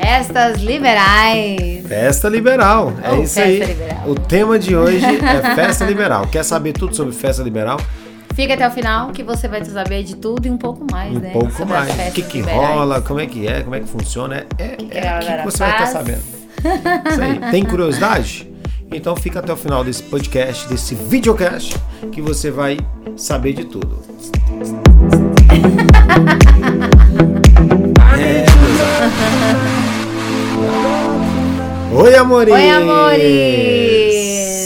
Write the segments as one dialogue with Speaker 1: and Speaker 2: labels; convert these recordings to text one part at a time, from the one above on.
Speaker 1: Festas liberais.
Speaker 2: Festa liberal, é
Speaker 1: Ou
Speaker 2: isso
Speaker 1: Oh, festa
Speaker 2: aí.
Speaker 1: liberal.
Speaker 2: O tema de hoje é festa liberal. Quer saber tudo sobre festa liberal?
Speaker 1: Fica até o final que você vai saber de tudo e um pouco mais,
Speaker 2: Um
Speaker 1: né?
Speaker 2: pouco
Speaker 1: Sobre as
Speaker 2: mais. O que
Speaker 1: festas
Speaker 2: que
Speaker 1: liberais.
Speaker 2: rola, como é que é, como é que funciona, é, é,
Speaker 1: que
Speaker 2: é
Speaker 1: a
Speaker 2: aqui
Speaker 1: galera
Speaker 2: que você vai estar
Speaker 1: faz?
Speaker 2: sabendo. Isso aí. Tem curiosidade? Então fica até o final desse podcast, desse videocast, que você vai saber de tudo. É. Oi, amores!
Speaker 1: Oi, amores!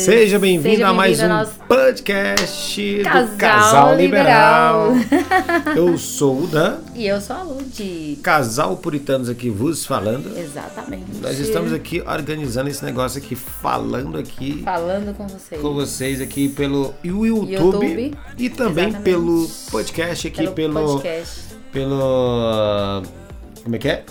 Speaker 2: Seja bem-vindo
Speaker 1: Seja
Speaker 2: a mais um
Speaker 1: bem-vindo ao nosso
Speaker 2: podcast
Speaker 1: Casal
Speaker 2: do Casal
Speaker 1: Liberal.
Speaker 2: Liberal. Eu sou o Dan,
Speaker 1: E eu sou a Lud.
Speaker 2: casal puritanos aqui vos falando.
Speaker 1: Exatamente.
Speaker 2: Nós estamos aqui organizando esse negócio aqui, falando aqui
Speaker 1: falando com vocês.
Speaker 2: com vocês aqui pelo YouTube,
Speaker 1: YouTube.
Speaker 2: e também
Speaker 1: Exatamente.
Speaker 2: pelo podcast aqui pelo
Speaker 1: um podcast,
Speaker 2: pelo ah, como é que é?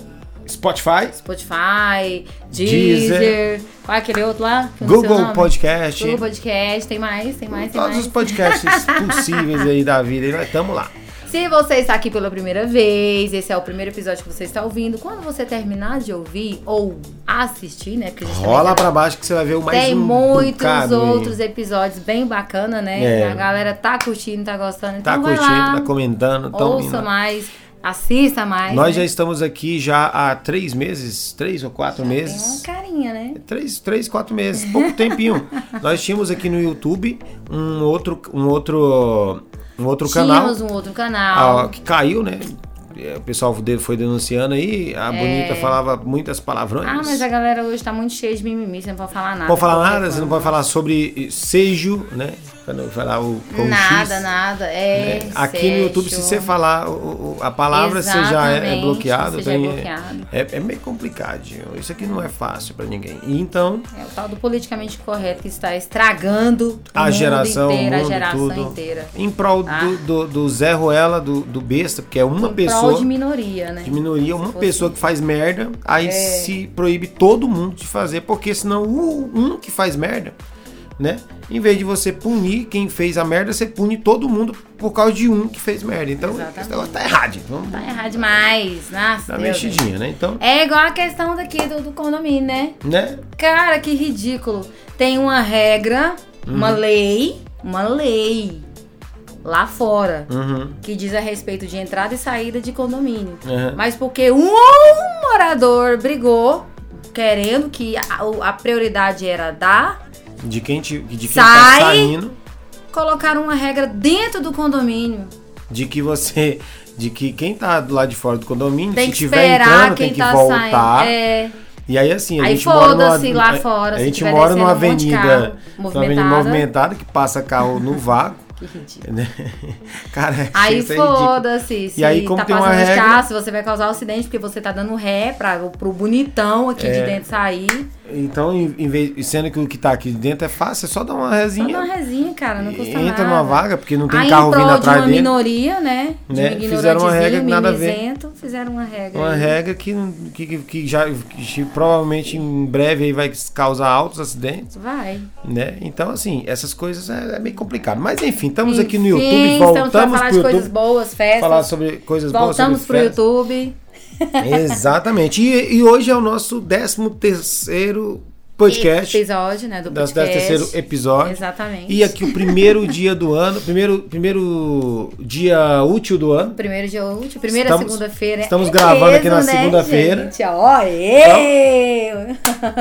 Speaker 2: Spotify,
Speaker 1: Spotify,
Speaker 2: Deezer.
Speaker 1: Deezer, qual é aquele outro lá? Que eu não sei o
Speaker 2: Google
Speaker 1: nome.
Speaker 2: Podcast,
Speaker 1: Google Podcast, tem mais, tem mais, tem
Speaker 2: todos
Speaker 1: mais.
Speaker 2: os podcasts possíveis aí da vida e nós estamos lá.
Speaker 1: Se você está aqui pela primeira vez, esse é o primeiro episódio que você está ouvindo. Quando você terminar de ouvir ou assistir, né? Porque a gente também
Speaker 2: Rola
Speaker 1: tá-
Speaker 2: pra baixo que você vai ver o mais
Speaker 1: tem
Speaker 2: um
Speaker 1: muitos
Speaker 2: bocado aí.
Speaker 1: outros episódios bem bacana, né?
Speaker 2: É.
Speaker 1: A galera tá curtindo, tá gostando.
Speaker 2: Tá
Speaker 1: Então vai
Speaker 2: curtindo,
Speaker 1: lá,
Speaker 2: tá comentando, tão
Speaker 1: ouça
Speaker 2: lindo.
Speaker 1: mais, assista mais.
Speaker 2: Nós já
Speaker 1: né?
Speaker 2: estamos aqui já há três meses, três ou quatro
Speaker 1: Tem uma
Speaker 2: meses.
Speaker 1: carinha, né?
Speaker 2: Três, três, quatro meses, pouco tempinho. Nós tínhamos aqui no YouTube um outro, um outro, um outro canal
Speaker 1: Tínhamos um outro canal.
Speaker 2: ah, que caiu, né? É, O pessoal dele foi denunciando aí, a bonita falava muitas palavrões.
Speaker 1: É. Ah, mas a galera hoje tá muito cheia de mimimi, você não pode falar nada.
Speaker 2: Não pode falar nada, você
Speaker 1: reclama.
Speaker 2: não pode falar sobre sejo, né? Quando falar o com
Speaker 1: Nada,
Speaker 2: X,
Speaker 1: nada. É.
Speaker 2: né? Aqui no YouTube, se você falar o- o- a palavra, você já é- é
Speaker 1: Exatamente,
Speaker 2: bloqueado.
Speaker 1: você já é
Speaker 2: tem-
Speaker 1: bloqueado.
Speaker 2: é- é meio complicadinho. Isso aqui não é fácil pra ninguém. E então,
Speaker 1: É o tal do politicamente correto que está estragando o
Speaker 2: a
Speaker 1: mundo
Speaker 2: geração,
Speaker 1: inteiro,
Speaker 2: o mundo,
Speaker 1: a geração
Speaker 2: tudo.
Speaker 1: inteira.
Speaker 2: Em prol do-
Speaker 1: Ah.
Speaker 2: do, do Zé Ruela, do, do besta, porque é uma
Speaker 1: Em
Speaker 2: pessoa,
Speaker 1: prol de minoria, né?
Speaker 2: de minoria, uma
Speaker 1: fosse- É.
Speaker 2: pessoa que faz merda, aí se proíbe todo mundo de fazer, porque senão o um que faz merda, né? Em vez de você punir quem fez a merda, você pune todo mundo por causa de um que fez merda. Então, esse
Speaker 1: Exatamente.
Speaker 2: negócio tá errado. Vamos
Speaker 1: Tá errado demais. Nossa,
Speaker 2: dar
Speaker 1: meu Deus.
Speaker 2: mexidinha, né? Então,
Speaker 1: É igual a questão daqui do, do condomínio, né?
Speaker 2: né?
Speaker 1: Cara, que ridículo. Tem uma regra, uma
Speaker 2: Uhum.
Speaker 1: lei, uma lei lá fora
Speaker 2: Uhum.
Speaker 1: que diz a respeito de entrada e saída de condomínio.
Speaker 2: Uhum.
Speaker 1: Mas porque um morador brigou, querendo que a, o- a prioridade era dar,
Speaker 2: De quem, te, de quem
Speaker 1: Sai!
Speaker 2: tá saindo.
Speaker 1: colocaram uma regra dentro do condomínio.
Speaker 2: de que você de que quem tá do lado de fora do condomínio
Speaker 1: Tem
Speaker 2: se
Speaker 1: que
Speaker 2: tiver
Speaker 1: esperar
Speaker 2: entrando
Speaker 1: quem
Speaker 2: tem que
Speaker 1: tá
Speaker 2: voltar
Speaker 1: saindo. É.
Speaker 2: e aí assim a
Speaker 1: Aí
Speaker 2: gente mora numa, é,
Speaker 1: foda-se lá fora,
Speaker 2: a
Speaker 1: se
Speaker 2: gente
Speaker 1: tiver
Speaker 2: mora numa
Speaker 1: descendo um monte de
Speaker 2: avenida,
Speaker 1: carro
Speaker 2: numa avenida
Speaker 1: movimentada.
Speaker 2: movimentada que passa carro no vácuo
Speaker 1: Que ridículo.
Speaker 2: né? cara é-
Speaker 1: Aí
Speaker 2: isso é ridículo.
Speaker 1: foda-se. Se
Speaker 2: aí, como
Speaker 1: tá
Speaker 2: tem uma
Speaker 1: passando de
Speaker 2: regra-
Speaker 1: carro, se você vai causar acidente, porque você tá dando ré pra, pro bonitão aqui
Speaker 2: É.
Speaker 1: de dentro sair.
Speaker 2: então em, em vez sendo que o que tá aqui dentro é fácil é só dar uma
Speaker 1: Só dá
Speaker 2: resinha
Speaker 1: uma rezinha, cara, não custa nada.
Speaker 2: entra numa vaga porque não tem
Speaker 1: Aí,
Speaker 2: carro
Speaker 1: em prol
Speaker 2: vindo
Speaker 1: de
Speaker 2: atrás
Speaker 1: uma
Speaker 2: dele
Speaker 1: minoria, né? De
Speaker 2: Né?
Speaker 1: um
Speaker 2: Fizeram uma regra que nada a ver.
Speaker 1: mimizento, Fizeram uma regra.
Speaker 2: Uma
Speaker 1: aí.
Speaker 2: regra que, que, que já que provavelmente em breve aí vai causar altos acidentes.
Speaker 1: Vai.
Speaker 2: né? Então, assim, essas coisas é, é meio complicado. Mas enfim, estamos aqui no
Speaker 1: Enfim,
Speaker 2: YouTube,
Speaker 1: estamos pra
Speaker 2: voltamos
Speaker 1: falar
Speaker 2: pro
Speaker 1: de coisas
Speaker 2: YouTube.
Speaker 1: boas, festas.
Speaker 2: Falar sobre coisas boas.
Speaker 1: voltamos pro
Speaker 2: sobre festas.
Speaker 1: YouTube.
Speaker 2: Exatamente. E, e hoje é o nosso 13 terceiro podcast.
Speaker 1: Episódio, né? Do
Speaker 2: Nosso
Speaker 1: podcast.
Speaker 2: 13 terceiro episódio.
Speaker 1: Exatamente.
Speaker 2: E aqui o primeiro dia do ano, primeiro, primeiro dia útil do ano.
Speaker 1: Primeiro dia útil, primeira
Speaker 2: Estamos-
Speaker 1: segunda-feira.
Speaker 2: estamos
Speaker 1: É
Speaker 2: gravando aqui na
Speaker 1: mesmo, né,
Speaker 2: segunda-feira.
Speaker 1: gente? Ó, ê!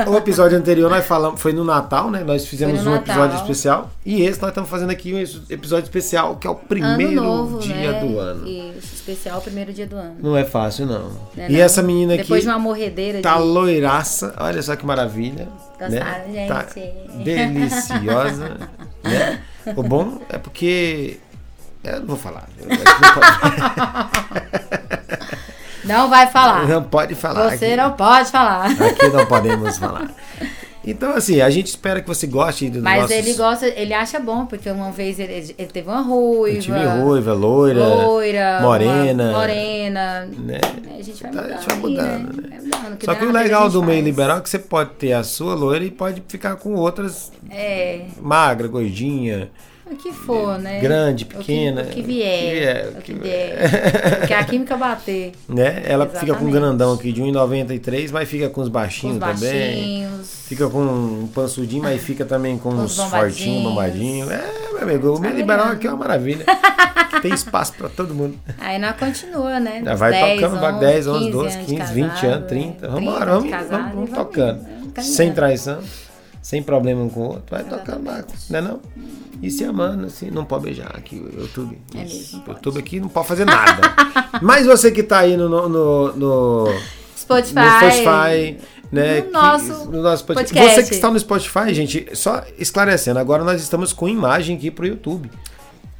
Speaker 2: O episódio anterior nós falamos, foi no Natal, né? Nós fizemos
Speaker 1: Foi
Speaker 2: um
Speaker 1: no
Speaker 2: episódio
Speaker 1: Natal.
Speaker 2: especial. E esse nós estamos fazendo aqui um episódio especial, que é o primeiro
Speaker 1: ano novo,
Speaker 2: dia
Speaker 1: né?
Speaker 2: do ano.
Speaker 1: Isso, especial primeiro dia do ano.
Speaker 2: Não é fácil, não.
Speaker 1: né,
Speaker 2: e
Speaker 1: não?
Speaker 2: essa menina aqui.
Speaker 1: Depois de uma morredeira
Speaker 2: Tá
Speaker 1: de...
Speaker 2: loiraça, olha só que maravilha.
Speaker 1: Gostaram, gente?
Speaker 2: né? Tá deliciosa, né? O bom é porque. é, Eu não vou falar. Eu- eu
Speaker 1: Não vai
Speaker 2: Não pode,
Speaker 1: falar.
Speaker 2: não pode falar.
Speaker 1: Você
Speaker 2: aqui,
Speaker 1: não pode falar.
Speaker 2: aqui não podemos falar. Então, assim, a gente espera que você goste do
Speaker 1: Mas
Speaker 2: nosso.
Speaker 1: ele gosta, ele acha bom, porque uma vez ele, ele teve uma ruiva.
Speaker 2: Tive ruiva, loira,
Speaker 1: loira,
Speaker 2: morena.
Speaker 1: uma morena.
Speaker 2: Né?
Speaker 1: A gente vai
Speaker 2: Tá,
Speaker 1: mudando.
Speaker 2: a gente vai
Speaker 1: aí,
Speaker 2: mudando, né?
Speaker 1: Vai mudando,
Speaker 2: Só
Speaker 1: dá
Speaker 2: que o
Speaker 1: na vida a
Speaker 2: legal
Speaker 1: gente
Speaker 2: do meio
Speaker 1: faz.
Speaker 2: liberal é que você pode ter a sua loira e pode ficar com outras
Speaker 1: É.
Speaker 2: magra, gordinha,
Speaker 1: O que for, né?
Speaker 2: Grande,
Speaker 1: O que-
Speaker 2: pequena.
Speaker 1: O que, vier. O que, der. Porque a química bater.
Speaker 2: Né? Ela fica com um
Speaker 1: Exatamente.
Speaker 2: grandão aqui de 1,93, mas fica com os
Speaker 1: Com os
Speaker 2: baixinhos também.
Speaker 1: baixinhos.
Speaker 2: Fica com um pançudinho, mas fica também com
Speaker 1: Com os
Speaker 2: uns fortinhos, bombadinhos.
Speaker 1: bombadinhos.
Speaker 2: É, meu amigo, o meio liberal aqui é uma maravilha. Que tem espaço pra todo mundo.
Speaker 1: Aí nós continua, né?
Speaker 2: Já vai tocando, vai 10, 11, 12,
Speaker 1: 15,
Speaker 2: 15, 20 anos,
Speaker 1: né? é.
Speaker 2: 30. Vamos embora, vamos, vamos, vamos, tocando. sem
Speaker 1: trair.
Speaker 2: traição, sem problema um com o outro. Vai tocando barco, não é não? E se amando, assim, não pode beijar aqui, o YouTube.
Speaker 1: É mesmo,
Speaker 2: Isso,
Speaker 1: não
Speaker 2: o YouTube aqui não pode fazer nada. Mas você que tá aí no, no, no, no- no
Speaker 1: Spotify.
Speaker 2: Spotify, né?
Speaker 1: No
Speaker 2: que-
Speaker 1: nosso
Speaker 2: no nosso podcast.
Speaker 1: podcast.
Speaker 2: Você que está no Spotify, gente, só esclarecendo, agora nós estamos com imagem aqui pro YouTube.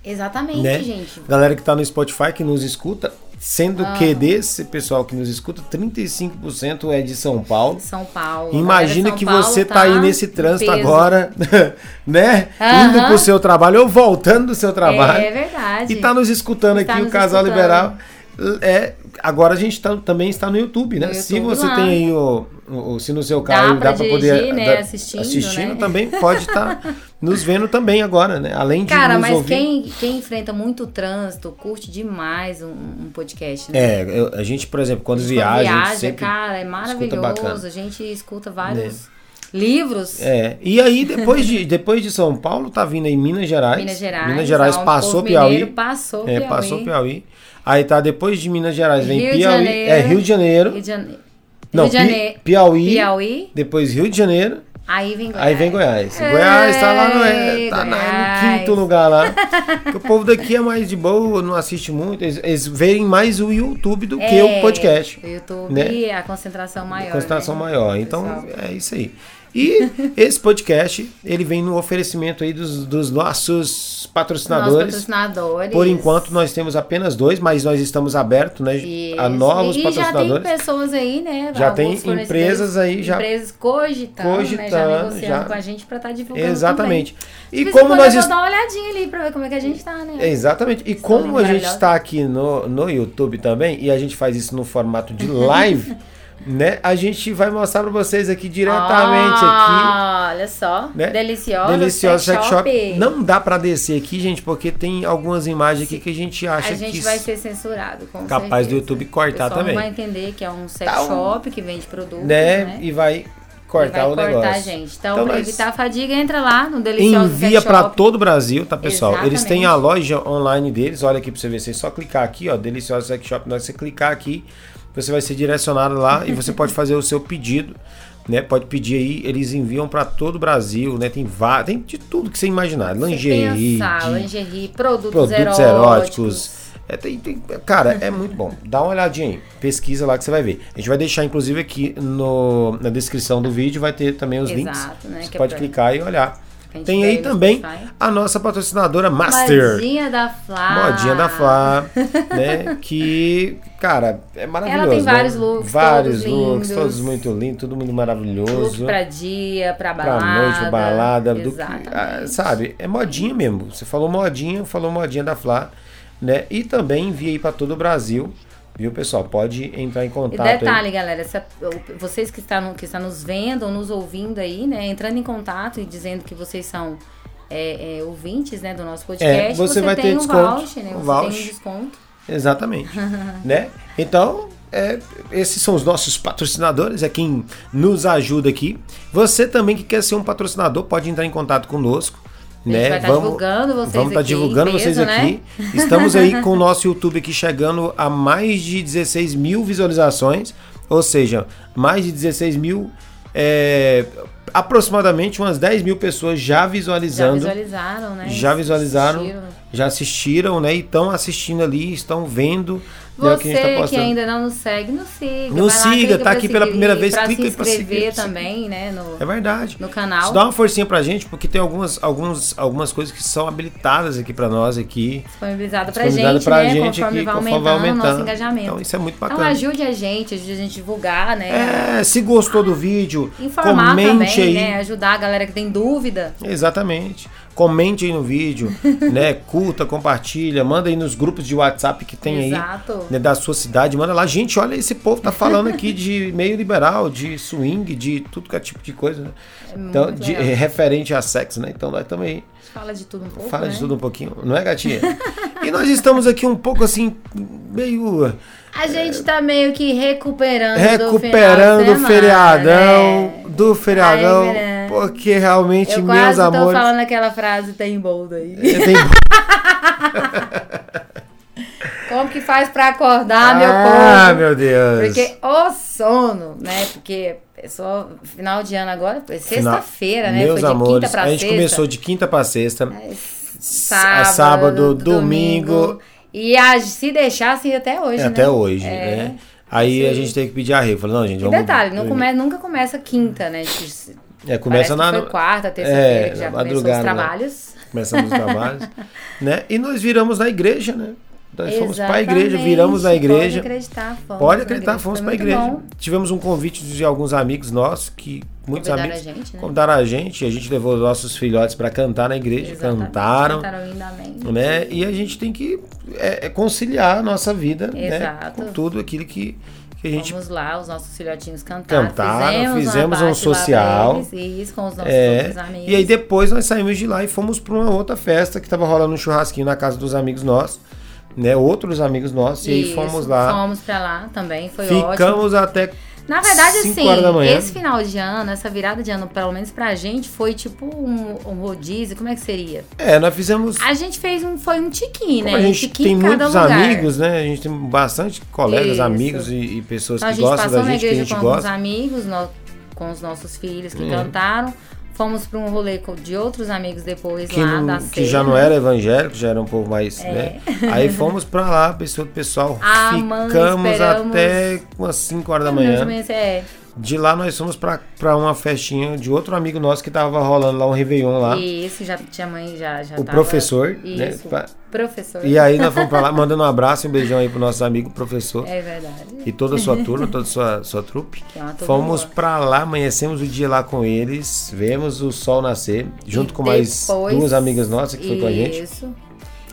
Speaker 1: Exatamente,
Speaker 2: Né?
Speaker 1: gente.
Speaker 2: Galera que tá no Spotify, que nos escuta, sendo
Speaker 1: Ah.
Speaker 2: que desse pessoal que nos escuta, 35% é de São Paulo.
Speaker 1: São Paulo.
Speaker 2: Imagina
Speaker 1: Galera de
Speaker 2: que
Speaker 1: São Paulo
Speaker 2: você tá aí nesse trânsito
Speaker 1: peso.
Speaker 2: agora, né?
Speaker 1: Aham.
Speaker 2: Indo pro seu trabalho ou voltando do seu trabalho.
Speaker 1: É verdade.
Speaker 2: e tá nos escutando
Speaker 1: Está
Speaker 2: aqui, o
Speaker 1: nos
Speaker 2: Casal
Speaker 1: escutando.
Speaker 2: Liberal. É, agora a gente tá- também está no YouTube, né?
Speaker 1: No
Speaker 2: se
Speaker 1: YouTube
Speaker 2: você
Speaker 1: lá.
Speaker 2: tem aí o, o- Se no seu carro
Speaker 1: pra
Speaker 2: dá para poder. ah,
Speaker 1: dirigir, né?
Speaker 2: dá-
Speaker 1: Assistindo,
Speaker 2: assistindo
Speaker 1: né?
Speaker 2: também pode estar nos vendo também agora, né? Além de
Speaker 1: Cara,
Speaker 2: nos
Speaker 1: mas
Speaker 2: ouvir.
Speaker 1: quem, quem enfrenta muito trânsito, curte demais um, um podcast, né?
Speaker 2: É, eu- a gente, por exemplo, quando
Speaker 1: Quando
Speaker 2: viaja, a gente
Speaker 1: viaja,
Speaker 2: sempre.
Speaker 1: cara, é
Speaker 2: bacana. Né?
Speaker 1: maravilhoso. A gente escuta vários livros.
Speaker 2: É, e aí depois de, depois de São Paulo, tá vindo aí Minas Gerais.
Speaker 1: Minas Gerais.
Speaker 2: Minas Gerais
Speaker 1: ó, o
Speaker 2: passou
Speaker 1: povo
Speaker 2: Piauí.
Speaker 1: mineiro Passou
Speaker 2: É,
Speaker 1: Piauí.
Speaker 2: passou Piauí. Aí tá depois de Minas Gerais, vem
Speaker 1: Rio de
Speaker 2: Piauí.
Speaker 1: Janeiro.
Speaker 2: é, Rio de Janeiro.
Speaker 1: Rio de Janeiro.
Speaker 2: Não,
Speaker 1: Rio de
Speaker 2: Pi-
Speaker 1: Janeiro.
Speaker 2: Piauí,
Speaker 1: Piauí.
Speaker 2: Depois Rio de Janeiro.
Speaker 1: Aí vem Goiás.
Speaker 2: Aí vem Goiás.
Speaker 1: É,
Speaker 2: Goiás tá lá no, é, tá lá no
Speaker 1: Goiás.
Speaker 2: quinto lugar lá. Porque o povo daqui é mais de boa, não assiste muito. Eles, eles veem mais o YouTube do que o podcast.
Speaker 1: é, O YouTube
Speaker 2: né?
Speaker 1: é a concentração maior.
Speaker 2: Concentração
Speaker 1: né?
Speaker 2: maior. Então
Speaker 1: Pessoal.
Speaker 2: é isso aí. E esse podcast, ele vem no oferecimento aí dos, dos nossos
Speaker 1: Nossos
Speaker 2: patrocinadores.
Speaker 1: patrocinadores.
Speaker 2: Por enquanto nós temos apenas dois, mas nós estamos abertos, né,
Speaker 1: Isso.
Speaker 2: a novos
Speaker 1: e, já tem
Speaker 2: patrocinadores.
Speaker 1: pessoas aí, né?
Speaker 2: Já
Speaker 1: alguns
Speaker 2: tem
Speaker 1: fornecedores,
Speaker 2: empresas aí já-
Speaker 1: Empresas cogitando, né? Já
Speaker 2: cogitando,
Speaker 1: negociando
Speaker 2: já.
Speaker 1: com a gente pra estar divulgando
Speaker 2: Exatamente.
Speaker 1: também. De
Speaker 2: E
Speaker 1: vez em
Speaker 2: como
Speaker 1: quando
Speaker 2: nós
Speaker 1: eu
Speaker 2: est-
Speaker 1: vou dar uma olhadinha ali pra ver como é que a gente tá, né?
Speaker 2: Exatamente. E como a gente está aqui no, no YouTube também, e a gente faz isso no formato de live, né? A gente vai mostrar para vocês aqui diretamente aqui.
Speaker 1: Ah, Olha só. é
Speaker 2: Né?
Speaker 1: Deliciosa.
Speaker 2: Deliciosa Sex Shop.
Speaker 1: Não
Speaker 2: Não dá para descer aqui, gente, porque tem algumas imagens aqui que a gente acha
Speaker 1: a gente
Speaker 2: que
Speaker 1: vai ser censurado, com
Speaker 2: capaz do
Speaker 1: certeza.
Speaker 2: YouTube
Speaker 1: O
Speaker 2: cortar
Speaker 1: pessoal não vai
Speaker 2: também,
Speaker 1: entender que é um sex
Speaker 2: Tá um-
Speaker 1: shop que vende produtos, né?
Speaker 2: né? E vai cortar
Speaker 1: vai
Speaker 2: o
Speaker 1: cortar
Speaker 2: negócio.
Speaker 1: a gente. Então,
Speaker 2: Então,
Speaker 1: pra
Speaker 2: nós-
Speaker 1: evitar a fadiga, entra lá no Deliciosa
Speaker 2: Envia
Speaker 1: Sex
Speaker 2: pra
Speaker 1: Shop.
Speaker 2: todo o Brasil, tá pessoal? Eles
Speaker 1: Exatamente.
Speaker 2: têm a loja online deles, olha aqui pra você ver, você só clicar aqui, ó, Deliciosa Sex Shop, na hora que você clicar aqui, você vai ser direcionado lá e você pode fazer o seu pedido, né? Pode pedir aí, eles enviam pra todo o Brasil, né? Tem vários, tem de tudo que você imaginar, lingerie,
Speaker 1: Pensar,
Speaker 2: de
Speaker 1: lingerie, produtos,
Speaker 2: produtos eróticos.
Speaker 1: eróticos.
Speaker 2: É, tem- tem- cara, é muito bom. Dá uma olhadinha aí. Pesquisa lá que você vai ver. A gente vai deixar, inclusive, aqui no- na descrição do vídeo, vai ter também os links.
Speaker 1: Exato, né,
Speaker 2: Você
Speaker 1: que é
Speaker 2: pode
Speaker 1: pra-
Speaker 2: clicar e olhar.
Speaker 1: Pra gente
Speaker 2: Tem
Speaker 1: ver
Speaker 2: aí
Speaker 1: no
Speaker 2: também
Speaker 1: Spotify.
Speaker 2: a nossa patrocinadora Master.
Speaker 1: Modinha da Flá.
Speaker 2: Modinha da Flá, né? Que, cara, é maravilhoso.
Speaker 1: Ela tem
Speaker 2: né?
Speaker 1: vários looks,
Speaker 2: Vários
Speaker 1: todos
Speaker 2: looks,
Speaker 1: lindos.
Speaker 2: todos muito lindos, tudo muito maravilhoso.
Speaker 1: Look pra dia, pra
Speaker 2: Pra
Speaker 1: balada.
Speaker 2: noite, pra balada, do que,
Speaker 1: Exatamente.
Speaker 2: ah, sabe? É modinha mesmo. Você falou modinha, falou modinha da Flá, né? E também envia aí pra todo o Brasil, viu, pessoal? Pode entrar em
Speaker 1: E
Speaker 2: contato aí.
Speaker 1: detalhe, galera, se a- o- vocês que estão, que estão nos vendo ou nos ouvindo aí, né? Entrando em contato e dizendo que vocês são é, é, ouvintes né, do nosso podcast,
Speaker 2: É, você vai
Speaker 1: tem
Speaker 2: ter
Speaker 1: um
Speaker 2: desconto,
Speaker 1: voucher, né?
Speaker 2: um
Speaker 1: você tem
Speaker 2: voucher.
Speaker 1: um desconto.
Speaker 2: Exatamente, né? Então, é, esses são os nossos patrocinadores, é quem nos ajuda aqui. Você também que quer ser um patrocinador, pode entrar em contato conosco,
Speaker 1: A gente
Speaker 2: né?
Speaker 1: vai estar divulgando vocês
Speaker 2: Vamos estar
Speaker 1: aqui em
Speaker 2: divulgando
Speaker 1: peso,
Speaker 2: vocês
Speaker 1: né?
Speaker 2: aqui. Estamos aí com o nosso YouTube aqui chegando a mais de 16 mil visualizações, ou seja, mais de 16 mil, é, aproximadamente umas 10 mil pessoas já
Speaker 1: Já
Speaker 2: visualizando, já,
Speaker 1: visualizaram, né?
Speaker 2: visualizaram,
Speaker 1: Assistiram.
Speaker 2: já assistiram, né? E estão assistindo ali, estão vendo né, o
Speaker 1: Você
Speaker 2: que
Speaker 1: que,
Speaker 2: a gente está postando.
Speaker 1: ainda não nos segue, nos siga.
Speaker 2: Nos
Speaker 1: Vai lá,
Speaker 2: siga,
Speaker 1: clica
Speaker 2: tá
Speaker 1: pra
Speaker 2: aqui pela
Speaker 1: seguir,
Speaker 2: primeira vez,
Speaker 1: pra
Speaker 2: clica aí
Speaker 1: se
Speaker 2: pra seguir,
Speaker 1: inscrever
Speaker 2: pra seguir.
Speaker 1: também, né? No,
Speaker 2: É verdade.
Speaker 1: no canal.
Speaker 2: Isso dá uma forcinha pra gente, porque tem algumas, algumas, algumas coisas que são habilitadas aqui pra nós aqui.
Speaker 1: disponibilizado pra
Speaker 2: disponibilizado
Speaker 1: gente, né? conforme, vai, aumentando o nosso engajamento.
Speaker 2: Então isso é muito
Speaker 1: Então,
Speaker 2: bacana.
Speaker 1: ajude a gente, ajude a gente a divulgar, né?
Speaker 2: É, se gostou do vídeo,
Speaker 1: Informar
Speaker 2: comente
Speaker 1: também,
Speaker 2: aí.
Speaker 1: né? Ajudar a galera que tem dúvida.
Speaker 2: Exatamente. comente aí no vídeo, né? Curta, compartilha, manda aí nos grupos de WhatsApp que tem
Speaker 1: Exato.
Speaker 2: aí né, da sua cidade, manda lá. Gente, olha, esse povo tá falando aqui de meio liberal, de swing, de tudo que é tipo de coisa, né? Então,
Speaker 1: É muito
Speaker 2: de-
Speaker 1: legal.
Speaker 2: referente a sexo, né? Então nós também
Speaker 1: Fala de tudo um pouco.
Speaker 2: Fala de
Speaker 1: né?
Speaker 2: tudo um pouquinho, não é, gatinha? e nós estamos aqui um pouco assim, meio
Speaker 1: A gente tá meio que recuperando. do final de
Speaker 2: recuperando o
Speaker 1: semana,
Speaker 2: feriadão,
Speaker 1: né?
Speaker 2: do feriadão,
Speaker 1: Ai, verdade.
Speaker 2: porque realmente,
Speaker 1: Eu
Speaker 2: meus
Speaker 1: quase tô
Speaker 2: amores.
Speaker 1: falando aquela frase tem boldo aí.
Speaker 2: Você tem-
Speaker 1: Como que faz pra acordar, meu
Speaker 2: É. Ah,
Speaker 1: povo?
Speaker 2: meu Deus.
Speaker 1: Porque o sono, né? Porque é só final de ano agora, é
Speaker 2: Final-
Speaker 1: sexta-feira, né?
Speaker 2: Meus
Speaker 1: Foi de
Speaker 2: amores,
Speaker 1: quinta pra
Speaker 2: a gente
Speaker 1: sexta.
Speaker 2: começou de quinta pra sexta.
Speaker 1: É,
Speaker 2: sábado, domingo.
Speaker 1: E a- se deixasse até hoje, né?
Speaker 2: até hoje,
Speaker 1: É.
Speaker 2: né? Aí a gente teve que pedir arrego. Falou, não, gente,
Speaker 1: E
Speaker 2: vamos.
Speaker 1: detalhe, não come- nunca começa quinta, né? Que-
Speaker 2: É, começa
Speaker 1: parece
Speaker 2: na.
Speaker 1: que foi quarta, terça-feira,
Speaker 2: é,
Speaker 1: que já
Speaker 2: na
Speaker 1: começou os
Speaker 2: madrugada, né?
Speaker 1: trabalhos.
Speaker 2: Começamos os trabalhos. né? E nós viramos na igreja, né? Nós fomos pra
Speaker 1: Exatamente,
Speaker 2: igreja, viramos na igreja.
Speaker 1: Pode acreditar, fomos.
Speaker 2: Pode
Speaker 1: na
Speaker 2: acreditar, fomos
Speaker 1: Foi
Speaker 2: pra
Speaker 1: muito
Speaker 2: igreja.
Speaker 1: bom.
Speaker 2: Tivemos um convite de alguns amigos nossos, que muitos
Speaker 1: Convidaram
Speaker 2: amigos
Speaker 1: a gente, né?
Speaker 2: convidaram a gente, e a gente levou os nossos filhotes pra cantar na igreja,
Speaker 1: Exatamente,
Speaker 2: cantaram,
Speaker 1: Cantaram lindamente.
Speaker 2: né? E a gente tem que é, é conciliar a nossa vida, né?
Speaker 1: Exato.
Speaker 2: Com tudo aquilo que, que a gente
Speaker 1: Fomos lá, os nossos filhotinhos cantaram.
Speaker 2: Cantaram,
Speaker 1: fizemos,
Speaker 2: fizemos um
Speaker 1: uma parte lá pra
Speaker 2: social.
Speaker 1: eles, Isso, com os nossos
Speaker 2: É,
Speaker 1: outros amigos.
Speaker 2: e aí depois nós saímos de lá e fomos para uma outra festa que tava rolando um churrasquinho na casa dos amigos nossos, né? Outros amigos nossos, e aí
Speaker 1: Isso,
Speaker 2: fomos lá.
Speaker 1: Fomos pra lá também, foi ótimo.
Speaker 2: Ficamos até
Speaker 1: Na verdade,
Speaker 2: cinco horas da
Speaker 1: assim,
Speaker 2: manhã.
Speaker 1: esse final de ano, essa virada de ano, pelo menos pra gente, foi tipo um, um rodízio, como é que seria?
Speaker 2: É, nós fizemos
Speaker 1: A gente fez um, foi um tiquinho, né?
Speaker 2: como a
Speaker 1: Um
Speaker 2: gente
Speaker 1: tiquinho
Speaker 2: tem
Speaker 1: em cada
Speaker 2: muitos
Speaker 1: lugar.
Speaker 2: amigos, né? A gente tem bastante colegas,
Speaker 1: Isso.
Speaker 2: amigos e, e pessoas
Speaker 1: Então a
Speaker 2: que
Speaker 1: gente
Speaker 2: gostam
Speaker 1: passou
Speaker 2: da
Speaker 1: na
Speaker 2: gente, que a
Speaker 1: igreja
Speaker 2: gente
Speaker 1: com alguns
Speaker 2: gosta. Uhum.
Speaker 1: amigos, no- com os nossos filhos que cantaram. Fomos pra um rolê co- de outros amigos depois
Speaker 2: Que,
Speaker 1: lá
Speaker 2: não-
Speaker 1: da
Speaker 2: que já
Speaker 1: ceia,
Speaker 2: não é era evangélico, já era um povo mais, né? Aí fomos pra lá, pessoal, pessoal,
Speaker 1: Ah, mano,
Speaker 2: ficamos
Speaker 1: esperamos.
Speaker 2: até umas 5 horas da
Speaker 1: Não,
Speaker 2: manhã.
Speaker 1: de manhã, é.
Speaker 2: De lá nós fomos pra, pra uma festinha de outro amigo nosso que tava rolando lá um Réveillon lá.
Speaker 1: E esse já tinha mãe, já, já
Speaker 2: O
Speaker 1: tava-
Speaker 2: professor, né?
Speaker 1: Isso,
Speaker 2: Pra-
Speaker 1: professor.
Speaker 2: E aí nós fomos pra lá, mandando um abraço e um beijão aí pro nosso amigo professor
Speaker 1: É verdade.
Speaker 2: e toda a sua turma, toda a sua, sua trupe.
Speaker 1: É. Que é uma turma
Speaker 2: Fomos
Speaker 1: boa.
Speaker 2: pra lá, amanhecemos o dia lá com eles, vemos o sol nascer, junto com mais
Speaker 1: Depois-
Speaker 2: duas amigas nossas que foi com a gente.
Speaker 1: Isso.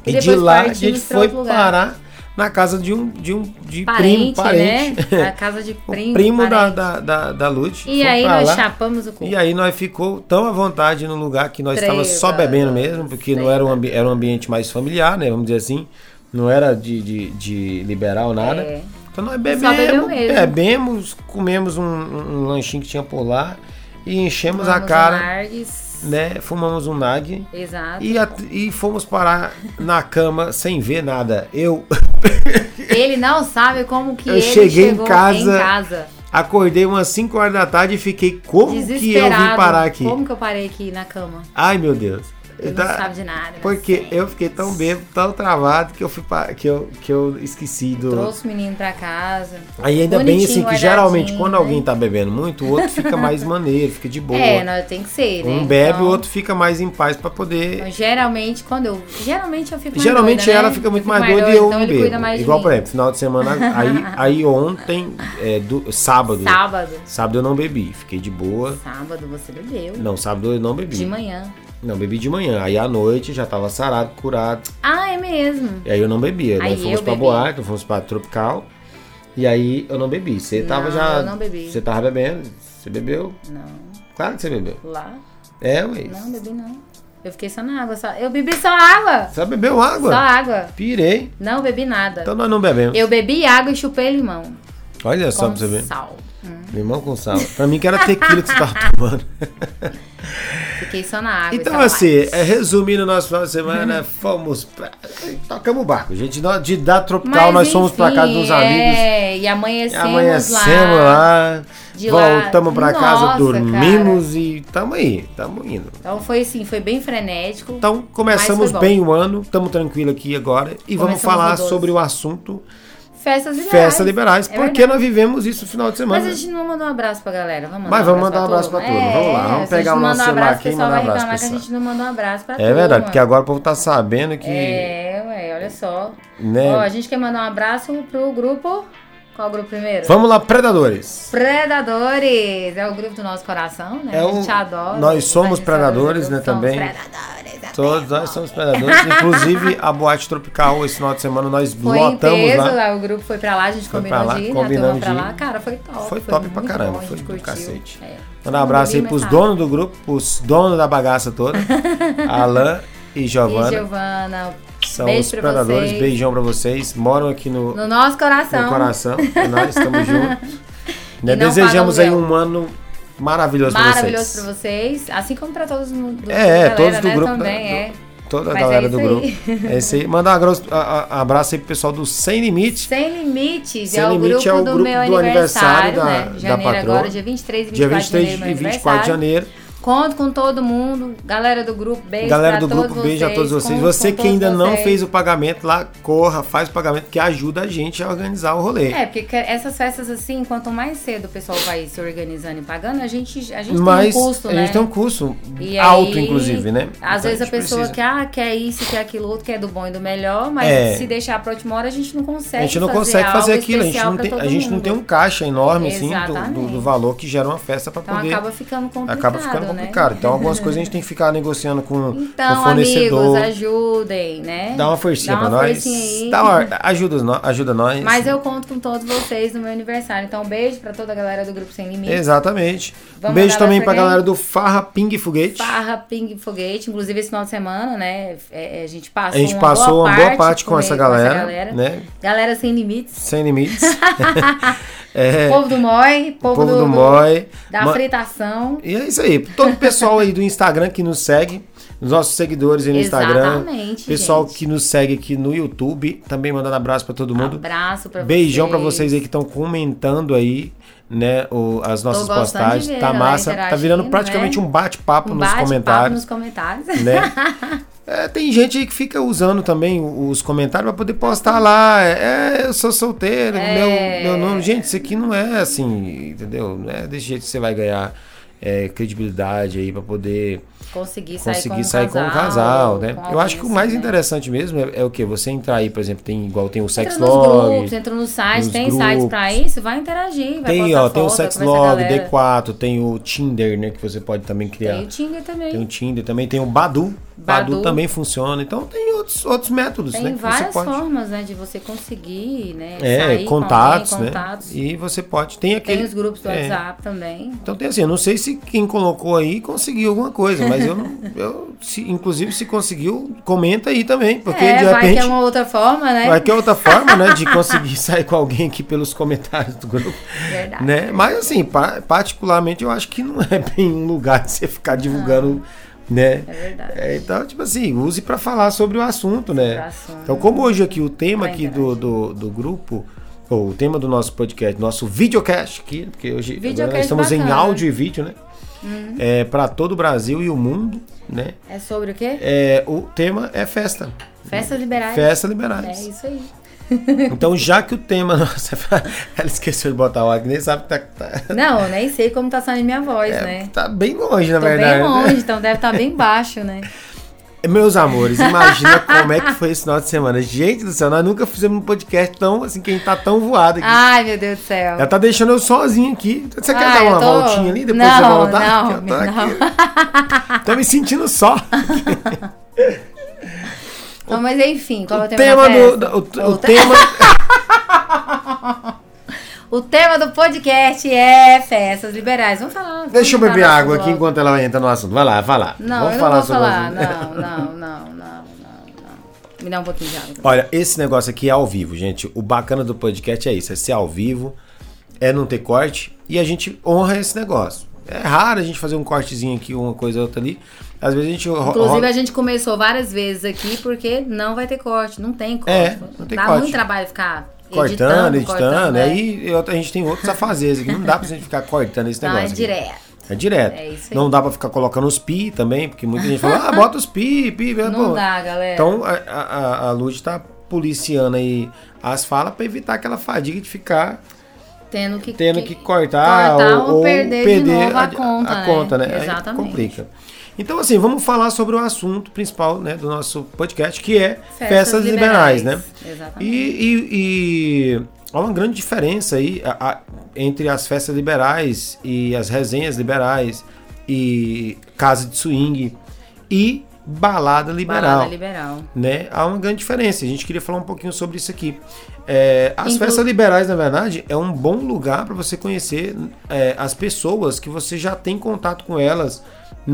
Speaker 2: E, de
Speaker 1: depois
Speaker 2: lá a
Speaker 1: partimos
Speaker 2: gente
Speaker 1: pra
Speaker 2: foi
Speaker 1: outro lugar.
Speaker 2: parar na casa de um, de um de primo,
Speaker 1: Parente,
Speaker 2: parente.
Speaker 1: né? A casa de
Speaker 2: O
Speaker 1: primo.
Speaker 2: primo, da,
Speaker 1: parente.
Speaker 2: da, da, da Lute.
Speaker 1: E
Speaker 2: foi
Speaker 1: aí
Speaker 2: pra
Speaker 1: nós
Speaker 2: lá.
Speaker 1: chapamos o cu.
Speaker 2: E aí nós ficou tão à vontade no lugar que nós estávamos só
Speaker 1: Treva.
Speaker 2: bebendo mesmo, porque não era um, ambi- era um ambiente mais familiar, né? Vamos dizer assim. Não era de, de, de liberal nada.
Speaker 1: É.
Speaker 2: Então nós
Speaker 1: bebeu
Speaker 2: bebemos,
Speaker 1: mesmo.
Speaker 2: bebemos, comemos um, um lanchinho que tinha por lá e enchemos a
Speaker 1: Fumamos um
Speaker 2: cara,
Speaker 1: Nargues,
Speaker 2: né? Fumamos um nag.
Speaker 1: Exato.
Speaker 2: E, at- e fomos parar na cama sem ver nada. Eu
Speaker 1: Ele não sabe como que
Speaker 2: Eu
Speaker 1: ele
Speaker 2: cheguei em
Speaker 1: chegou
Speaker 2: casa-
Speaker 1: em casa.
Speaker 2: acordei umas 5 horas da tarde e fiquei, como
Speaker 1: Desesperado.
Speaker 2: que eu vim parar aqui?
Speaker 1: Como que eu parei aqui na cama?
Speaker 2: Ai, meu Deus.
Speaker 1: Ele
Speaker 2: Tá-
Speaker 1: não sabe de nada. né?
Speaker 2: Porque eu fiquei tão bêbado, tão travado que eu fui pa- que eu, que eu esqueci do.
Speaker 1: Trouxe o menino pra casa.
Speaker 2: Aí ainda bem
Speaker 1: Bonitinho,
Speaker 2: assim que
Speaker 1: guardadinho,
Speaker 2: geralmente quando
Speaker 1: né?
Speaker 2: alguém tá bebendo muito, o outro fica mais maneiro, fica de boa.
Speaker 1: É, não, tem que ser, né?
Speaker 2: um bebe,
Speaker 1: Então-
Speaker 2: o outro fica mais em paz pra poder.
Speaker 1: Então, geralmente, quando eu. Geralmente eu fico mais
Speaker 2: Geralmente
Speaker 1: doida, né?
Speaker 2: ela fica muito
Speaker 1: fico
Speaker 2: mais doida e eu
Speaker 1: então
Speaker 2: não
Speaker 1: ele cuida
Speaker 2: bebo.
Speaker 1: mais de
Speaker 2: Igual,
Speaker 1: mim.
Speaker 2: por exemplo, final de semana, aí, aí ontem, é, do, sábado.
Speaker 1: Sábado.
Speaker 2: Sábado eu não bebi, fiquei de boa.
Speaker 1: Sábado você bebeu.
Speaker 2: Não, sábado eu não bebi.
Speaker 1: De manhã.
Speaker 2: Não, bebi de manhã. Aí à noite já tava sarado, curado.
Speaker 1: Ah, é mesmo.
Speaker 2: E aí eu não bebia.
Speaker 1: Aí
Speaker 2: Nós fomos
Speaker 1: eu
Speaker 2: pra
Speaker 1: bebi.
Speaker 2: Boate, nós fomos pra Tropical. E aí eu não bebi. Você
Speaker 1: Não,
Speaker 2: tava já.
Speaker 1: eu não bebi.
Speaker 2: Você tava bebendo. Você bebeu.
Speaker 1: Não.
Speaker 2: Claro que você bebeu.
Speaker 1: Lá?
Speaker 2: É, ué.
Speaker 1: Não, bebi não. Eu fiquei só na água. Só... Eu bebi só água.
Speaker 2: Você bebeu água?
Speaker 1: Só água.
Speaker 2: Pirei.
Speaker 1: Não bebi nada.
Speaker 2: Então nós não bebemos.
Speaker 1: Eu bebi água e chupei limão.
Speaker 2: Olha É só
Speaker 1: Com
Speaker 2: pra você ver.
Speaker 1: sal.
Speaker 2: Limão com sal. Pra mim que era tequila que você tava tomando.
Speaker 1: Fiquei só na água. e Uhum.
Speaker 2: Então,
Speaker 1: só lá.
Speaker 2: assim, é, resumindo nosso final de semana, fomos pra... Tocamos o barco, gente. Nós- De da Tropical,
Speaker 1: Mas,
Speaker 2: nós fomos pra
Speaker 1: enfim,
Speaker 2: casa dos amigos.
Speaker 1: É, e amanhecemos,
Speaker 2: Amanhecemos
Speaker 1: lá.
Speaker 2: lá,
Speaker 1: De lá.
Speaker 2: voltamos pra casa,
Speaker 1: Nossa,
Speaker 2: dormimos e tamo aí, tamo indo.
Speaker 1: Então foi assim, foi bem frenético.
Speaker 2: Então
Speaker 1: Mas
Speaker 2: começamos
Speaker 1: foi bom.
Speaker 2: bem o ano, tamo tranquilo aqui agora e vamos
Speaker 1: Começamos
Speaker 2: falar
Speaker 1: no 12.
Speaker 2: sobre o assunto
Speaker 1: Festas liberais.
Speaker 2: festa liberais,
Speaker 1: É
Speaker 2: porque
Speaker 1: verdade.
Speaker 2: nós vivemos isso no final de semana.
Speaker 1: Mas a gente não mandou um abraço pra galera. Vamos mandar
Speaker 2: Mas vamos mandar um
Speaker 1: pra
Speaker 2: abraço pra
Speaker 1: turma.
Speaker 2: turma. Vamos lá, vamos
Speaker 1: se a gente
Speaker 2: pegar o
Speaker 1: não
Speaker 2: nosso
Speaker 1: mandar um
Speaker 2: celular
Speaker 1: abraço,
Speaker 2: aqui e
Speaker 1: o pessoal
Speaker 2: mandar um
Speaker 1: vai
Speaker 2: abraço
Speaker 1: reclamar
Speaker 2: pro
Speaker 1: que a gente não mandou um abraço pra
Speaker 2: É verdade, porque
Speaker 1: turma.
Speaker 2: agora o povo tá sabendo que,
Speaker 1: É, ué, olha só. Ó, a
Speaker 2: né?
Speaker 1: gente quer mandar um abraço pro grupo. Qual grupo primeiro?
Speaker 2: Vamos lá, predadores.
Speaker 1: Predadores! É o grupo do nosso coração, né?
Speaker 2: É
Speaker 1: a gente
Speaker 2: o-
Speaker 1: adora.
Speaker 2: nós
Speaker 1: os
Speaker 2: somos
Speaker 1: agricultores,
Speaker 2: predadores, né,
Speaker 1: somos
Speaker 2: também.
Speaker 1: Predadores,
Speaker 2: Todos nós somos predadores. Inclusive, a Boate Tropical, esse final de semana, nós
Speaker 1: Foi em
Speaker 2: lotamos
Speaker 1: peso,
Speaker 2: lá.
Speaker 1: lá, o grupo foi pra lá, a gente
Speaker 2: Foi
Speaker 1: combinou
Speaker 2: pra lá,
Speaker 1: de ir, né? A
Speaker 2: combinamos
Speaker 1: turma pra
Speaker 2: de ir.
Speaker 1: lá, cara, foi top.
Speaker 2: Foi top pra
Speaker 1: muito
Speaker 2: caramba,
Speaker 1: bom, a gente
Speaker 2: foi do
Speaker 1: curtiu.
Speaker 2: cacete.
Speaker 1: É.
Speaker 2: Manda um abraço aí
Speaker 1: Bem
Speaker 2: pros
Speaker 1: metade.
Speaker 2: donos do grupo, pros donos da bagaça toda. Alan e
Speaker 1: E
Speaker 2: Giovana.
Speaker 1: Giovana,
Speaker 2: São
Speaker 1: Beijo
Speaker 2: os
Speaker 1: pra
Speaker 2: predadores.
Speaker 1: vocês.
Speaker 2: Beijão pra vocês. Moram aqui no,
Speaker 1: no nosso coração.
Speaker 2: no coração. É Nós estamos juntos. Né,
Speaker 1: E não
Speaker 2: Desejamos
Speaker 1: paga
Speaker 2: aí
Speaker 1: aluguel.
Speaker 2: um ano maravilhoso,
Speaker 1: Maravilhoso
Speaker 2: pra
Speaker 1: pra
Speaker 2: vocês.
Speaker 1: vocês. Assim como pra todos no, do,
Speaker 2: É,
Speaker 1: da galera,
Speaker 2: todos do
Speaker 1: né,
Speaker 2: grupo,
Speaker 1: Também,
Speaker 2: né,
Speaker 1: é.
Speaker 2: Toda a
Speaker 1: Mas é
Speaker 2: galera do
Speaker 1: isso
Speaker 2: grupo.
Speaker 1: aí.
Speaker 2: É isso aí. Mandar um abraço, a- a- abraço aí pro pessoal do Sem Limite.
Speaker 1: Sem Limites
Speaker 2: Sem
Speaker 1: é, o
Speaker 2: Limite
Speaker 1: grupo
Speaker 2: é o
Speaker 1: do
Speaker 2: grupo
Speaker 1: meu
Speaker 2: do aniversário
Speaker 1: aniversário,
Speaker 2: da-
Speaker 1: né?
Speaker 2: da
Speaker 1: Janeiro
Speaker 2: patroa.
Speaker 1: agora, dia 23 e 24
Speaker 2: Dia 23
Speaker 1: de
Speaker 2: e
Speaker 1: janeiro, meu
Speaker 2: 24 de
Speaker 1: aniversário.
Speaker 2: janeiro.
Speaker 1: Conto com todo mundo. Galera do grupo, beijo
Speaker 2: Galera
Speaker 1: pra
Speaker 2: do
Speaker 1: todos
Speaker 2: grupo, beijo a todos
Speaker 1: conto
Speaker 2: vocês. Você
Speaker 1: com
Speaker 2: que ainda
Speaker 1: todos
Speaker 2: não
Speaker 1: vocês.
Speaker 2: fez o pagamento lá, corra, faz o pagamento que ajuda a gente a organizar o rolê.
Speaker 1: É, porque que- essas festas assim, quanto mais cedo o pessoal vai se organizando e pagando, a gente, a gente
Speaker 2: Mas
Speaker 1: tem um custo,
Speaker 2: a
Speaker 1: né?
Speaker 2: gente tem um curso
Speaker 1: E
Speaker 2: alto,
Speaker 1: aí,
Speaker 2: inclusive, né? Então,
Speaker 1: Às vezes a
Speaker 2: gente
Speaker 1: pessoa
Speaker 2: precisa.
Speaker 1: que ah, quer isso, quer aquilo outro, quer do bom e do melhor, mas
Speaker 2: É.
Speaker 1: se deixar pra última hora, a gente não
Speaker 2: A
Speaker 1: consegue.
Speaker 2: gente não
Speaker 1: fazer
Speaker 2: consegue fazer
Speaker 1: algo
Speaker 2: aquilo, a gente
Speaker 1: especial
Speaker 2: não
Speaker 1: pra
Speaker 2: tem, a
Speaker 1: todo
Speaker 2: gente não
Speaker 1: mundo.
Speaker 2: tem um caixa enorme, assim, do- do, do
Speaker 1: Exatamente.
Speaker 2: valor que gera uma festa pra
Speaker 1: Então
Speaker 2: poder.
Speaker 1: acaba ficando complicado.
Speaker 2: acaba ficando
Speaker 1: né?
Speaker 2: complicado. Então, algumas coisas a gente tem que ficar negociando com com o
Speaker 1: Então, amigos,
Speaker 2: fornecedor.
Speaker 1: ajudem, né?
Speaker 2: dá uma forcinha
Speaker 1: Dá uma
Speaker 2: pra nós.
Speaker 1: forcinha aí.
Speaker 2: Dá uma- ajuda, nó- ajuda nós.
Speaker 1: Mas eu conto com todos vocês no meu aniversário. Então, um beijo pra toda a galera do Grupo Sem Limites.
Speaker 2: Exatamente. um
Speaker 1: Vamos
Speaker 2: beijo
Speaker 1: mandar
Speaker 2: também
Speaker 1: pra
Speaker 2: pra
Speaker 1: alguém?
Speaker 2: galera do Farra Ping Foguete.
Speaker 1: Barra Ping Foguete, inclusive esse final de semana, né? é, é, a gente
Speaker 2: a
Speaker 1: passou,
Speaker 2: gente passou uma boa parte com,
Speaker 1: ele-
Speaker 2: essa galera,
Speaker 1: galera.
Speaker 2: né?
Speaker 1: Galera sem limites.
Speaker 2: Sem limites. é,
Speaker 1: Povo do Moi,
Speaker 2: o
Speaker 1: povo,
Speaker 2: povo
Speaker 1: do,
Speaker 2: do
Speaker 1: do-
Speaker 2: Moi.
Speaker 1: da
Speaker 2: Ma-
Speaker 1: fritação.
Speaker 2: E é isso aí. Todo o pessoal aí do Instagram que nos segue, os nossos seguidores aí no Instagram,
Speaker 1: Exatamente.
Speaker 2: pessoal
Speaker 1: gente.
Speaker 2: que nos segue aqui no YouTube, também mandando abraço pra todo mundo.
Speaker 1: Abraço pra
Speaker 2: Beijão pra
Speaker 1: vocês.
Speaker 2: vocês aí que estão comentando aí, né, o- as nossas
Speaker 1: gostando de
Speaker 2: postagens.
Speaker 1: ver,
Speaker 2: tá
Speaker 1: galera,
Speaker 2: massa, tá virando
Speaker 1: interagindo,
Speaker 2: praticamente
Speaker 1: né?
Speaker 2: um bate-papo
Speaker 1: Um
Speaker 2: nos
Speaker 1: bate-papo
Speaker 2: comentários,
Speaker 1: nos comentários.
Speaker 2: né? É, tem gente aí que fica usando também o- os comentários pra poder postar lá. É, eu sou solteiro,
Speaker 1: É.
Speaker 2: meu, meu nome. Gente, isso aqui não é assim, entendeu? Não é desse jeito que você vai ganhar é, credibilidade aí pra poder
Speaker 1: Conseguir sair,
Speaker 2: conseguir
Speaker 1: com, um
Speaker 2: sair
Speaker 1: casal,
Speaker 2: com o casal, né?
Speaker 1: com
Speaker 2: Eu acho
Speaker 1: alguém,
Speaker 2: que o mais
Speaker 1: assim, né?
Speaker 2: interessante mesmo é, é o quê? Você entrar aí, por exemplo, tem igual tem o sex
Speaker 1: Entra nos
Speaker 2: log,
Speaker 1: grupos, entra no site,
Speaker 2: nos
Speaker 1: tem sites
Speaker 2: grupos.
Speaker 1: pra isso, vai interagir, vai
Speaker 2: tem,
Speaker 1: postar
Speaker 2: ó,
Speaker 1: foto,
Speaker 2: tem o
Speaker 1: vai conversar com a
Speaker 2: Sexlog,
Speaker 1: galera.
Speaker 2: D4, tem o Tinder, né? Que você pode também criar.
Speaker 1: Tem o
Speaker 2: Tem, um
Speaker 1: Tinder também.
Speaker 2: o Tinder também, tem o Badu. Badu,
Speaker 1: Badu.
Speaker 2: também funciona. Então tem outros, outros métodos, né?
Speaker 1: Tem
Speaker 2: que
Speaker 1: várias
Speaker 2: você pode.
Speaker 1: formas, né, de você conseguir, né,
Speaker 2: É,
Speaker 1: sair com alguém,
Speaker 2: contatos, né?
Speaker 1: contatos.
Speaker 2: E você pode. Tem
Speaker 1: Tem
Speaker 2: aquele.
Speaker 1: os grupos do
Speaker 2: é.
Speaker 1: WhatsApp também.
Speaker 2: Então tem assim, eu não sei se quem colocou aí conseguiu alguma coisa, mas eu não. Eu, se- inclusive, se conseguiu, comenta aí também. Porque
Speaker 1: é,
Speaker 2: de
Speaker 1: vai
Speaker 2: repente.
Speaker 1: que é uma outra forma, né?
Speaker 2: Vai que é outra forma, né? De conseguir sair com alguém aqui pelos comentários do grupo.
Speaker 1: Verdade.
Speaker 2: Né? Mas assim, pa- particularmente eu acho que não é bem um lugar de você ficar divulgando, né?
Speaker 1: É verdade.
Speaker 2: É, então, tipo assim, use pra falar sobre o assunto, né?
Speaker 1: Pra assunto.
Speaker 2: Então, como hoje aqui o tema
Speaker 1: Pra
Speaker 2: aqui do, do, do grupo, ou o tema do nosso podcast, nosso videocast aqui, porque hoje agora
Speaker 1: Videocast
Speaker 2: nós estamos em
Speaker 1: bacana. Uhum.
Speaker 2: áudio e vídeo, né? É, para todo o Brasil e o mundo, né?
Speaker 1: É sobre o quê?
Speaker 2: É, o tema é festa.
Speaker 1: Festas liberais.
Speaker 2: Festa
Speaker 1: É
Speaker 2: Liberais.
Speaker 1: isso aí.
Speaker 2: Então, já que o tema. Nossa, ela esqueceu de botar o ar, que nem sabe que tá, tá,
Speaker 1: Não, eu nem sei como tá saindo minha voz, né?
Speaker 2: tá bem longe, na
Speaker 1: Tô bem
Speaker 2: verdade. né?
Speaker 1: longe, então deve estar bem baixo, né?
Speaker 2: Meus amores, imagina como é que foi esse final de semana. Gente do céu, nós nunca fizemos um podcast tão assim, quem tá tão voado aqui.
Speaker 1: Ai, meu Deus do céu.
Speaker 2: Ela tá deixando eu sozinho aqui. Você quer
Speaker 1: Ah,
Speaker 2: dar
Speaker 1: eu
Speaker 2: uma
Speaker 1: tô-
Speaker 2: voltinha ali? Depois
Speaker 1: não,
Speaker 2: você vai voltar?
Speaker 1: Não,
Speaker 2: Porque eu tô,
Speaker 1: não.
Speaker 2: aqui. tô me sentindo só.
Speaker 1: Então, mas enfim, qual é
Speaker 2: O
Speaker 1: o tema,
Speaker 2: tema
Speaker 1: da
Speaker 2: do.
Speaker 1: festa?
Speaker 2: do- o-
Speaker 1: O
Speaker 2: o tema.
Speaker 1: O tema do podcast é festas liberais. Vamos falar.
Speaker 2: Deixa eu
Speaker 1: vamos
Speaker 2: beber
Speaker 1: falar
Speaker 2: água aqui
Speaker 1: logo.
Speaker 2: enquanto ela entra no assunto. Vai lá, vai lá.
Speaker 1: Não,
Speaker 2: Vamos
Speaker 1: eu não vou
Speaker 2: sobre o
Speaker 1: falar. Não,
Speaker 2: assunto.
Speaker 1: não, não, não, não, não. Me dá um pouquinho de água.
Speaker 2: Olha, esse negócio aqui é ao vivo, gente. O bacana do podcast é isso, é ser ao vivo, é não ter corte e a gente honra esse negócio. É raro a gente fazer um cortezinho aqui, uma coisa outra ali. Às vezes a gente ro-
Speaker 1: Inclusive,
Speaker 2: rola-
Speaker 1: a gente começou várias vezes aqui porque não vai ter corte, não tem corte.
Speaker 2: É, não tem
Speaker 1: Dá
Speaker 2: corte.
Speaker 1: muito trabalho ficar
Speaker 2: cortando, editando, é
Speaker 1: né?
Speaker 2: aí eu- a gente tem outros afazeres aqui. Não dá pra gente ficar cortando esse
Speaker 1: Então
Speaker 2: negócio.
Speaker 1: é
Speaker 2: aqui.
Speaker 1: direto.
Speaker 2: É direto.
Speaker 1: É isso aí.
Speaker 2: não dá pra ficar colocando os pi também, porque muita gente fala, ah, bota os pi, pi.
Speaker 1: Não
Speaker 2: pô.
Speaker 1: dá, é. galera.
Speaker 2: Então a, a, a Lud tá policiando aí as falas pra evitar aquela fadiga de ficar
Speaker 1: tendo que,
Speaker 2: tendo que cortar,
Speaker 1: cortar
Speaker 2: ou, ou perder,
Speaker 1: de novo a, conta,
Speaker 2: a
Speaker 1: né?
Speaker 2: conta, né? Aí
Speaker 1: Exatamente.
Speaker 2: complica. Então, assim, vamos falar sobre o assunto principal né, do nosso podcast, que é festas, liberais, né? E,
Speaker 1: Exatamente.
Speaker 2: e- e há uma grande diferença aí a- a- entre as festas liberais e as resenhas liberais e casa de swing e balada liberal.
Speaker 1: Balada liberal.
Speaker 2: Né? Há uma grande diferença. A gente queria falar um pouquinho sobre isso aqui. É, as Inclu... festas liberais, na verdade, é um bom lugar para você conhecer é, as pessoas que você já tem contato com elas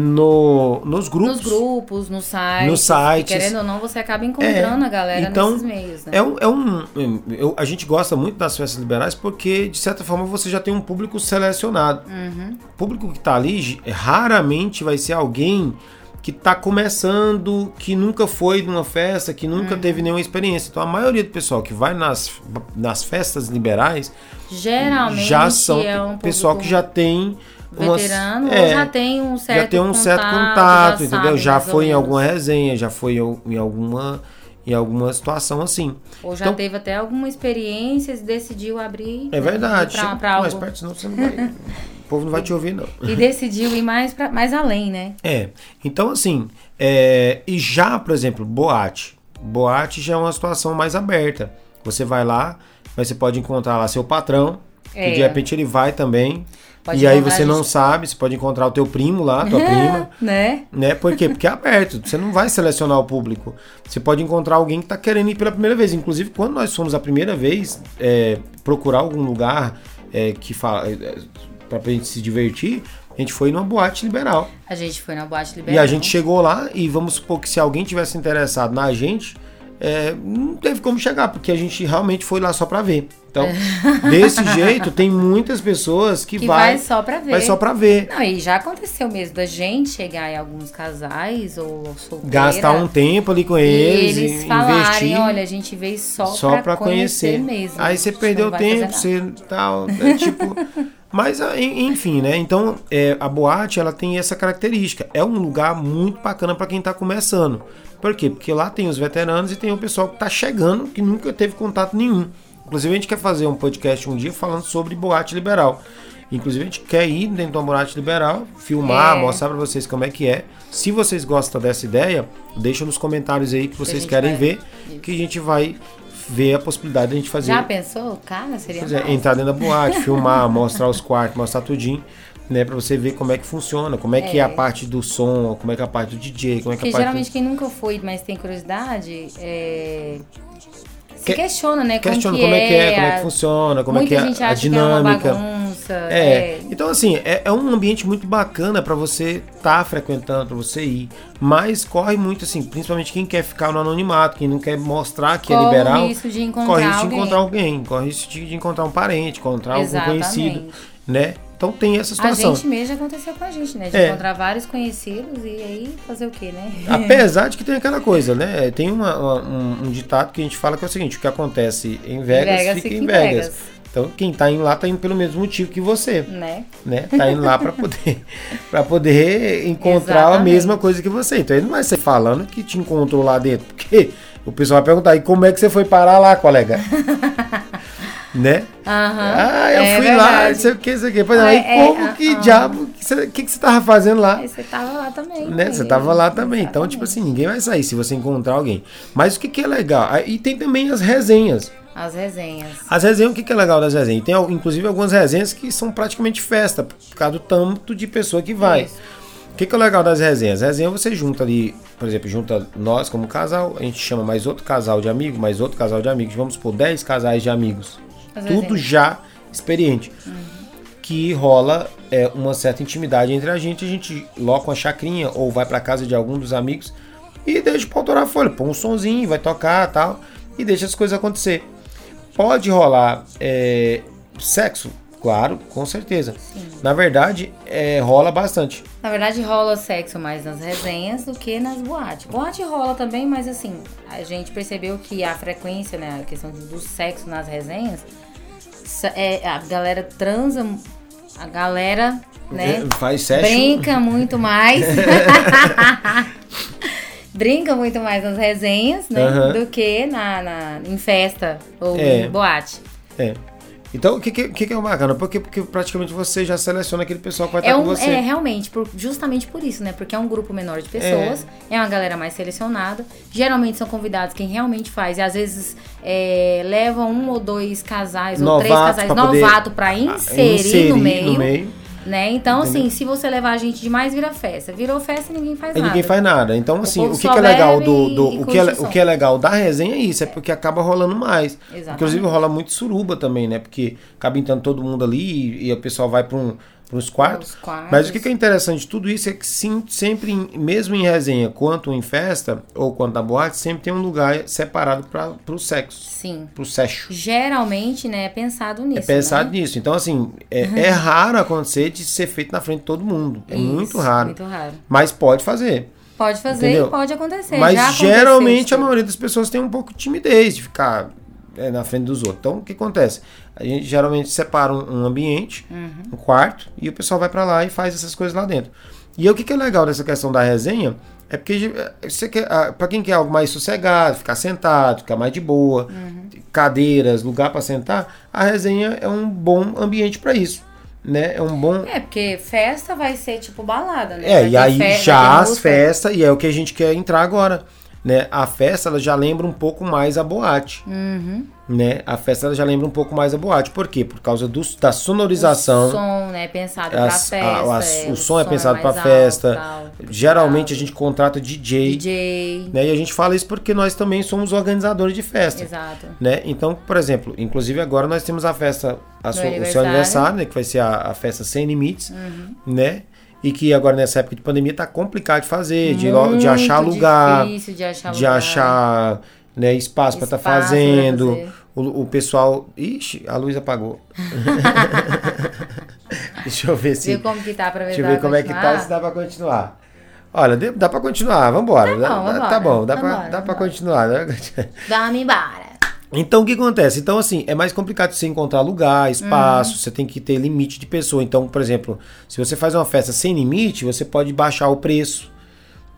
Speaker 2: no, nos grupos.
Speaker 1: Nos grupos, no site.
Speaker 2: Nos sites.
Speaker 1: E, querendo ou não, você acaba encontrando
Speaker 2: É,
Speaker 1: a galera
Speaker 2: então,
Speaker 1: nesses meios, né?
Speaker 2: É um. É um eu- a gente gosta muito das festas liberais porque, de certa forma, você já tem um público selecionado.
Speaker 1: Uhum.
Speaker 2: O público que tá ali ge- raramente vai ser alguém que tá começando, que nunca foi numa festa, que nunca
Speaker 1: Uhum.
Speaker 2: teve nenhuma experiência. Então a maioria do pessoal que vai nas, nas festas liberais
Speaker 1: Geralmente
Speaker 2: já são
Speaker 1: é um
Speaker 2: pessoal que
Speaker 1: público
Speaker 2: já tem umas-
Speaker 1: veterano
Speaker 2: é,
Speaker 1: ou já tem um certo
Speaker 2: já tem um
Speaker 1: contato,
Speaker 2: certo contato,
Speaker 1: já
Speaker 2: entendeu?
Speaker 1: sabe
Speaker 2: Já
Speaker 1: mais ou
Speaker 2: foi em
Speaker 1: menos.
Speaker 2: alguma resenha, já foi em em alguma em alguma situação assim.
Speaker 1: Ou já
Speaker 2: Então-
Speaker 1: teve até alguma experiência e decidiu abrir. né,
Speaker 2: É verdade.
Speaker 1: ir pra-
Speaker 2: chega
Speaker 1: pra
Speaker 2: mais
Speaker 1: algo-
Speaker 2: perto, senão você não vai. o povo não vai te ouvir não.
Speaker 1: E decidiu ir mais, pra, mais além, né?
Speaker 2: É. Então, assim, é, e já, por exemplo, boate. Boate já é uma situação mais aberta. Você vai lá, mas você pode encontrar lá seu patrão,
Speaker 1: É.
Speaker 2: que de repente ele vai também.
Speaker 1: Pode
Speaker 2: e aí
Speaker 1: encontrar
Speaker 2: você
Speaker 1: a
Speaker 2: não
Speaker 1: gente-
Speaker 2: sabe, você pode encontrar o teu primo lá, tua prima.
Speaker 1: né?
Speaker 2: Né? Por quê? Porque é aberto. Você não vai selecionar o público. Você pode encontrar alguém que está querendo ir pela primeira vez. Inclusive, quando nós fomos a primeira vez é, procurar algum lugar é, que fala, é, pra gente se divertir, a gente foi numa boate liberal.
Speaker 1: A gente foi na boate liberal.
Speaker 2: E a gente chegou lá e vamos supor que se alguém tivesse interessado na gente, é, não teve como chegar, porque a gente realmente foi lá só pra ver. Então, desse jeito, tem muitas pessoas que,
Speaker 1: É. que vai,
Speaker 2: vai,
Speaker 1: só pra ver.
Speaker 2: vai só pra ver.
Speaker 1: Não, e já aconteceu mesmo da gente chegar em alguns casais ou solteira.
Speaker 2: Gastar um tempo ali com
Speaker 1: e
Speaker 2: eles,
Speaker 1: eles,
Speaker 2: e
Speaker 1: falarem,
Speaker 2: investir.
Speaker 1: olha, a gente veio só,
Speaker 2: só
Speaker 1: pra,
Speaker 2: pra conhecer.
Speaker 1: mesmo.
Speaker 2: Aí você
Speaker 1: A gente
Speaker 2: perdeu
Speaker 1: não vai fazer
Speaker 2: tempo,
Speaker 1: nada.
Speaker 2: você tal, é tipo. Mas ah, en- enfim, né? Então é, a boate ela tem essa característica. É um lugar muito bacana pra quem tá começando. Por quê? Porque lá tem os veteranos e tem o pessoal que tá chegando que nunca teve contato nenhum. Inclusive a gente quer fazer um podcast um dia falando sobre boate liberal. Inclusive a gente quer ir dentro de uma boate liberal, filmar,
Speaker 1: É.
Speaker 2: mostrar pra vocês como é que é. Se vocês gostam dessa ideia, deixa nos comentários aí que vocês
Speaker 1: gente
Speaker 2: querem
Speaker 1: vai-
Speaker 2: ver que a gente vai ver a possibilidade de a gente fazer
Speaker 1: Já pensou? Cara, seria
Speaker 2: Pois é,
Speaker 1: massa.
Speaker 2: entrar dentro da boate, filmar, mostrar os quartos, mostrar tudinho, né, Pra você ver como é que funciona, como é, que é a parte do som, como é que é a parte do DJ, como é que é
Speaker 1: Porque
Speaker 2: a parte
Speaker 1: geralmente quem nunca foi, mas tem curiosidade, é, se
Speaker 2: Que-
Speaker 1: questiona, né?
Speaker 2: do... questiona como é que é, como é que
Speaker 1: a-
Speaker 2: funciona, como
Speaker 1: Muita
Speaker 2: é que
Speaker 1: gente
Speaker 2: é a
Speaker 1: acha
Speaker 2: dinâmica.
Speaker 1: que é uma bagunça.
Speaker 2: É.
Speaker 1: é.
Speaker 2: Então, assim, é, é um ambiente muito bacana pra você tá frequentando, pra você ir. Mas corre muito, assim, principalmente quem quer ficar no anonimato, quem não quer mostrar que é
Speaker 1: Corre
Speaker 2: liberal.
Speaker 1: risco de encontrar
Speaker 2: corre risco de
Speaker 1: alguém.
Speaker 2: encontrar alguém, corre risco de de encontrar um parente, encontrar
Speaker 1: Exatamente.
Speaker 2: algum conhecido, né? Então tem essa
Speaker 1: A
Speaker 2: situação.
Speaker 1: gente mesmo aconteceu com a gente, né? De
Speaker 2: É.
Speaker 1: encontrar vários conhecidos e aí fazer o quê, né?
Speaker 2: Apesar de que tem aquela coisa, né? Tem uma- uma- um, um ditado que a gente fala que é o seguinte: o que acontece em Vegas, fica em Vegas. Então quem tá indo lá tá indo pelo mesmo motivo que você.
Speaker 1: né?
Speaker 2: né? Tá indo lá para poder para poder encontrar a
Speaker 1: Exatamente.
Speaker 2: mesma coisa que você. Então ele não vai ser falando que te encontrou lá dentro, porque o pessoal vai perguntar: "E como é que você foi parar lá, colega?" né?
Speaker 1: Aham.
Speaker 2: ah, eu
Speaker 1: é
Speaker 2: fui lá, não
Speaker 1: verdade.
Speaker 2: sei o que, não sei o que. Pois não,
Speaker 1: Ah,
Speaker 2: aí
Speaker 1: é,
Speaker 2: como
Speaker 1: ah,
Speaker 2: que
Speaker 1: ah. É assim
Speaker 2: diabo, que você- o que, que você tava fazendo lá?
Speaker 1: Aí Você tava lá também.
Speaker 2: É. Né? Você tava lá também. Então, tipo assim, ninguém vai sair se você encontrar alguém. Mas o que, que é legal? Ah, E tem também as resenhas.
Speaker 1: As resenhas.
Speaker 2: As resenhas, o que que é legal das resenhas? Tem al- inclusive algumas resenhas que são praticamente festa, por causa do tanto de pessoa que vai.
Speaker 1: Isso.
Speaker 2: O que que é legal das resenhas? Resenha você junta ali, por exemplo, junta nós como casal, a gente chama mais outro casal de amigo, mais outro casal de amigos, vamos por 10 casais de amigos.
Speaker 1: As
Speaker 2: tudo
Speaker 1: resenhas.
Speaker 2: já experiente. Que rola é, uma certa intimidade entre a gente, a gente loca uma chacrinha ou vai pra casa de algum dos amigos e deixa pra autorar a folha, põe um sonzinho, vai tocar tal, e deixa as coisas acontecer. Pode rolar é, sexo? Claro, com certeza. Na verdade, é, rola bastante.
Speaker 1: Na verdade, rola sexo mais nas resenhas do que nas boates. Boate rola também, mas assim, a gente percebeu que a frequência, né, a questão do do sexo nas resenhas, sa- é, a galera transa, a galera, né,
Speaker 2: É, Faz sexo.
Speaker 1: brinca muito mais. brinca muito mais nas resenhas, né,
Speaker 2: Aham.
Speaker 1: do que na, na- em festa ou
Speaker 2: É.
Speaker 1: em boate.
Speaker 2: É. Então, o que, que, o que que é bacana? Porque, porque praticamente você já seleciona aquele pessoal que vai
Speaker 1: É,
Speaker 2: estar
Speaker 1: um,
Speaker 2: com você.
Speaker 1: é realmente, por- justamente por isso, né? Porque é um grupo menor de pessoas, é. uma galera mais selecionada. Geralmente são convidados quem realmente faz. E às vezes é, levam um ou dois casais, ou três
Speaker 2: Novato
Speaker 1: casais
Speaker 2: pra poder- Ah,
Speaker 1: novato pra inserir, no meio. Né? Então, assim, se você levar a gente demais, vira festa. Virou festa e ninguém faz
Speaker 2: Aí
Speaker 1: nada.
Speaker 2: ninguém faz nada. Então, assim,
Speaker 1: povo
Speaker 2: o que,
Speaker 1: só
Speaker 2: que é legal
Speaker 1: bebe
Speaker 2: do. do-
Speaker 1: e
Speaker 2: o, que é, le-
Speaker 1: curte o
Speaker 2: o que é legal da resenha é isso, é porque acaba rolando mais.
Speaker 1: Exatamente.
Speaker 2: Inclusive rola muito suruba também, né? Porque acaba entrando todo mundo ali e, e o pessoal vai para um, uns quartos.
Speaker 1: Os quartos.
Speaker 2: Mas o que que é interessante de tudo isso é que sim, sempre, em- mesmo em resenha, quanto em festa, ou quanto na boate, sempre tem um lugar separado para o sexo,
Speaker 1: Sim.
Speaker 2: para o sexo.
Speaker 1: Geralmente, né, é pensado nisso.
Speaker 2: É pensado
Speaker 1: né? Uhum.
Speaker 2: nisso. Então, assim, é, é raro acontecer de ser feito na frente de todo mundo. É muito
Speaker 1: Isso,
Speaker 2: raro.
Speaker 1: Muito raro.
Speaker 2: Mas pode fazer.
Speaker 1: Pode fazer
Speaker 2: Entendeu?
Speaker 1: e pode acontecer. já
Speaker 2: Mas
Speaker 1: aconteceu
Speaker 2: geralmente
Speaker 1: isso.
Speaker 2: a maioria das pessoas tem um pouco de timidez de ficar é, na frente dos outros. Então o que acontece? A gente geralmente separa um, um ambiente,
Speaker 1: Uhum.
Speaker 2: um quarto, e o pessoal vai pra lá e faz essas coisas lá dentro. E aí, o que, que é legal dessa questão da resenha é porque eh, você quer, ah, pra quem quer algo mais sossegado, ficar sentado, ficar mais de boa,
Speaker 1: Uhum.
Speaker 2: cadeiras, lugar pra sentar, a resenha é um bom ambiente pra isso. Né? É um bom
Speaker 1: É, porque festa vai ser tipo balada, né? Vai
Speaker 2: é,
Speaker 1: ter
Speaker 2: e aí
Speaker 1: fe- vai ter
Speaker 2: já as
Speaker 1: música.
Speaker 2: festas, e é o que a gente quer entrar agora, né? A festa, ela já lembra um pouco mais a boate,
Speaker 1: Uhum.
Speaker 2: né? A festa, ela já lembra um pouco mais a boate. Por quê? Por causa do, da
Speaker 1: O
Speaker 2: sonorização.
Speaker 1: som, né? Pensado pra
Speaker 2: as-
Speaker 1: festa.
Speaker 2: a- as-
Speaker 1: é,
Speaker 2: o som é pensado pra
Speaker 1: mais alto,
Speaker 2: festa.
Speaker 1: tal.
Speaker 2: Geralmente a gente contrata DJ,
Speaker 1: DJ.
Speaker 2: né? E a gente fala isso porque nós também somos organizadores de festa.
Speaker 1: Exato.
Speaker 2: Né? Então, por exemplo, inclusive agora nós temos a festa, a sua- o
Speaker 1: aniversário.
Speaker 2: seu
Speaker 1: Uhum.
Speaker 2: aniversário, né? Que vai ser a, a festa sem limites, né? E que agora nessa época de pandemia tá complicado de fazer, de, lo- de achar
Speaker 1: Muito
Speaker 2: lugar,
Speaker 1: Difícil de achar
Speaker 2: de
Speaker 1: lugar.
Speaker 2: achar né, espaço para estar
Speaker 1: Espaço pra
Speaker 2: fazendo.
Speaker 1: fazer.
Speaker 2: O, o pessoal. Ixi, a luz apagou. Deixa eu ver se.
Speaker 1: Viu como que tá pra ver
Speaker 2: Deixa
Speaker 1: se
Speaker 2: eu
Speaker 1: dá
Speaker 2: ver
Speaker 1: pra
Speaker 2: como é que tá e
Speaker 1: continuar?
Speaker 2: se dá pra continuar. Olha, dê- dá pra continuar, vambora.
Speaker 1: Tá
Speaker 2: Dá-
Speaker 1: bom,
Speaker 2: dá-
Speaker 1: vambora,
Speaker 2: bom, dá, pra,
Speaker 1: vambora,
Speaker 2: dá pra
Speaker 1: vambora.
Speaker 2: continuar. né?
Speaker 1: Dá-me embora.
Speaker 2: Então o que acontece? Então, assim, é mais complicado você encontrar lugar,
Speaker 1: Uhum.
Speaker 2: espaço, você tem que ter limite de pessoa. Então, por exemplo, se você faz uma festa sem limite, você pode baixar o preço.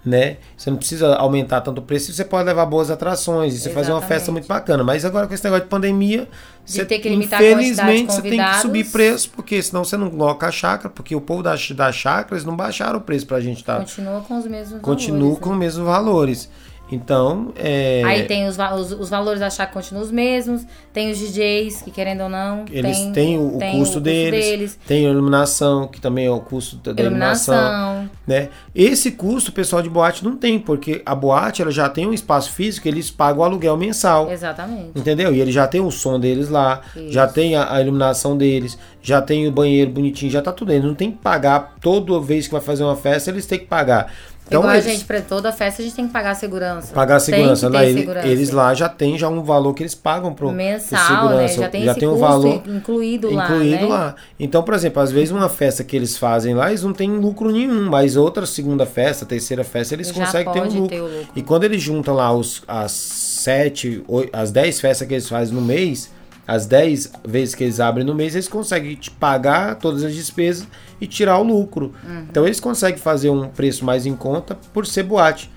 Speaker 2: Né? Você não precisa aumentar tanto o preço, você pode levar boas atrações, e você fazer uma festa
Speaker 1: Exatamente.
Speaker 2: muito bacana. Mas agora com esse negócio de pandemia,
Speaker 1: De
Speaker 2: você
Speaker 1: ter que limitar a quantidade de
Speaker 2: infelizmente você tem que
Speaker 1: convidados.
Speaker 2: subir preço, porque senão você não coloca a chácara, porque o povo das, das chácaras não baixaram o preço pra gente tá.
Speaker 1: Continua com os mesmos
Speaker 2: Continua
Speaker 1: valores, né?
Speaker 2: com os mesmos valores. Então, é.
Speaker 1: Aí tem os, va- os, os valores da chácara continuam os mesmos, tem os DJs, que querendo ou não,
Speaker 2: Eles
Speaker 1: tem,
Speaker 2: têm o, o
Speaker 1: tem
Speaker 2: custo deles, tem a iluminação, que também é o custo da da iluminação.
Speaker 1: iluminação,
Speaker 2: né? Esse custo o pessoal de boate não tem, porque a boate ela já tem um espaço físico, eles pagam o aluguel mensal.
Speaker 1: exatamente.
Speaker 2: Entendeu? E ele já tem o som deles lá,
Speaker 1: Isso.
Speaker 2: já tem a, a iluminação deles, já tem o banheiro bonitinho, já tá tudo dentro. Não tem que pagar toda vez que vai fazer uma festa, eles têm que pagar. Então,
Speaker 1: Igual
Speaker 2: eles,
Speaker 1: a gente, pra toda festa, a gente tem que pagar a segurança.
Speaker 2: pagar a
Speaker 1: Tem
Speaker 2: segurança,
Speaker 1: que
Speaker 2: lá,
Speaker 1: ter
Speaker 2: ele-
Speaker 1: segurança.
Speaker 2: eles lá já tem já um valor que eles pagam pro, pro
Speaker 1: Mensal, né?
Speaker 2: segurança,
Speaker 1: Já tem esse
Speaker 2: um
Speaker 1: custo
Speaker 2: valor
Speaker 1: incluído lá,
Speaker 2: incluído
Speaker 1: né?
Speaker 2: lá. Então, por exemplo, às vezes uma festa que eles fazem lá, eles não têm lucro nenhum, mas outra segunda festa, terceira festa, eles
Speaker 1: Já
Speaker 2: conseguem ter um
Speaker 1: pode
Speaker 2: lucro.
Speaker 1: ter o lucro.
Speaker 2: E quando eles juntam lá os, as sete, oi- as dez festas que eles fazem no mês, as dez vezes que eles abrem no mês, eles conseguem te pagar todas as despesas e tirar o lucro. Então eles conseguem fazer um preço mais em conta por ser boate,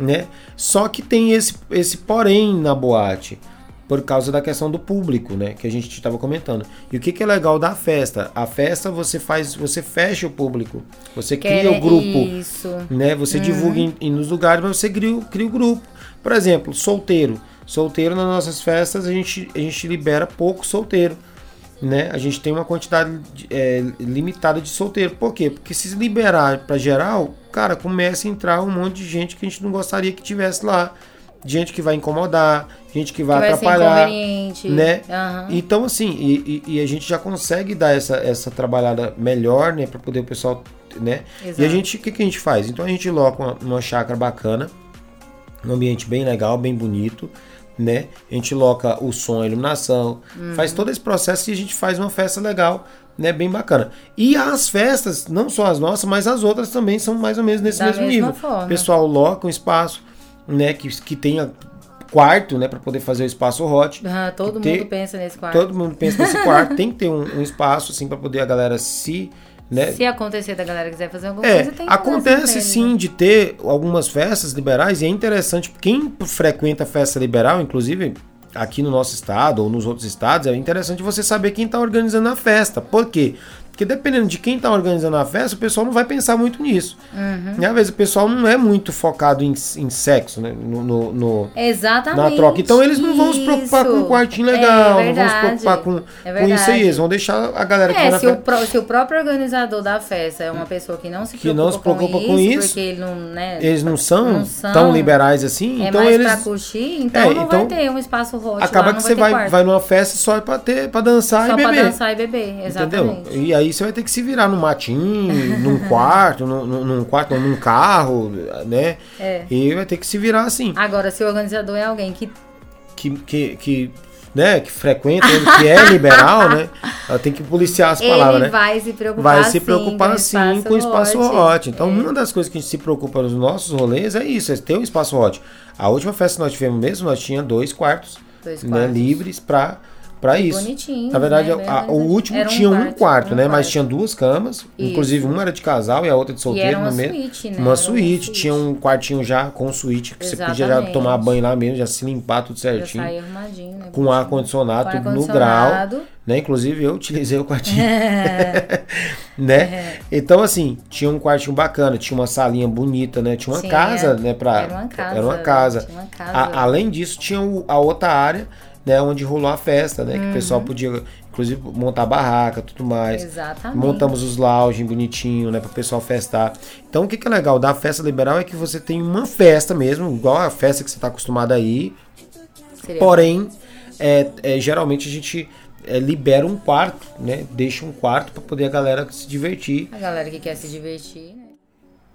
Speaker 2: né? Só que tem esse, esse porém na boate por causa da questão do público, né, que a gente estava comentando. E o que, que é legal da festa? A festa você faz, você fecha o público, você cria
Speaker 1: Querem-
Speaker 2: o grupo,
Speaker 1: é Isso.
Speaker 2: né?
Speaker 1: Uhum.
Speaker 2: Você divulga em, em- nos lugares, mas você cria, o- cria o grupo. Por exemplo, solteiro. Solteiro nas nossas festas a gente, a gente libera pouco solteiro. Né? A gente tem uma quantidade de- é, limitada de solteiro. Por quê? Porque se liberar para geral, cara, começa a entrar um monte de gente que a gente não gostaria que tivesse lá. Gente que vai incomodar, gente que vai
Speaker 1: que vai ser
Speaker 2: atrapalhar.
Speaker 1: Tipo inconveniente.
Speaker 2: né?
Speaker 1: Aham.
Speaker 2: Então, assim, e, e- e a gente já consegue dar essa, essa trabalhada melhor, né? Pra poder o pessoal, né?
Speaker 1: Exato.
Speaker 2: E a gente, o que, que a gente faz? Então a gente loca uma, uma chácara bacana, um ambiente bem legal, bem bonito, né? A gente loca o som, a iluminação,
Speaker 1: Uhum.
Speaker 2: faz todo esse processo e a gente faz uma festa legal, né? Bem bacana. E as festas, não só as nossas, mas as outras também são mais ou menos nesse
Speaker 1: Da
Speaker 2: mesmo
Speaker 1: mesma
Speaker 2: nível.
Speaker 1: forma.
Speaker 2: O pessoal loca um espaço, né? Que, que tenha quarto, né? Pra poder fazer o espaço hot.
Speaker 1: Aham, todo
Speaker 2: Tem-
Speaker 1: mundo pensa nesse quarto.
Speaker 2: Todo mundo pensa nesse quarto, tem que ter um, um espaço assim para poder a galera se, né?
Speaker 1: Se acontecer da galera quiser fazer alguma
Speaker 2: É,
Speaker 1: coisa, tem que fazer, né,
Speaker 2: acontece
Speaker 1: entende?
Speaker 2: sim de ter algumas festas liberais e é interessante quem frequenta festa liberal, inclusive aqui no nosso estado ou nos outros estados, é interessante você saber quem está organizando a tá festa. Por quê? Porque dependendo de quem tá organizando a festa, o pessoal não vai pensar muito nisso.
Speaker 1: Uhum.
Speaker 2: E às vezes o pessoal não é muito focado em, em sexo, né? No, no- no-
Speaker 1: Exatamente.
Speaker 2: na troca. Então eles não vão se preocupar com um
Speaker 1: isso.
Speaker 2: quartinho
Speaker 1: É
Speaker 2: legal, não vão se
Speaker 1: verdade.
Speaker 2: preocupar com,
Speaker 1: É
Speaker 2: com isso aí.
Speaker 1: verdade.
Speaker 2: Eles vão deixar a galera que vai
Speaker 1: É,
Speaker 2: na
Speaker 1: se o,
Speaker 2: festa.
Speaker 1: pró- se o próprio organizador da festa é uma pessoa que não se
Speaker 2: Que
Speaker 1: preocupa,
Speaker 2: não se preocupa com isso,
Speaker 1: porque ele não, né,
Speaker 2: Eles não são,
Speaker 1: Não são.
Speaker 2: tão liberais assim,
Speaker 1: é
Speaker 2: então
Speaker 1: mais
Speaker 2: eles.
Speaker 1: pra curtir, então
Speaker 2: É,
Speaker 1: não
Speaker 2: então
Speaker 1: vai ter um espaço hot
Speaker 2: Acaba
Speaker 1: lá,
Speaker 2: que
Speaker 1: não vai
Speaker 2: você
Speaker 1: ter
Speaker 2: vai,
Speaker 1: quarto.
Speaker 2: vai numa festa só pra, ter, pra dançar
Speaker 1: Só
Speaker 2: e
Speaker 1: pra
Speaker 2: beber.
Speaker 1: dançar e beber, exatamente.
Speaker 2: Entendeu? E aí você vai ter que se virar num matinho, num quarto, num, num- num quarto, não, num carro, né?
Speaker 1: É.
Speaker 2: E vai ter que se virar assim.
Speaker 1: Agora, se o organizador é alguém que
Speaker 2: Que, que, que, né? que frequenta, ele que é liberal, né? Ela tem que policiar as palavras,
Speaker 1: ele
Speaker 2: né?
Speaker 1: vai se preocupar
Speaker 2: Vai se
Speaker 1: sim,
Speaker 2: preocupar sim com o espaço
Speaker 1: hot. É.
Speaker 2: hot. Então, uma das coisas que a gente se preocupa nos nossos rolês é isso, é ter um espaço hot. A última festa que nós tivemos mesmo, nós tinha dois quartos,
Speaker 1: Dois
Speaker 2: né,
Speaker 1: quartos.
Speaker 2: livres pra, pra isso.
Speaker 1: Bonitinho.
Speaker 2: Na verdade,
Speaker 1: né?
Speaker 2: a-
Speaker 1: Bem
Speaker 2: a- o
Speaker 1: organizado.
Speaker 2: último
Speaker 1: Era
Speaker 2: tinha um quarto,
Speaker 1: um
Speaker 2: né? Mas
Speaker 1: quarto.
Speaker 2: tinha duas camas. Inclusive, uma era de casal e a outra de
Speaker 1: E
Speaker 2: solteiro
Speaker 1: era uma
Speaker 2: no meio.
Speaker 1: suíte, né?
Speaker 2: Uma
Speaker 1: Era
Speaker 2: suíte, tinha um quartinho já com suíte, que você podia já
Speaker 1: Exatamente.
Speaker 2: tomar banho lá mesmo, já se limpar tudo
Speaker 1: Já
Speaker 2: certinho.
Speaker 1: saía arrumadinho, né?
Speaker 2: Com ar-condicionado,
Speaker 1: Com
Speaker 2: tudo no grau.
Speaker 1: ar-condicionado.
Speaker 2: Né? Inclusive, eu utilizei o quartinho.
Speaker 1: É.
Speaker 2: né? Então, assim, tinha um quartinho bacana, tinha uma salinha bonita, né? Tinha uma
Speaker 1: Sim,
Speaker 2: casa,
Speaker 1: era-
Speaker 2: né? Pra,
Speaker 1: era uma casa, né?
Speaker 2: Era uma casa.
Speaker 1: tinha uma casa.
Speaker 2: A- além disso, tinha o- a outra área, né? Onde rolou a festa, né? Que o pessoal podia, inclusive, montar barraca, tudo mais.
Speaker 1: Exatamente.
Speaker 2: Montamos os lounge bonitinho, né? Pro pessoal festar. Então, o que, que é legal da festa liberal é que você tem uma festa mesmo, igual a festa que você tá acostumado aí.
Speaker 1: Seria-
Speaker 2: Porém, é, é, geralmente a gente é, libera um quarto, né? Deixa um quarto para poder a galera se divertir.
Speaker 1: A galera que quer se divertir, né?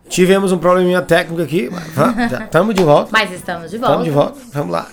Speaker 2: Tivemos um probleminha técnico aqui, mas va- já tamo de volta.
Speaker 1: Mas estamos de volta.
Speaker 2: Tamo de volta, vamos lá.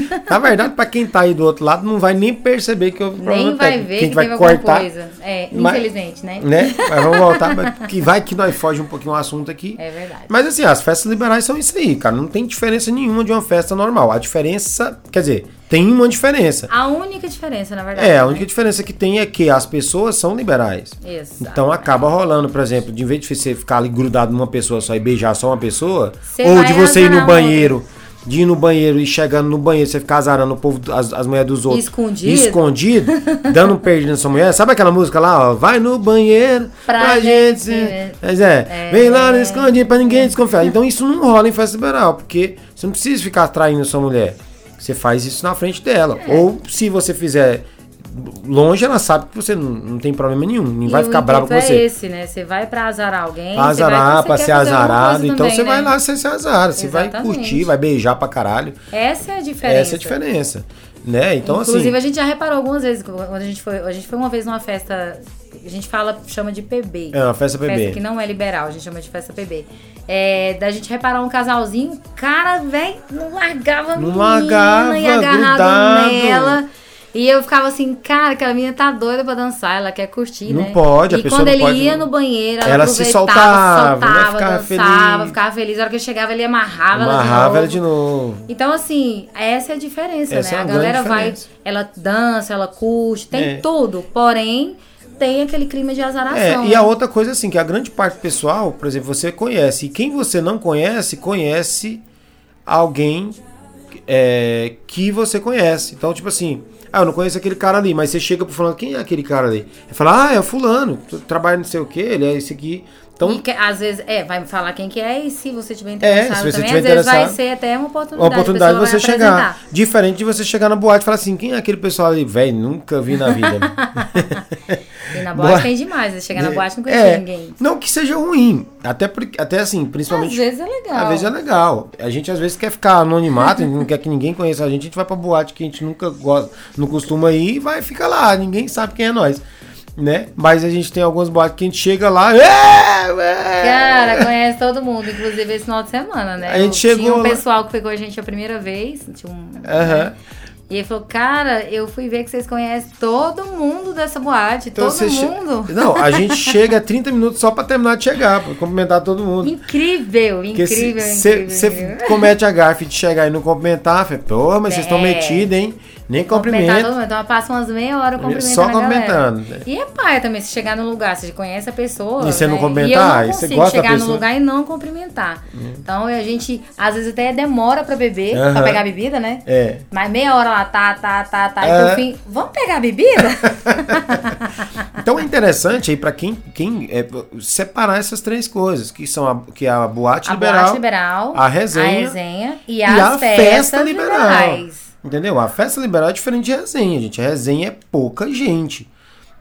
Speaker 2: Na verdade, para quem tá aí do outro lado, não vai nem perceber que houve problema
Speaker 1: Nem vai
Speaker 2: técnico.
Speaker 1: ver
Speaker 2: Quem
Speaker 1: que
Speaker 2: vai
Speaker 1: teve
Speaker 2: cortar,
Speaker 1: alguma coisa. É,
Speaker 2: Mas-
Speaker 1: infelizmente, né?
Speaker 2: né? Mas vamos voltar, mas que vai que nós foge um pouquinho o assunto aqui.
Speaker 1: É verdade.
Speaker 2: Mas assim, as festas liberais são isso aí, cara. Não tem diferença nenhuma de uma festa normal. A diferença, quer dizer, tem uma diferença.
Speaker 1: A única diferença, na verdade.
Speaker 2: É, a
Speaker 1: né?
Speaker 2: única diferença que tem é que as pessoas são liberais.
Speaker 1: Exato.
Speaker 2: Então acaba rolando, por exemplo, de vez de você ficar ali grudado numa pessoa só e beijar só uma pessoa,
Speaker 1: Você
Speaker 2: ou
Speaker 1: vai
Speaker 2: de você ir
Speaker 1: arrasar
Speaker 2: no
Speaker 1: na
Speaker 2: banheiro, de ir no banheiro e chegando no banheiro, você ficar azarando o povo, as, as mulheres dos outros.
Speaker 1: Escondido.
Speaker 2: Escondido, dando um perdido na sua mulher. Sabe aquela música lá, ó? Vai no banheiro pra,
Speaker 1: Pra
Speaker 2: gente.
Speaker 1: gente
Speaker 2: se-
Speaker 1: ver.
Speaker 2: Mas é, vem lá no escondido pra ninguém desconfiar. Então isso não rola em festa liberal, porque você não precisa ficar atraindo sua mulher. Você faz isso na frente dela.
Speaker 1: É.
Speaker 2: Ou se você fizer longe, ela sabe que você não, não tem problema nenhum. Não
Speaker 1: E
Speaker 2: vai
Speaker 1: o
Speaker 2: ficar brava com
Speaker 1: intuito
Speaker 2: você.
Speaker 1: É esse, né? Você vai pra azarar alguém.
Speaker 2: Pra azarar,
Speaker 1: você vai
Speaker 2: pra
Speaker 1: que você
Speaker 2: ser
Speaker 1: quer fazer alguma
Speaker 2: azarado.
Speaker 1: coisa
Speaker 2: Então
Speaker 1: também,
Speaker 2: você vai
Speaker 1: né?
Speaker 2: lá você se azara. Você vai
Speaker 1: Exatamente.
Speaker 2: curtir, vai beijar pra caralho.
Speaker 1: Essa é a diferença.
Speaker 2: Essa é a diferença. Né? Então,
Speaker 1: Inclusive,
Speaker 2: assim.
Speaker 1: a gente já reparou algumas vezes que quando a gente foi. A gente foi uma vez numa festa. A gente fala, chama de PB.
Speaker 2: É uma festa PB.
Speaker 1: Festa que não é liberal, a gente chama de festa PB. É, da gente reparar um casalzinho, o cara, velho, não largava a
Speaker 2: Não
Speaker 1: menina
Speaker 2: largava,
Speaker 1: e agarrado
Speaker 2: grudado.
Speaker 1: nela. E eu ficava assim, cara, aquela menina tá doida pra dançar, ela quer curtir,
Speaker 2: Não
Speaker 1: né?
Speaker 2: pode, a
Speaker 1: e
Speaker 2: pessoa
Speaker 1: quando
Speaker 2: não
Speaker 1: ele
Speaker 2: pode-
Speaker 1: ia no banheiro, ela,
Speaker 2: Ela se
Speaker 1: aproveitava,
Speaker 2: soltava, né?
Speaker 1: soltava,
Speaker 2: Ficava
Speaker 1: dançava,
Speaker 2: feliz.
Speaker 1: ficava feliz. A hora que ele chegava, ele amarrava,
Speaker 2: Amarrava
Speaker 1: ela
Speaker 2: ela de novo.
Speaker 1: então, assim, essa é a diferença,
Speaker 2: Essa
Speaker 1: né?
Speaker 2: é
Speaker 1: a
Speaker 2: uma
Speaker 1: galera
Speaker 2: grande
Speaker 1: vai,
Speaker 2: diferença.
Speaker 1: ela dança, ela curte, tem
Speaker 2: É.
Speaker 1: tudo, porém tem aquele clima de azaração.
Speaker 2: É, e
Speaker 1: né?
Speaker 2: a outra coisa, assim, que a grande parte do pessoal, por exemplo, você conhece. E quem você não conhece, conhece alguém é, que você conhece. Então, tipo assim, ah, eu não conheço aquele cara ali, mas você chega pro fulano, quem é aquele cara ali? Ele fala, ah, é o fulano, tu trabalha não sei o que, ele é esse aqui. Então,
Speaker 1: E que, às vezes, é, vai me falar quem que é, e se você tiver
Speaker 2: É,
Speaker 1: interessado
Speaker 2: se você
Speaker 1: também,
Speaker 2: tiver
Speaker 1: às vezes vai
Speaker 2: interessado,
Speaker 1: ser até uma
Speaker 2: é uma
Speaker 1: oportunidade.
Speaker 2: oportunidade
Speaker 1: a
Speaker 2: de
Speaker 1: pessoa
Speaker 2: você
Speaker 1: vai
Speaker 2: chegar.
Speaker 1: apresentar.
Speaker 2: Diferente de você chegar na boate e falar assim, quem é aquele pessoal ali? Velho, nunca vi na vida. né?
Speaker 1: E na boate
Speaker 2: Boa.
Speaker 1: tem demais, né? chegar na boate não conhece
Speaker 2: É,
Speaker 1: ninguém.
Speaker 2: Não que seja ruim, até, porque, até assim, principalmente...
Speaker 1: Às vezes é legal.
Speaker 2: Às vezes é legal. A gente às vezes quer ficar anonimato, a gente não quer que ninguém conheça a gente, a gente vai pra boate que a gente nunca gosta, não costuma ir e vai fica lá, ninguém sabe quem é nós. Né? Mas a gente tem algumas boates que a gente chega lá. "É, é".
Speaker 1: Cara, conhece todo mundo, inclusive esse final de semana, né?
Speaker 2: A
Speaker 1: Eu-
Speaker 2: gente chegou
Speaker 1: Tinha um
Speaker 2: lá- É.
Speaker 1: pessoal que foi com a gente a primeira vez, tinha um...
Speaker 2: Aham.
Speaker 1: E ele falou, cara, eu fui ver que vocês conhecem todo mundo dessa boate,
Speaker 2: Então
Speaker 1: todo
Speaker 2: você che-
Speaker 1: mundo.
Speaker 2: Não, a gente chega 30 minutos só pra terminar de chegar, pra cumprimentar todo mundo.
Speaker 1: Incrível, incrível, incrível.
Speaker 2: Você
Speaker 1: incrível.
Speaker 2: comete a gafe de chegar e não cumprimentar, fala, pô, mas vocês estão
Speaker 1: É.
Speaker 2: metidos, hein? Nem
Speaker 1: Cumprimentar todo
Speaker 2: cumprimento. É,
Speaker 1: mundo. Então passa umas meia hora cumprimentando.
Speaker 2: Só
Speaker 1: a galera.
Speaker 2: cumprimentando.
Speaker 1: E é pai também, se chegar num lugar, você conhece a pessoa.
Speaker 2: E você não
Speaker 1: né? E
Speaker 2: cumprimentar?
Speaker 1: eu
Speaker 2: E
Speaker 1: não
Speaker 2: você
Speaker 1: consigo
Speaker 2: gosta da
Speaker 1: chegar num
Speaker 2: pessoa? Hum.
Speaker 1: lugar e não cumprimentar. Então a gente, às vezes, até demora pra beber,
Speaker 2: Aham.
Speaker 1: pra pegar a bebida, né?
Speaker 2: É.
Speaker 1: Mas meia hora lá, tá, tá, tá, tá. E
Speaker 2: É.
Speaker 1: por fim, vamos pegar a bebida?
Speaker 2: Então é interessante aí para quem, quem é, separar essas três coisas, que são a, que é a boate,
Speaker 1: A
Speaker 2: liberal,
Speaker 1: boate liberal,
Speaker 2: a resenha,
Speaker 1: a resenha e,
Speaker 2: e
Speaker 1: as
Speaker 2: a
Speaker 1: festas
Speaker 2: festa liberal.
Speaker 1: liberais.
Speaker 2: Entendeu? A festa liberal é diferente de resenha, gente. A resenha é pouca gente.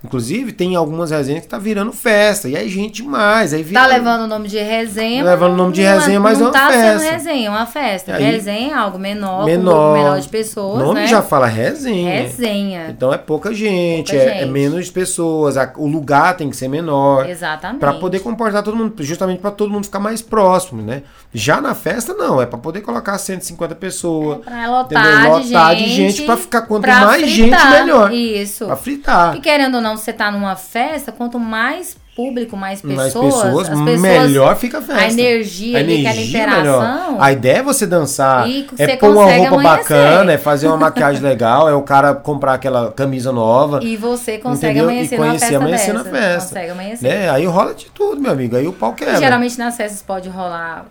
Speaker 2: Inclusive, tem algumas resenhas que tá virando festa. E aí, gente demais. Aí vira,
Speaker 1: Tá levando o nome de resenha.
Speaker 2: Tá levando o nome de resenha, mas
Speaker 1: não
Speaker 2: é uma
Speaker 1: tá
Speaker 2: festa.
Speaker 1: sendo resenha, é uma festa.
Speaker 2: Aí-
Speaker 1: resenha é algo menor, com um grupo
Speaker 2: Menor.
Speaker 1: menor de pessoas,
Speaker 2: nome
Speaker 1: né?
Speaker 2: já fala resenha.
Speaker 1: Resenha.
Speaker 2: Então é pouca gente,
Speaker 1: Pouca
Speaker 2: é, é
Speaker 1: gente.
Speaker 2: menos pessoas, a- o lugar tem que ser menor.
Speaker 1: Exatamente.
Speaker 2: Pra poder comportar todo mundo, justamente pra todo mundo ficar mais próximo, né? Já na festa, não, é pra poder colocar 150 pessoas,
Speaker 1: Pra lotar,
Speaker 2: Entendeu?
Speaker 1: Tá de
Speaker 2: Lotar de
Speaker 1: gente.
Speaker 2: gente pra ficar- quanto
Speaker 1: pra
Speaker 2: mais gente,
Speaker 1: fritar.
Speaker 2: melhor.
Speaker 1: Isso.
Speaker 2: pra fritar.
Speaker 1: E querendo ou não, você tá numa festa, quanto mais público, mais pessoas,
Speaker 2: Mais pessoas,
Speaker 1: as pessoas
Speaker 2: melhor fica a festa.
Speaker 1: a energia,
Speaker 2: A
Speaker 1: ali, aquela
Speaker 2: energia é
Speaker 1: interação.
Speaker 2: melhor. A ideia é você dançar,
Speaker 1: E que
Speaker 2: é
Speaker 1: você
Speaker 2: pôr uma
Speaker 1: consegue
Speaker 2: roupa
Speaker 1: amanhecer.
Speaker 2: bacana, é fazer uma maquiagem legal, é o cara comprar aquela camisa nova.
Speaker 1: E você consegue
Speaker 2: Entendeu? E
Speaker 1: amanhecer numa
Speaker 2: conhecer,
Speaker 1: festa
Speaker 2: amanhecer
Speaker 1: dessa.
Speaker 2: na festa.
Speaker 1: Consegue amanhecer.
Speaker 2: Né? Aí rola de tudo, meu amigo. Aí o pau
Speaker 1: E
Speaker 2: quebra.
Speaker 1: geralmente nas festas pode rolar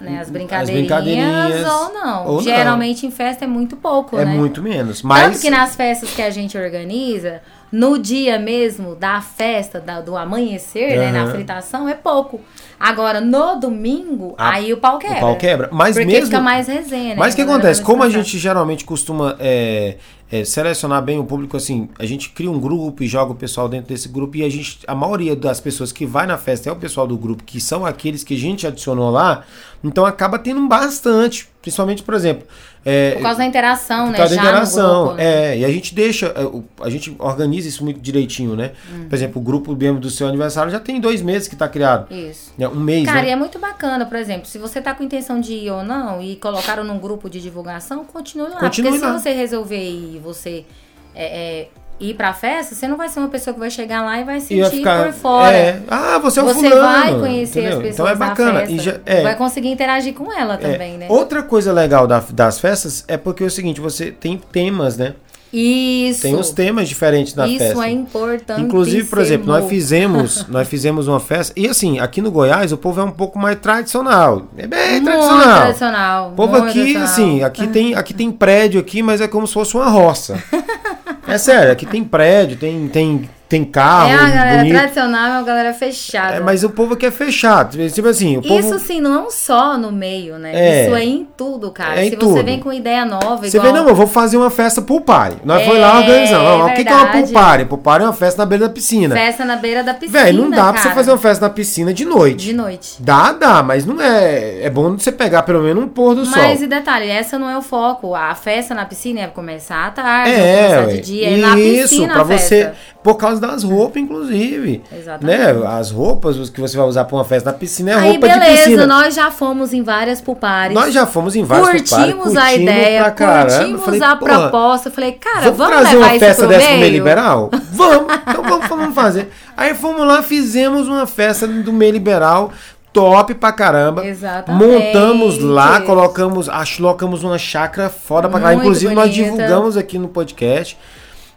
Speaker 1: né, as, brincadeirinhas
Speaker 2: brincadeirinhas,
Speaker 1: ou não.
Speaker 2: ou não.
Speaker 1: geralmente em festa é muito pouco,
Speaker 2: é
Speaker 1: né?
Speaker 2: muito menos.
Speaker 1: Tanto
Speaker 2: Mas
Speaker 1: que nas festas que a gente organiza, no dia mesmo da festa, da- do amanhecer, né, na
Speaker 2: Aham.
Speaker 1: fritação, é pouco. Agora, no domingo,
Speaker 2: Ah,
Speaker 1: aí o pau quebra.
Speaker 2: o pau quebra. Mas
Speaker 1: Porque
Speaker 2: mesmo.
Speaker 1: fica mais resenha, né?
Speaker 2: Mas o que
Speaker 1: A galera
Speaker 2: acontece?
Speaker 1: começa
Speaker 2: Como a
Speaker 1: dançar.
Speaker 2: gente geralmente costuma é, é, selecionar bem o público, assim, a gente cria um grupo e joga o pessoal dentro desse grupo e a gente, a maioria das pessoas que vai na festa é o pessoal do grupo, que são aqueles que a gente adicionou lá, então acaba tendo bastante, principalmente, por exemplo, é,
Speaker 1: Por causa da interação,
Speaker 2: por
Speaker 1: né?
Speaker 2: causa da
Speaker 1: já no
Speaker 2: interação.
Speaker 1: grupo, né?
Speaker 2: É, e a gente deixa, é, o- a gente organiza isso muito direitinho, né?
Speaker 1: Hum.
Speaker 2: Por exemplo, o grupo mesmo do seu aniversário já tem dois meses que tá criado,
Speaker 1: Isso.
Speaker 2: né? um mês,
Speaker 1: Cara,
Speaker 2: né?
Speaker 1: e é muito bacana, por exemplo, se você tá com intenção de ir ou não e colocaram num grupo de divulgação, continue lá.
Speaker 2: Continue
Speaker 1: porque
Speaker 2: lá.
Speaker 1: se você resolver ir e você é, é, ir pra festa, você não vai ser uma pessoa que vai chegar lá e vai sentir por fora.
Speaker 2: é, ah, você é o
Speaker 1: você
Speaker 2: fulano.
Speaker 1: vai conhecer as
Speaker 2: entendeu?
Speaker 1: pessoas
Speaker 2: Então é bacana.
Speaker 1: da festa,
Speaker 2: E já- é,
Speaker 1: vai conseguir interagir com ela
Speaker 2: é.
Speaker 1: também, né?
Speaker 2: Outra coisa legal da- das festas é porque é o seguinte, você tem temas, né?
Speaker 1: Isso.
Speaker 2: Tem uns temas diferentes na
Speaker 1: isso
Speaker 2: festa.
Speaker 1: é importante.
Speaker 2: Inclusive, por exemplo, nós fizemos, nós fizemos uma festa. E assim, aqui no Goiás o povo é um pouco mais tradicional. É bem
Speaker 1: Muito
Speaker 2: tradicional.
Speaker 1: tradicional.
Speaker 2: O povo
Speaker 1: muito
Speaker 2: aqui,
Speaker 1: tradicional. É
Speaker 2: assim, aqui tem, aqui tem prédio aqui, mas é como se fosse uma roça. É sério, aqui tem prédio, tem, tem, tem carro,
Speaker 1: É uma galera
Speaker 2: ah, bonito.
Speaker 1: tradicional, é uma galera fechada.
Speaker 2: É, mas o povo aqui é fechado. Tipo assim, o povo.
Speaker 1: Isso sim, não é um só no meio, né?
Speaker 2: É.
Speaker 1: Isso é em tudo, cara.
Speaker 2: É em
Speaker 1: Se
Speaker 2: tudo.
Speaker 1: você vem com ideia nova,
Speaker 2: Você vê,
Speaker 1: igual...
Speaker 2: não, eu vou fazer uma festa pool party. Nós
Speaker 1: É,
Speaker 2: foi lá organizando. Ó, O que, que é uma pool
Speaker 1: verdade.
Speaker 2: party? Pool party é uma festa na beira da piscina.
Speaker 1: Festa na beira da piscina,
Speaker 2: Véi, não dá pra você
Speaker 1: cara.
Speaker 2: fazer uma festa na piscina de noite.
Speaker 1: De noite.
Speaker 2: Dá, dá, mas não é. É bom você pegar pelo menos um pôr do
Speaker 1: Mas
Speaker 2: sol.
Speaker 1: e detalhe, essa não é o foco. A festa na piscina é começar à tarde, é,
Speaker 2: É,
Speaker 1: começar
Speaker 2: ué.
Speaker 1: de dia. É na
Speaker 2: isso,
Speaker 1: piscina
Speaker 2: pra
Speaker 1: a
Speaker 2: você.
Speaker 1: festa.
Speaker 2: Por causa das roupas, inclusive.
Speaker 1: Exatamente.
Speaker 2: Né? As roupas que você vai usar pra uma festa na piscina é
Speaker 1: Aí,
Speaker 2: roupa
Speaker 1: beleza,
Speaker 2: de piscina.
Speaker 1: nós já fomos em várias pulpares.
Speaker 2: Nós já fomos em vários
Speaker 1: curtimos a
Speaker 2: lugares, curtimos pra
Speaker 1: ideia,
Speaker 2: caramba.
Speaker 1: curtimos
Speaker 2: Falei,
Speaker 1: a
Speaker 2: "Porra,
Speaker 1: proposta. Falei, cara,
Speaker 2: Vamos,
Speaker 1: vamos
Speaker 2: trazer
Speaker 1: levar
Speaker 2: uma
Speaker 1: isso
Speaker 2: festa
Speaker 1: pro
Speaker 2: dessa no meio
Speaker 1: meio?
Speaker 2: liberal? Vamos! Então vamos, vamos fazer. Aí fomos lá, fizemos uma festa do meio liberal. Top pra caramba.
Speaker 1: Exatamente.
Speaker 2: Montamos lá, colocamos, colocamos uma chácara foda pra caramba.
Speaker 1: Muito
Speaker 2: Inclusive, nós
Speaker 1: bonita.
Speaker 2: divulgamos aqui no podcast.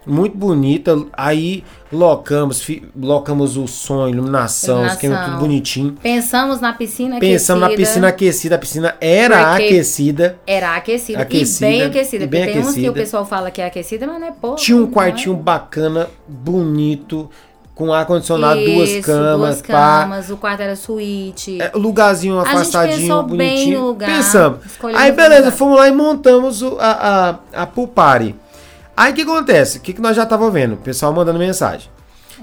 Speaker 2: Muito bonita. Aí locamos, fi- locamos o som, iluminação, esquema
Speaker 1: Iluminação.
Speaker 2: tudo bonitinho.
Speaker 1: Pensamos na piscina
Speaker 2: Pensamos na
Speaker 1: aquecida.
Speaker 2: piscina aquecida. A piscina era
Speaker 1: Porque-
Speaker 2: aquecida.
Speaker 1: Era aquecida,
Speaker 2: Aquecida,
Speaker 1: e bem aquecida.
Speaker 2: e bem
Speaker 1: porque tem uns que
Speaker 2: aquecida.
Speaker 1: o pessoal fala que é aquecida, mas não é pouco.
Speaker 2: Tinha um
Speaker 1: não é?
Speaker 2: quartinho bacana, bonito, com ar-condicionado, duas
Speaker 1: Isso,
Speaker 2: camas,
Speaker 1: duas
Speaker 2: pá.
Speaker 1: camas, o quarto era suíte.
Speaker 2: É, Lugarzinho
Speaker 1: gente
Speaker 2: afastadinho,
Speaker 1: pensou bem
Speaker 2: bonitinho.
Speaker 1: no lugar,
Speaker 2: Pensamos.
Speaker 1: escolhemos
Speaker 2: Aí,
Speaker 1: um
Speaker 2: beleza,
Speaker 1: lugar.
Speaker 2: fomos lá e montamos o- a, a, a pool party. Aí o que acontece? O que, que nós já tava vendo? O pessoal mandando mensagem.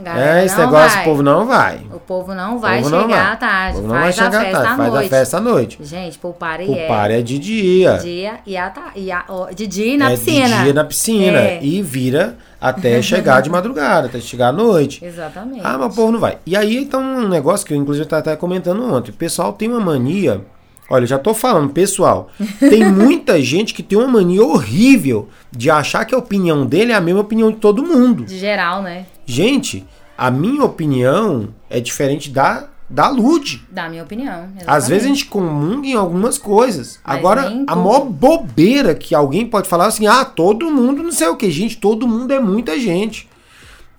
Speaker 1: Galera,
Speaker 2: é, esse
Speaker 1: não
Speaker 2: negócio,
Speaker 1: vai.
Speaker 2: o povo não vai.
Speaker 1: O povo não vai
Speaker 2: o povo
Speaker 1: chegar
Speaker 2: não vai.
Speaker 1: à tarde.
Speaker 2: O povo não vai
Speaker 1: faz a
Speaker 2: chegar à
Speaker 1: festa
Speaker 2: tarde,
Speaker 1: à
Speaker 2: faz
Speaker 1: noite.
Speaker 2: a festa à noite.
Speaker 1: Gente, pool
Speaker 2: O
Speaker 1: party é
Speaker 2: party é de dia.
Speaker 1: de dia e à ta- e à- ó, de dia e na
Speaker 2: é
Speaker 1: piscina.
Speaker 2: de dia na piscina.
Speaker 1: É.
Speaker 2: E vira até chegar de madrugada, até chegar à noite.
Speaker 1: Exatamente.
Speaker 2: Ah, mas o povo não vai. E aí então um negócio que eu inclusive estava até comentando ontem. O pessoal tem uma mania. Olha, eu já tô falando, pessoal. Tem muita gente que tem uma mania horrível de achar que a opinião dele é a mesma opinião de todo mundo.
Speaker 1: De geral, né?
Speaker 2: Gente, a minha opinião é diferente da da Lud.
Speaker 1: Da minha opinião. Exatamente.
Speaker 2: Às vezes a gente comunga em algumas coisas.
Speaker 1: Mas
Speaker 2: Agora,
Speaker 1: nem
Speaker 2: a
Speaker 1: tudo.
Speaker 2: maior bobeira que alguém pode falar é assim: ah, todo mundo não sei o que. Gente, todo mundo é muita gente.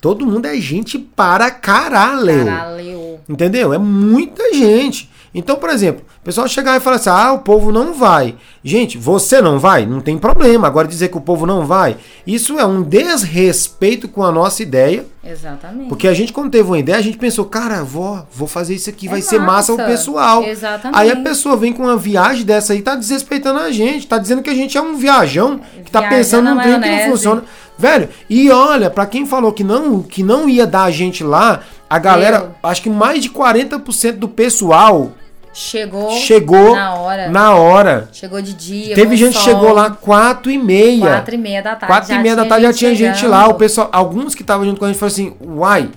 Speaker 2: Todo mundo é gente para caralho.
Speaker 1: Caralho.
Speaker 2: Entendeu? É muita gente. Então, por exemplo, o pessoal chegar e falar assim: ah, o povo não vai. Gente, você não vai? Não tem problema. Agora, dizer que o povo não vai, isso é um desrespeito com a nossa ideia
Speaker 1: Exatamente.
Speaker 2: Porque a gente, quando teve uma ideia, a gente pensou, cara, vou, vou fazer isso aqui,
Speaker 1: É
Speaker 2: vai ser massa o
Speaker 1: massa.
Speaker 2: pessoal.
Speaker 1: Exatamente.
Speaker 2: Aí a pessoa vem com uma viagem dessa aí, tá desrespeitando a gente, tá dizendo que a gente é um viajão, que tá
Speaker 1: Viaja
Speaker 2: pensando
Speaker 1: na
Speaker 2: num trem que não
Speaker 1: maionese.
Speaker 2: funciona. Velho, e olha, pra quem falou que não, que não ia dar a gente lá, a galera, acho que mais de 40% do pessoal
Speaker 1: Chegou,
Speaker 2: chegou
Speaker 1: na hora.
Speaker 2: Na hora.
Speaker 1: Chegou de dia.
Speaker 2: Teve
Speaker 1: É. com
Speaker 2: gente que
Speaker 1: sol,
Speaker 2: chegou lá 4 e meia.
Speaker 1: Quatro e meia da tarde.
Speaker 2: Quatro e
Speaker 1: já
Speaker 2: meia da
Speaker 1: tinha
Speaker 2: tarde já tinha gente lá.
Speaker 1: chegando.
Speaker 2: O pessoal, alguns que estavam junto com a gente falaram assim, uai.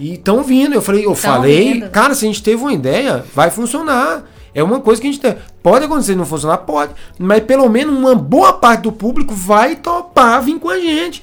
Speaker 2: e estão vindo. Eu falei, eu falei,
Speaker 1: vindo.
Speaker 2: cara, se a gente teve uma ideia, vai funcionar. É uma coisa que a gente tem. Pode acontecer não funcionar? Pode. Mas pelo menos uma boa parte do público vai topar vir com a gente.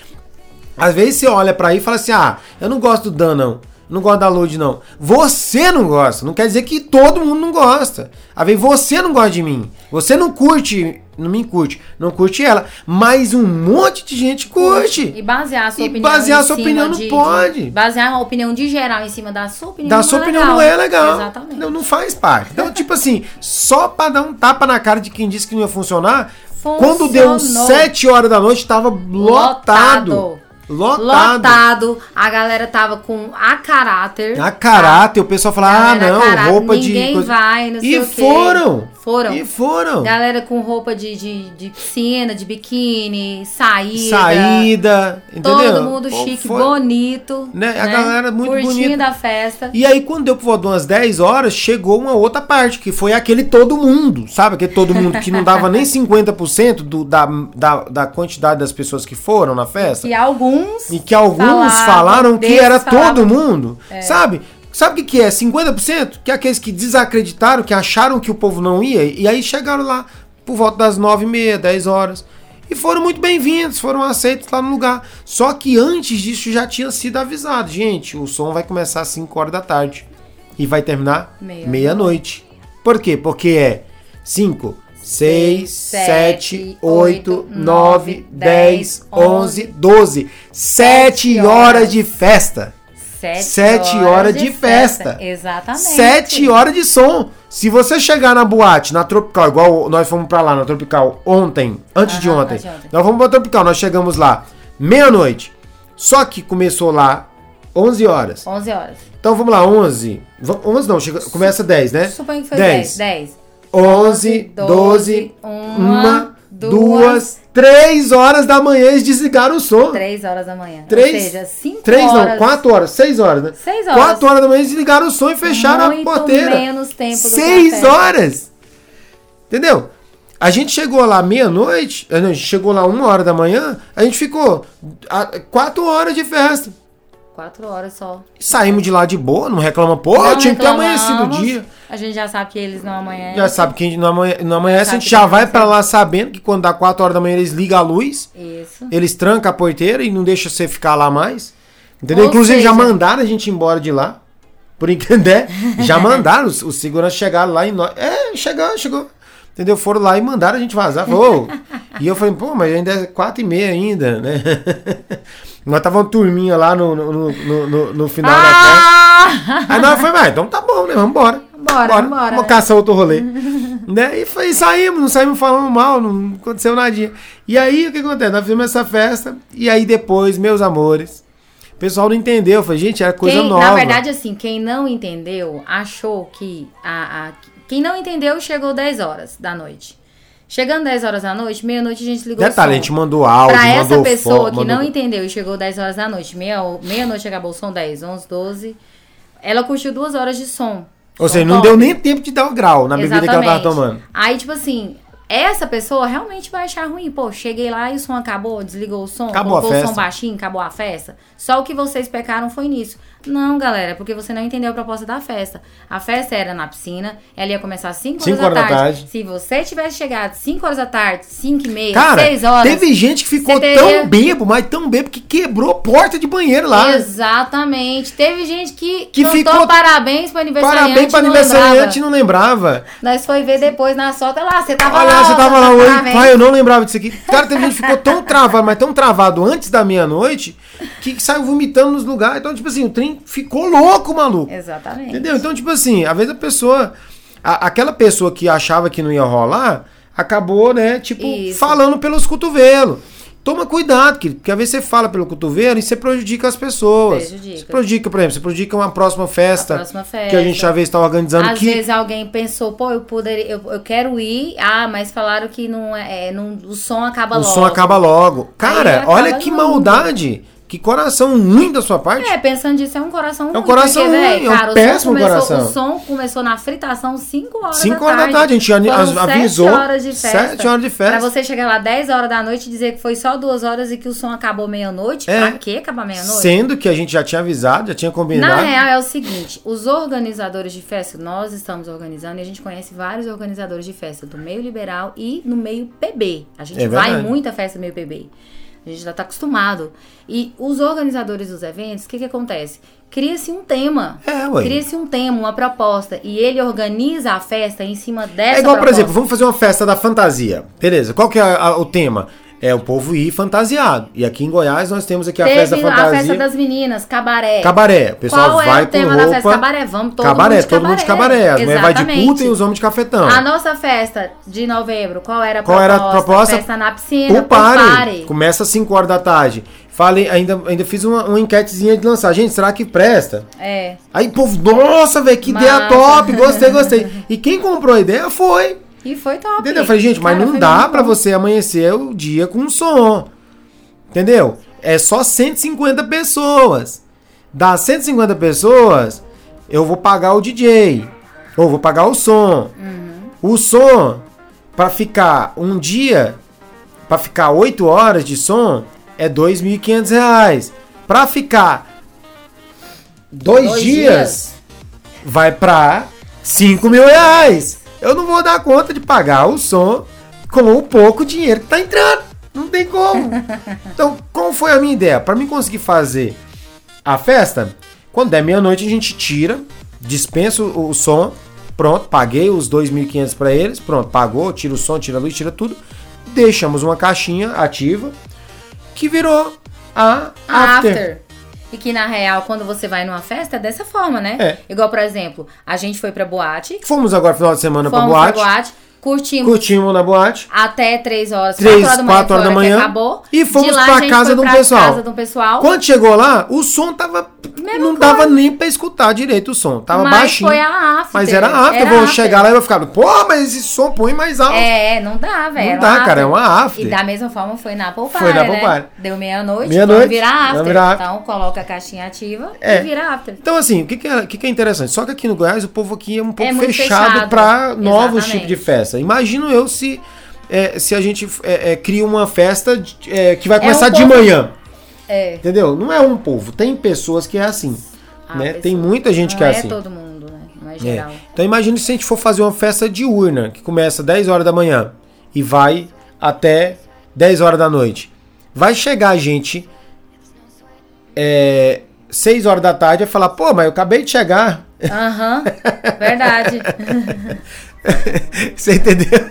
Speaker 2: Às vezes você olha pra aí e fala assim: ah, eu não gosto do Dan, não. Não gosto da Load, não. Você não gosta. Não quer dizer que todo mundo não gosta. Às vezes você não gosta de mim. Você não curte, não me curte, não curte ela. Mas um monte de gente curte.
Speaker 1: E basear a sua
Speaker 2: E
Speaker 1: opinião.
Speaker 2: basear
Speaker 1: em
Speaker 2: a sua
Speaker 1: cima
Speaker 2: opinião não
Speaker 1: de-
Speaker 2: pode.
Speaker 1: de- basear a opinião de geral em cima da sua opinião.
Speaker 2: Da sua opinião não é legal.
Speaker 1: Exatamente.
Speaker 2: Não, não faz parte. Então, tipo assim, só pra dar um tapa na cara de quem disse que não ia funcionar, quando deu
Speaker 1: Funcionou.
Speaker 2: 7 horas da noite, tava
Speaker 1: Lotado.
Speaker 2: Lotado. lotado.
Speaker 1: Lotado. A galera tava com a caráter.
Speaker 2: A caráter, o pessoal fala, ah,
Speaker 1: Galera,
Speaker 2: não,
Speaker 1: caralho,
Speaker 2: roupa de.
Speaker 1: ninguém
Speaker 2: coisa-
Speaker 1: vai, não sei
Speaker 2: e
Speaker 1: o quê.
Speaker 2: foram!
Speaker 1: Foram.
Speaker 2: E foram!
Speaker 1: Galera com roupa de, de, de piscina, de biquíni, saída.
Speaker 2: Saída, entendeu?
Speaker 1: Todo mundo
Speaker 2: Pô,
Speaker 1: chique,
Speaker 2: foi-
Speaker 1: bonito.
Speaker 2: Né? A galera muito
Speaker 1: Curtindo
Speaker 2: bonita.
Speaker 1: a festa.
Speaker 2: E aí, quando deu por volta de umas 10 horas, chegou uma outra parte, que foi aquele todo mundo, sabe? Aquele todo mundo que não dava nem 50% do, da, da, da quantidade das pessoas que foram na festa.
Speaker 1: E alguns.
Speaker 2: E que alguns
Speaker 1: Falavam, É.
Speaker 2: falaram que
Speaker 1: desses
Speaker 2: era
Speaker 1: falavam.
Speaker 2: todo mundo. Sabe? Sabe o que, que é? 50%? Que é aqueles que desacreditaram, que acharam que o povo não ia, e aí chegaram lá por volta das 9h30, 10 horas. E foram muito bem-vindos, foram aceitos lá no lugar. Só que antes disso já tinha sido avisado. Gente, o som vai começar às 5 horas da tarde. E vai terminar
Speaker 1: Meia-noite.
Speaker 2: meia-noite. Por quê? Porque é 5, 6, 7, 8, 9, 10, 11, 12. 7 horas de festa.
Speaker 1: Sete,
Speaker 2: Sete horas de festa.
Speaker 1: Exatamente.
Speaker 2: 7 horas de som. Se você chegar na boate, na Tropical, igual nós fomos pra lá na Tropical ontem, antes de
Speaker 1: Aham,
Speaker 2: ontem.
Speaker 1: antes de ontem.
Speaker 2: Nós fomos pra Tropical, nós chegamos lá meia-noite. Só que começou lá 11 horas.
Speaker 1: 11 horas.
Speaker 2: Então vamos lá, 11. Va- 11 não, chega- começa 10, né?
Speaker 1: Suponho que foi 10. 10.
Speaker 2: 11, 12,
Speaker 1: uma,
Speaker 2: 1, 2, 3 horas da manhã eles desligaram o som.
Speaker 1: 3 horas da manhã.
Speaker 2: Três-
Speaker 1: Ou seja, 5
Speaker 2: 3
Speaker 1: horas.
Speaker 2: não, 4 horas, 6 horas, né?
Speaker 1: 6 horas.
Speaker 2: 4 horas da manhã eles desligaram o som e fecharam
Speaker 1: Muito
Speaker 2: a porteira.
Speaker 1: menos tempo do que a
Speaker 2: 6
Speaker 1: festa.
Speaker 2: horas! Entendeu? A gente chegou lá meia-noite, ah, não, a gente chegou lá 1 hora da manhã, a gente ficou 4 horas de festa.
Speaker 1: 4 horas só.
Speaker 2: Saímos de lá de boa, não reclama, pô,
Speaker 1: Não
Speaker 2: tinha que ter
Speaker 1: reclamamos.
Speaker 2: amanhecido o dia.
Speaker 1: A gente já sabe que eles não amanhã.
Speaker 2: Já sabe que a gente não amanhece, não amanhece a
Speaker 1: Sabe
Speaker 2: gente
Speaker 1: que
Speaker 2: já
Speaker 1: não
Speaker 2: vai
Speaker 1: amanhece.
Speaker 2: pra lá sabendo que quando dá 4 horas da manhã eles ligam a luz,
Speaker 1: Isso.
Speaker 2: eles trancam a porteira e não deixam você ficar lá mais. Entendeu?
Speaker 1: Ou
Speaker 2: Inclusive já
Speaker 1: seja-
Speaker 2: mandaram a gente embora de lá. Por entender, né? já mandaram, os, os seguranças chegaram lá e nós. É, chegou, chegou. Entendeu? Foram lá e mandaram a gente vazar. Falou, "Ô". e eu falei, pô, mas ainda é 4 e meia ainda, né? nós tava uma turminha lá no, no, no, no- no final da festa.
Speaker 1: Ah!
Speaker 2: Aí nós foi, vai, então tá bom, né? Vambora.
Speaker 1: Bora, vambora,
Speaker 2: Vamos
Speaker 1: né?
Speaker 2: caçar outro rolê. né? E foi, e saímos, não saímos falando mal, não aconteceu nadinha. E aí, o que acontece? Nós fizemos essa festa, e aí depois, meus amores, o pessoal não entendeu. Eu falei, gente, era coisa
Speaker 1: Quem-
Speaker 2: nova.
Speaker 1: Na verdade, assim, quem não entendeu, achou que a, a- Quem não entendeu, chegou 10 horas da noite. Chegando 10 horas da noite, meia-noite a gente ligou
Speaker 2: Detalhe, a
Speaker 1: o
Speaker 2: gente
Speaker 1: som.
Speaker 2: mandou áudio,
Speaker 1: Pra
Speaker 2: mandou
Speaker 1: essa pessoa
Speaker 2: foto,
Speaker 1: que
Speaker 2: mandou-
Speaker 1: não entendeu e chegou 10 horas da noite, meia- meia-noite acabou o som, 10, 11, 12, ela curtiu duas horas de som.
Speaker 2: Ou
Speaker 1: Som
Speaker 2: seja, não
Speaker 1: top.
Speaker 2: deu nem tempo de dar o grau na bebida que ela tava
Speaker 1: Exatamente.
Speaker 2: tomando.
Speaker 1: Aí, tipo assim, essa pessoa realmente vai achar ruim. Pô, cheguei lá e o som acabou, desligou o som,
Speaker 2: Acabou a
Speaker 1: colocou o
Speaker 2: festa.
Speaker 1: som baixinho, acabou a festa. Só o que vocês pecaram foi nisso. Não, galera, porque você não entendeu a proposta da festa. A festa era na piscina, ela ia começar às 5
Speaker 2: Cinco
Speaker 1: horas, da,
Speaker 2: horas da
Speaker 1: tarde.
Speaker 2: tarde.
Speaker 1: Se você tivesse chegado 5 horas da tarde, 5 e meia,
Speaker 2: Cara,
Speaker 1: 6 horas.
Speaker 2: teve gente que ficou
Speaker 1: Você teria-
Speaker 2: tão bebo, mas tão bebo, que quebrou porta de banheiro lá.
Speaker 1: Exatamente. Teve gente que,
Speaker 2: Que
Speaker 1: cantou
Speaker 2: ficou-
Speaker 1: parabéns pro aniversariante.
Speaker 2: Parabéns pra
Speaker 1: não
Speaker 2: aniversariante,
Speaker 1: lembrava.
Speaker 2: não lembrava.
Speaker 1: Nós foi ver depois na solta lá, você tava
Speaker 2: Olha,
Speaker 1: lá.
Speaker 2: você
Speaker 1: ó,
Speaker 2: tava lá
Speaker 1: cantou
Speaker 2: hoje.
Speaker 1: parabéns.
Speaker 2: Pai, eu não lembrava disso aqui. Cara, teve gente que ficou tão travado, mas tão travado antes da meia-noite, que saiu vomitando nos lugares. Então, tipo assim, o trem ficou louco,
Speaker 1: É
Speaker 2: maluco.
Speaker 1: Exatamente.
Speaker 2: Entendeu? Então, tipo assim, às vezes a pessoa. a- aquela pessoa que achava que não ia rolar, acabou, né, tipo,
Speaker 1: Isso.
Speaker 2: falando pelos cotovelos. Toma cuidado, querido, porque às vezes você fala pelo cotovelo e você prejudica as pessoas.
Speaker 1: Prejudica.
Speaker 2: Você prejudica, por exemplo, você prejudica uma próxima festa,
Speaker 1: A próxima
Speaker 2: que a gente
Speaker 1: festa.
Speaker 2: já vez está organizando
Speaker 1: Às
Speaker 2: que
Speaker 1: vezes alguém pensou, pô, eu poderia, eu, eu quero ir, ah, mas falaram que não é, é, não, o som acaba
Speaker 2: o
Speaker 1: logo.
Speaker 2: som acaba logo. Cara,
Speaker 1: acaba
Speaker 2: olha que
Speaker 1: logo.
Speaker 2: maldade, que coração ruim da sua parte.
Speaker 1: É, pensando disso, é um coração ruim.
Speaker 2: um coração
Speaker 1: porque, véi,
Speaker 2: ruim, é um
Speaker 1: cara, o som
Speaker 2: péssimo
Speaker 1: começou,
Speaker 2: coração.
Speaker 1: O som começou na fritação 5 horas da tá tarde.
Speaker 2: 5 horas da tarde, é a gente
Speaker 1: Foram
Speaker 2: as-
Speaker 1: sete
Speaker 2: avisou.
Speaker 1: horas de festa.
Speaker 2: sete horas de festa.
Speaker 1: Pra você chegar lá 10 horas da noite e dizer que foi só 2 horas e que o som acabou meia-noite.
Speaker 2: É.
Speaker 1: Pra que acabar meia-noite?
Speaker 2: Sendo que a gente já tinha avisado, já tinha combinado.
Speaker 1: Na real é o seguinte, os organizadores de festa, nós estamos organizando e a gente conhece vários organizadores de festa do meio liberal e no meio PB. A gente
Speaker 2: É
Speaker 1: vai
Speaker 2: verdade.
Speaker 1: em muita festa meio PB. A gente já tá acostumado. E os organizadores dos eventos, o que que acontece? Cria-se um tema.
Speaker 2: É, ué.
Speaker 1: Cria-se um tema, uma proposta. E ele organiza a festa em cima dessa
Speaker 2: É igual, por
Speaker 1: proposta.
Speaker 2: exemplo, vamos fazer uma festa da fantasia. Beleza, qual que é a- o tema? É o povo ir fantasiado. E aqui em Goiás nós temos aqui a
Speaker 1: Teve
Speaker 2: festa da
Speaker 1: a
Speaker 2: fantasia.
Speaker 1: festa das meninas, cabaré.
Speaker 2: Cabaré. O pessoal
Speaker 1: Qual é
Speaker 2: vai
Speaker 1: o tema
Speaker 2: com
Speaker 1: da
Speaker 2: roupa.
Speaker 1: festa? Cabaré, vamos todo
Speaker 2: cabaré,
Speaker 1: mundo de
Speaker 2: todo mundo de
Speaker 1: cabaré.
Speaker 2: cabaré. As mulheres vai de
Speaker 1: Exatamente.
Speaker 2: puta e os homens de cafetão.
Speaker 1: A nossa festa de novembro, qual era a
Speaker 2: Qual
Speaker 1: proposta?
Speaker 2: era a proposta?
Speaker 1: Festa na piscina,
Speaker 2: O
Speaker 1: pro
Speaker 2: pare. Começa às 5 horas da tarde. Falei, ainda, ainda fiz uma, uma enquetezinha de lançar. Gente, será que presta?
Speaker 1: É.
Speaker 2: Aí, povo, nossa, velho, que ideia
Speaker 1: Massa.
Speaker 2: top, gostei, gostei. E quem comprou a ideia foi.
Speaker 1: E foi top.
Speaker 2: Entendeu? Eu falei, gente, mas
Speaker 1: Cara,
Speaker 2: não
Speaker 1: foi
Speaker 2: dá
Speaker 1: muito
Speaker 2: pra
Speaker 1: bom.
Speaker 2: você amanhecer o dia com som. Entendeu? É só 150 pessoas. Das 150 pessoas, eu vou pagar o DJ. Ou vou pagar o som.
Speaker 1: Uhum.
Speaker 2: O som, pra ficar um dia, pra ficar 8 horas de som, é R$ 2.500 reais. Pra ficar dois,
Speaker 1: Dois
Speaker 2: dias,
Speaker 1: dias.
Speaker 2: vai pra 5 mil reais. Eu não vou dar conta de pagar o som com o pouco dinheiro que tá entrando. Não tem como. Então, qual foi a minha ideia? Pra mim conseguir fazer a festa, quando der meia-noite a gente tira, dispensa o, o som, pronto, paguei os 2.500 pra eles, pronto, pagou, tira o som, tira a luz, tira tudo. Deixamos uma caixinha ativa que virou a
Speaker 1: After.
Speaker 2: after.
Speaker 1: E que na real, quando você vai numa festa, é dessa forma, né?
Speaker 2: É.
Speaker 1: Igual, por exemplo, a gente foi pra boate,
Speaker 2: Fomos agora final de semana
Speaker 1: fomos
Speaker 2: pra boate,
Speaker 1: pra boate, curtimos
Speaker 2: curtimos na boate.
Speaker 1: até 3 horas, 4
Speaker 2: 3,
Speaker 1: horas da manhã,
Speaker 2: 4
Speaker 1: foi a
Speaker 2: horas da
Speaker 1: hora que
Speaker 2: manhã.
Speaker 1: acabou.
Speaker 2: E fomos
Speaker 1: de lá,
Speaker 2: pra
Speaker 1: a gente
Speaker 2: casa
Speaker 1: foi
Speaker 2: de um
Speaker 1: pra
Speaker 2: pessoal.
Speaker 1: casa de um pessoal.
Speaker 2: Quando chegou lá, o som tava. não dava nem pra escutar direito o som. Tava
Speaker 1: mas
Speaker 2: baixinho.
Speaker 1: foi a after.
Speaker 2: mas era after. eu vou chegar lá e eu ficava, pô, mas esse som põe mais alto.
Speaker 1: É, não dá, velho.
Speaker 2: não
Speaker 1: era
Speaker 2: dá,
Speaker 1: uma
Speaker 2: cara, é
Speaker 1: after.
Speaker 2: uma after.
Speaker 1: E da mesma forma foi na Apple Party,
Speaker 2: Foi na
Speaker 1: né?
Speaker 2: Apple Party.
Speaker 1: Deu meia-noite,
Speaker 2: Meia-noite,
Speaker 1: vamos virar after.
Speaker 2: vamos virar after.
Speaker 1: Então coloca a caixinha ativa
Speaker 2: É.
Speaker 1: e vira after.
Speaker 2: Então, assim, o que, que, é, o que que é interessante? Só que aqui no Goiás o povo aqui é um pouco
Speaker 1: muito
Speaker 2: fechado,
Speaker 1: fechado.
Speaker 2: pra novos
Speaker 1: Exatamente.
Speaker 2: tipos de festa. Imagino eu se, é, se a gente é, é, cria uma festa de- é, que vai
Speaker 1: um
Speaker 2: começar de
Speaker 1: povo-
Speaker 2: manhã.
Speaker 1: É.
Speaker 2: Entendeu? Não é um povo. Tem pessoas que é assim.
Speaker 1: Ah,
Speaker 2: né?
Speaker 1: pessoal,
Speaker 2: Tem muita gente
Speaker 1: não
Speaker 2: que é,
Speaker 1: é
Speaker 2: assim.
Speaker 1: todo mundo, né? Não é
Speaker 2: É.
Speaker 1: geral.
Speaker 2: Então imagina se a gente for fazer uma festa diurna, que começa 10 horas da manhã e vai até 10 horas da noite. Vai chegar a gente é, 6 horas da tarde e vai falar, pô, mas eu acabei de chegar.
Speaker 1: Aham, verdade.
Speaker 2: Você entendeu?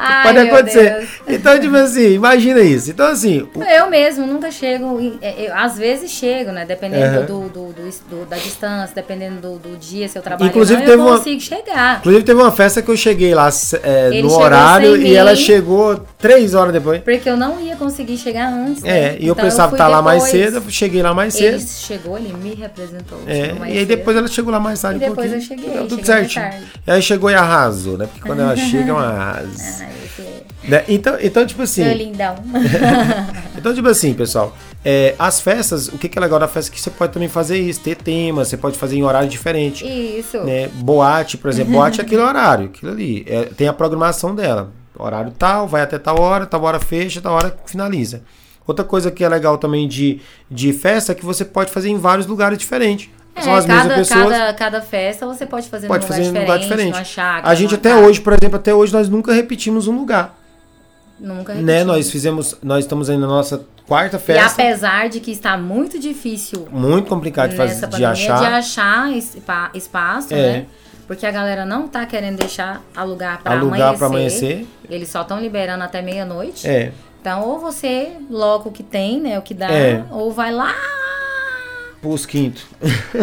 Speaker 1: Ai,
Speaker 2: Pode
Speaker 1: meu
Speaker 2: acontecer.
Speaker 1: Deus.
Speaker 2: Então, tipo assim, imagina isso. Então, assim, o-
Speaker 1: Eu mesmo nunca chego, em- é, eu, às vezes chego, né? Dependendo
Speaker 2: Aham.
Speaker 1: do, do- do- do- da distância, dependendo do, do dia, se eu trabalho
Speaker 2: Inclusive,
Speaker 1: ou não,
Speaker 2: teve
Speaker 1: eu
Speaker 2: uma-
Speaker 1: consigo chegar.
Speaker 2: inclusive teve uma festa que eu cheguei lá é,
Speaker 1: Ele
Speaker 2: no
Speaker 1: chegou
Speaker 2: horário
Speaker 1: sem
Speaker 2: e
Speaker 1: mim.
Speaker 2: ela chegou 3 horas depois.
Speaker 1: Porque eu não ia conseguir chegar antes.
Speaker 2: É,
Speaker 1: né?
Speaker 2: e eu
Speaker 1: Então,
Speaker 2: pensava
Speaker 1: fui
Speaker 2: estar lá mais
Speaker 1: depois.
Speaker 2: cedo, eu cheguei lá mais cedo.
Speaker 1: Ele chegou, ele me representou.
Speaker 2: É,
Speaker 1: chegou mais
Speaker 2: e aí
Speaker 1: cedo.
Speaker 2: depois ela chegou lá mais tarde
Speaker 1: E
Speaker 2: um
Speaker 1: depois
Speaker 2: pouquinho,
Speaker 1: eu cheguei,
Speaker 2: deu Tudo
Speaker 1: cheguei mais
Speaker 2: certinho.
Speaker 1: tarde.
Speaker 2: E aí chegou e arrasou, né? Porque quando ela chega, é um
Speaker 1: Ai,
Speaker 2: arraso.
Speaker 1: que-
Speaker 2: Né? Então, então, tipo
Speaker 1: Meu
Speaker 2: assim.
Speaker 1: é lindão.
Speaker 2: Então, tipo assim, pessoal. é, as festas, o que, que é legal da festa? é Que você pode também fazer isso, ter tema, você pode fazer em horário diferente.
Speaker 1: Isso.
Speaker 2: Né? Boate, por exemplo, boate é aquele horário, aquilo ali. é, tem a programação dela. Horário tal, vai até tal hora, tal hora fecha, tal hora finaliza. Outra coisa que é legal também de, de festa é que você pode fazer em vários lugares diferentes.
Speaker 1: É,
Speaker 2: São as
Speaker 1: cada,
Speaker 2: mesmas pessoas.
Speaker 1: cada, cada festa você pode fazer
Speaker 2: Pode
Speaker 1: num lugar
Speaker 2: fazer em um
Speaker 1: diferente,
Speaker 2: lugar diferente.
Speaker 1: numa chácara,
Speaker 2: A gente
Speaker 1: numa
Speaker 2: até
Speaker 1: casa.
Speaker 2: hoje, por exemplo, até hoje nós nunca repetimos um lugar,
Speaker 1: Nunca
Speaker 2: né?
Speaker 1: repetimos.
Speaker 2: Nós fizemos, nós estamos aí na nossa quarta
Speaker 1: E
Speaker 2: festa,
Speaker 1: apesar de que está muito difícil
Speaker 2: muito complicado de,
Speaker 1: nessa
Speaker 2: fazer, de
Speaker 1: pandemia
Speaker 2: achar.
Speaker 1: de achar espa- espaço,
Speaker 2: É.
Speaker 1: né? Porque a galera não tá querendo deixar alugar pra
Speaker 2: Alugar
Speaker 1: amanhecer.
Speaker 2: pra amanhecer.
Speaker 1: Eles só estão liberando até meia-noite.
Speaker 2: É,
Speaker 1: Então, ou você loca o que tem, né? O que dá,
Speaker 2: É.
Speaker 1: ou vai lá
Speaker 2: Pros quintos.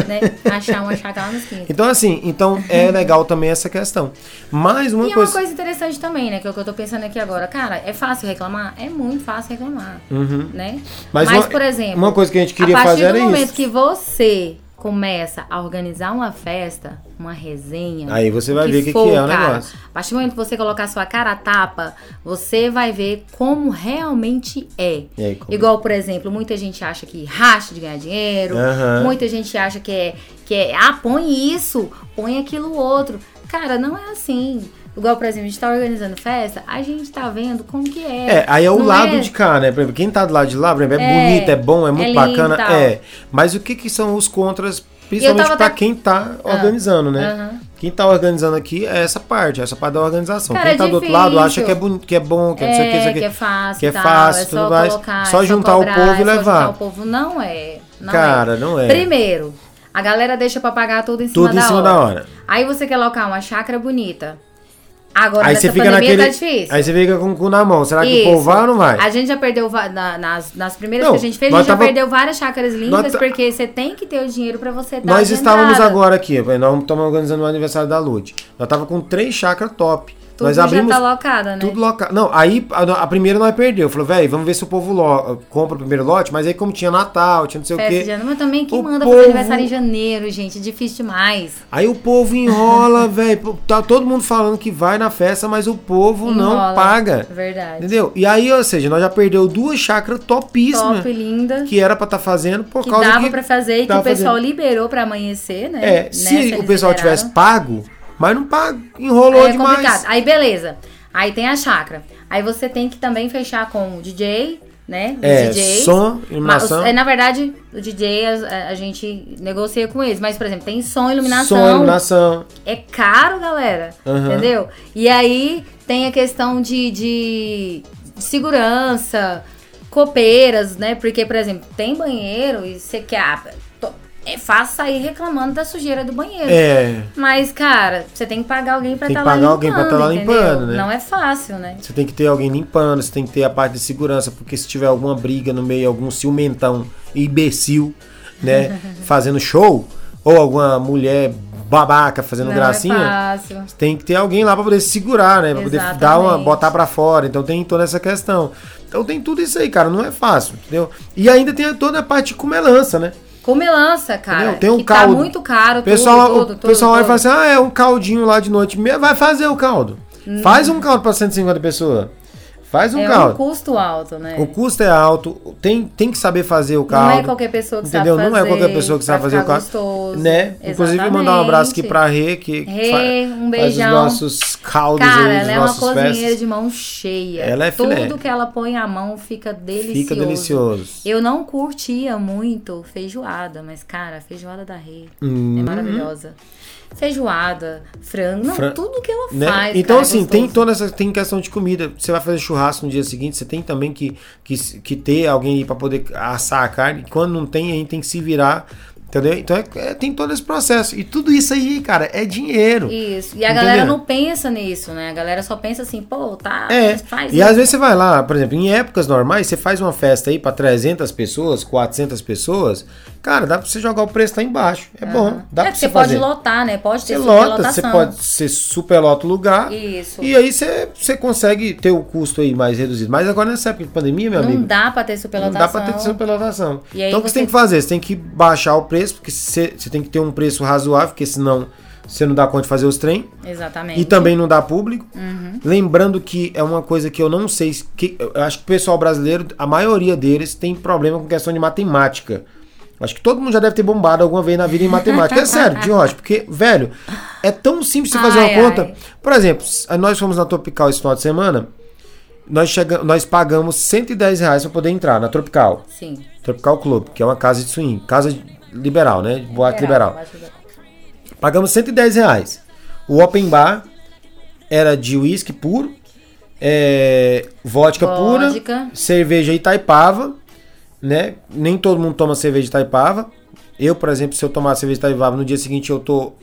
Speaker 1: né? Achar um, achar aquela nos quintos.
Speaker 2: Então, assim, então é legal também essa questão. Mas uma
Speaker 1: e é uma
Speaker 2: coisa.
Speaker 1: coisa interessante também, né? Que é o que eu tô pensando aqui agora. Cara, é fácil reclamar? É muito fácil reclamar. Né?
Speaker 2: Uhum. Mas
Speaker 1: Mas,
Speaker 2: uma-
Speaker 1: por exemplo,
Speaker 2: uma coisa que a gente queria
Speaker 1: a partir
Speaker 2: fazer era
Speaker 1: do momento
Speaker 2: isso.
Speaker 1: que você começa a organizar uma festa, uma resenha.
Speaker 2: Aí você vai ver o que
Speaker 1: for,
Speaker 2: que é o
Speaker 1: cara,
Speaker 2: negócio.
Speaker 1: A partir do momento que você colocar sua cara a tapa, você vai ver como realmente é.
Speaker 2: E aí, como-
Speaker 1: Igual, por exemplo, muita gente acha que racha de ganhar dinheiro,
Speaker 2: Aham.
Speaker 1: muita gente acha que é, que é, ah, põe isso, põe aquilo outro. Cara, não é assim. Igual, por exemplo, a gente tá organizando festa, a gente tá vendo como que é.
Speaker 2: É, aí é o
Speaker 1: Não
Speaker 2: lado
Speaker 1: é-
Speaker 2: de cá, né? Por exemplo, quem tá do lado de lá, por exemplo, é,
Speaker 1: É,
Speaker 2: bonito, é bom, é
Speaker 1: é
Speaker 2: muito
Speaker 1: lindo e
Speaker 2: bacana.
Speaker 1: tal.
Speaker 2: É. Mas o que que são os contras, principalmente
Speaker 1: tava
Speaker 2: pra
Speaker 1: até- Ah.
Speaker 2: quem tá organizando, né?
Speaker 1: Aham.
Speaker 2: Quem tá organizando aqui é essa parte, essa parte da organização.
Speaker 1: Cara,
Speaker 2: quem
Speaker 1: é
Speaker 2: tá do outro lado acha
Speaker 1: difícil.
Speaker 2: que é bonito, que é bom, que é não sei o que, não sei
Speaker 1: É,
Speaker 2: o
Speaker 1: que é fácil,
Speaker 2: que é
Speaker 1: tal,
Speaker 2: fácil,
Speaker 1: é
Speaker 2: tudo
Speaker 1: só
Speaker 2: mais.
Speaker 1: colocar,
Speaker 2: Só
Speaker 1: é
Speaker 2: juntar o
Speaker 1: cobrar,
Speaker 2: povo e
Speaker 1: é só
Speaker 2: levar.
Speaker 1: juntar o povo não é. não é.
Speaker 2: Cara, não é.
Speaker 1: Primeiro, a galera deixa pra pagar tudo em cima,
Speaker 2: Tudo em
Speaker 1: da,
Speaker 2: cima
Speaker 1: hora.
Speaker 2: da hora.
Speaker 1: Aí você quer colocar uma chácara bonita. Agora
Speaker 2: Aí
Speaker 1: nessa
Speaker 2: você fica
Speaker 1: pandemia
Speaker 2: naquele.
Speaker 1: tá difícil.
Speaker 2: aí você fica com o cu na mão. Será que Tá o povo
Speaker 1: Isso.
Speaker 2: vai ou não vai?
Speaker 1: A gente já perdeu va- na- nas, nas primeiras
Speaker 2: Não,
Speaker 1: que a gente fez, a
Speaker 2: nós
Speaker 1: gente já
Speaker 2: tava-
Speaker 1: perdeu várias chácaras lindas,
Speaker 2: ta-
Speaker 1: porque você tem que ter o dinheiro pra você dar
Speaker 2: Nós
Speaker 1: de
Speaker 2: estávamos
Speaker 1: entrada.
Speaker 2: agora aqui, nós estamos organizando o aniversário da Lud. Nós tava com três chakras top.
Speaker 1: Tudo
Speaker 2: nós
Speaker 1: já
Speaker 2: abrimos
Speaker 1: tá locada, né?
Speaker 2: tudo local. Não, aí a, a primeira nós perdeu. Falou, velho, vamos ver se o povo lo- compra o primeiro lote, mas aí como tinha Natal, tinha não sei
Speaker 1: Festa
Speaker 2: o
Speaker 1: de
Speaker 2: quê.
Speaker 1: janeiro, mas também quem
Speaker 2: O
Speaker 1: manda
Speaker 2: povo-
Speaker 1: fazer aniversário em janeiro, gente, é difícil demais.
Speaker 2: Aí o povo enrola, velho. Tá todo mundo falando que vai na festa, mas o povo não
Speaker 1: Enrola. É
Speaker 2: paga.
Speaker 1: Verdade.
Speaker 2: Entendeu? E aí, ou seja, nós já perdeu duas chakras topíssimas
Speaker 1: Top, linda. Que,
Speaker 2: que era pra estar fazendo por causa
Speaker 1: dava
Speaker 2: que
Speaker 1: pra fazer e que
Speaker 2: tava
Speaker 1: o pessoal
Speaker 2: fazendo.
Speaker 1: liberou pra amanhecer, né?
Speaker 2: É,
Speaker 1: Nessa
Speaker 2: se o
Speaker 1: eles
Speaker 2: pessoal
Speaker 1: liberaram.
Speaker 2: tivesse pago, mas não paga,
Speaker 1: Aí
Speaker 2: enrolou
Speaker 1: é
Speaker 2: demais.
Speaker 1: complicado. Aí beleza. Aí tem a chácara. Aí você tem que também fechar com o DJ, né? Os
Speaker 2: É,
Speaker 1: DJs.
Speaker 2: som,
Speaker 1: Mas os-
Speaker 2: iluminação.
Speaker 1: é, na verdade, o DJ a, a gente negocia com eles. Mas, por exemplo, tem som, iluminação.
Speaker 2: Som, iluminação.
Speaker 1: É caro, galera.
Speaker 2: Aham.
Speaker 1: Entendeu? E aí tem a questão de, de segurança, copeiras, né? Porque, por exemplo, tem banheiro e você quer. ah, tô- é fácil sair reclamando da sujeira do banheiro.
Speaker 2: É.
Speaker 1: Mas, cara, você tem que pagar alguém pra
Speaker 2: Tem que
Speaker 1: estar lá limpando.
Speaker 2: pagar alguém pra tá lá
Speaker 1: entendeu?
Speaker 2: limpando, né?
Speaker 1: Não é fácil, né?
Speaker 2: Você tem que ter alguém limpando, você tem que ter a parte de segurança, porque se tiver alguma briga no meio, algum ciumentão imbecil, né, fazendo show, ou alguma mulher babaca fazendo
Speaker 1: Não é
Speaker 2: gracinha,
Speaker 1: fácil.
Speaker 2: tem que ter alguém lá pra poder segurar, né, Pra poder dar uma
Speaker 1: Exatamente.
Speaker 2: botar pra fora. Então tem toda essa questão. Então tem tudo isso aí, cara, não é fácil, entendeu? E ainda tem toda a parte de comelança, né?
Speaker 1: Com melança, é cara.
Speaker 2: Entendeu? Tem um
Speaker 1: que
Speaker 2: caldo.
Speaker 1: Tá muito caro,
Speaker 2: pessoal,
Speaker 1: tudo, tudo,
Speaker 2: o
Speaker 1: tudo,
Speaker 2: pessoal olha e
Speaker 1: tudo.
Speaker 2: fala assim: ah, é um caldinho lá de noite. Me- Vai fazer o caldo. Faz um caldo pra 150 pessoas. Faz um
Speaker 1: Hum. é um
Speaker 2: caldo.
Speaker 1: custo alto, né?
Speaker 2: O custo é alto, tem, tem que saber fazer o caldo.
Speaker 1: Não é qualquer pessoa que
Speaker 2: Entendeu?
Speaker 1: sabe fazer.
Speaker 2: Não é qualquer pessoa que sabe
Speaker 1: pra
Speaker 2: fazer o
Speaker 1: ficar
Speaker 2: caldo.
Speaker 1: Gostoso.
Speaker 2: Né? Inclusive, mandar um abraço aqui pra Rê, que
Speaker 1: Rê,
Speaker 2: fa-
Speaker 1: um
Speaker 2: faz os
Speaker 1: beijão.
Speaker 2: nossos caldos
Speaker 1: Cara,
Speaker 2: aí, os
Speaker 1: ela é uma
Speaker 2: nossos
Speaker 1: cozinheira
Speaker 2: festas.
Speaker 1: de mão cheia.
Speaker 2: Ela é
Speaker 1: Tudo
Speaker 2: filé.
Speaker 1: que ela põe a mão fica delicioso.
Speaker 2: Fica delicioso.
Speaker 1: Eu não curtia muito feijoada, mas, cara, a feijoada da Rê
Speaker 2: Hum.
Speaker 1: é maravilhosa. Feijoada, frango, não,
Speaker 2: Fran-
Speaker 1: tudo que ela
Speaker 2: né?
Speaker 1: faz.
Speaker 2: então,
Speaker 1: cara, é
Speaker 2: assim, tem
Speaker 1: gostoso.
Speaker 2: toda essa tem questão de comida. Você vai fazer churrasco no dia seguinte, você tem também que, que, que ter alguém aí pra poder assar a carne. Quando não tem, aí tem que se virar. Entendeu? Então é- é- tem todo esse processo. E tudo isso aí, cara, é dinheiro.
Speaker 1: Isso. E a
Speaker 2: Entendeu?
Speaker 1: galera não pensa nisso, né? A galera só pensa assim, pô, tá,
Speaker 2: É.
Speaker 1: faz
Speaker 2: E às vezes você vai lá, por exemplo, em épocas normais, você faz uma festa aí pra 300 pessoas, 400 pessoas. Cara, dá pra você jogar o preço lá embaixo. É bom. Dá
Speaker 1: é
Speaker 2: pra
Speaker 1: que
Speaker 2: você
Speaker 1: você pode
Speaker 2: fazer.
Speaker 1: lotar, né? Pode ter
Speaker 2: Você
Speaker 1: super
Speaker 2: lota, você
Speaker 1: lotação.
Speaker 2: pode ser superlota o lugar.
Speaker 1: Isso.
Speaker 2: E aí você, você consegue ter o custo aí mais reduzido. Mas agora nessa época de pandemia, meu
Speaker 1: não
Speaker 2: amigo,
Speaker 1: dá pra ter
Speaker 2: não
Speaker 1: superlotação.
Speaker 2: dá pra ter superlotação.
Speaker 1: E aí
Speaker 2: Então o que você
Speaker 1: você-
Speaker 2: tem que fazer? Você tem que baixar o preço, porque você, você tem que ter um preço razoável, porque senão você não dá conta de fazer os trem.
Speaker 1: Exatamente.
Speaker 2: E também não dá público.
Speaker 1: Uhum.
Speaker 2: Lembrando que é uma coisa que eu não sei. se- Que, eu acho que o pessoal brasileiro, a maioria deles, tem problema com questão de matemática. Acho que todo mundo já deve ter bombado alguma vez na vida em matemática. É sério, de rocha, porque, velho, é tão simples você fazer
Speaker 1: Ai,
Speaker 2: uma conta.
Speaker 1: ai.
Speaker 2: Por exemplo, s- nós fomos na Tropical esse final de semana, nós, chega, nós pagamos 110 reais pra poder entrar na Tropical.
Speaker 1: Sim.
Speaker 2: Tropical Club, que é uma casa de swing, casa de- liberal, né? de Boate liberal.
Speaker 1: acho liberal.
Speaker 2: Pagamos 110 reais. O open bar era de uísque puro, é, vodka, pura,
Speaker 1: Vodka.
Speaker 2: cerveja Itaipava, né? Nem todo mundo toma cerveja Itaipava. Eu, por exemplo, se eu tomar cerveja Itaipava, no dia seguinte eu tô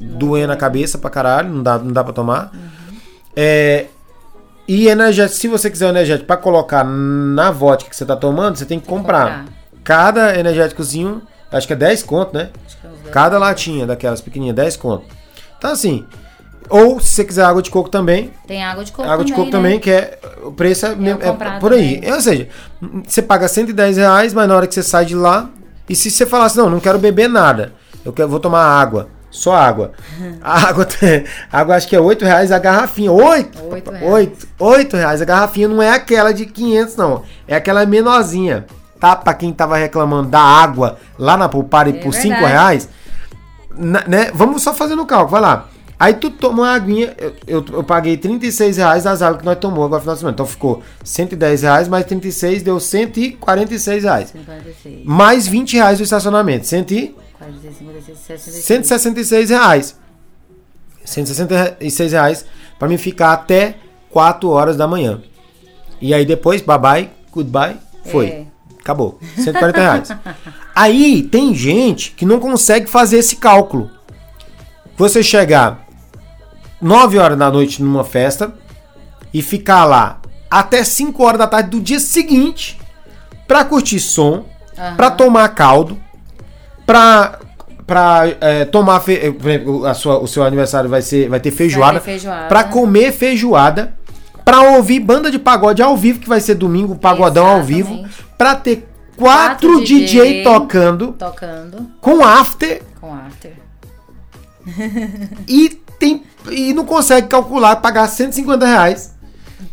Speaker 2: doendo a cabeça pra caralho, não dá, não dá pra tomar. É, e energético, se você quiser o energético pra colocar na vodka que você tá tomando, você tem que comprar.
Speaker 1: comprar.
Speaker 2: Cada energéticozinho Acho que é 10 conto, né?
Speaker 1: Acho que é uns dez.
Speaker 2: Cada latinha daquelas pequenininhas, 10 conto. Então assim, ou se você quiser água de coco também,
Speaker 1: Tem água de coco
Speaker 2: água
Speaker 1: também,
Speaker 2: de coco
Speaker 1: né?
Speaker 2: também, que é. O preço é, mesmo- é
Speaker 1: comprado
Speaker 2: por aí.
Speaker 1: também.
Speaker 2: Ou seja, você paga 110 reais, mas na hora que você sai de lá. E se você falar assim, não, não quero beber nada. Eu quero, vou tomar água. Só água. A água, tem- a água acho que é 8 reais a garrafinha. 8?
Speaker 1: Oito reais.
Speaker 2: 8, 8 reais. A garrafinha não é aquela de 500, não. É aquela menorzinha. Tá? Pra quem tava reclamando da água lá na Pulpari
Speaker 1: É
Speaker 2: por 5
Speaker 1: verdade.
Speaker 2: reais. Na- né? Vamos só fazendo o cálculo, vai lá. Aí tu toma uma aguinha, eu, eu, eu paguei 36 reais das águas que nós tomamos agora no final de semana. Então ficou 110 reais mais 36 deu 146 reais.
Speaker 1: 56,
Speaker 2: Mais 20 reais do estacionamento, 100 e-
Speaker 1: 46, 56, 66.
Speaker 2: 166 reais. 166 reais pra mim ficar até 4 horas da manhã. E aí depois, bye bye, goodbye, foi.
Speaker 1: É.
Speaker 2: Acabou. 140 reais. Aí tem gente que não consegue fazer esse cálculo. Você chegar 9 horas da noite numa festa e ficar lá até 5 horas da tarde do dia seguinte pra curtir som,
Speaker 1: Aham.
Speaker 2: pra tomar caldo, pra, pra eh, tomar fe- eh, por exemplo, a sua- o seu aniversário vai, ser, vai ter feijoada,
Speaker 1: ter feijoada.
Speaker 2: pra comer feijoada, pra ouvir banda de pagode ao vivo, que vai ser domingo, pagodão ao vivo,
Speaker 1: Exatamente.
Speaker 2: pra ter quatro,
Speaker 1: Quatro
Speaker 2: DJ,
Speaker 1: DJ.
Speaker 2: tocando,
Speaker 1: Tocando
Speaker 2: com after,
Speaker 1: com after.
Speaker 2: e, tem, e não consegue calcular, pagar 150 reais.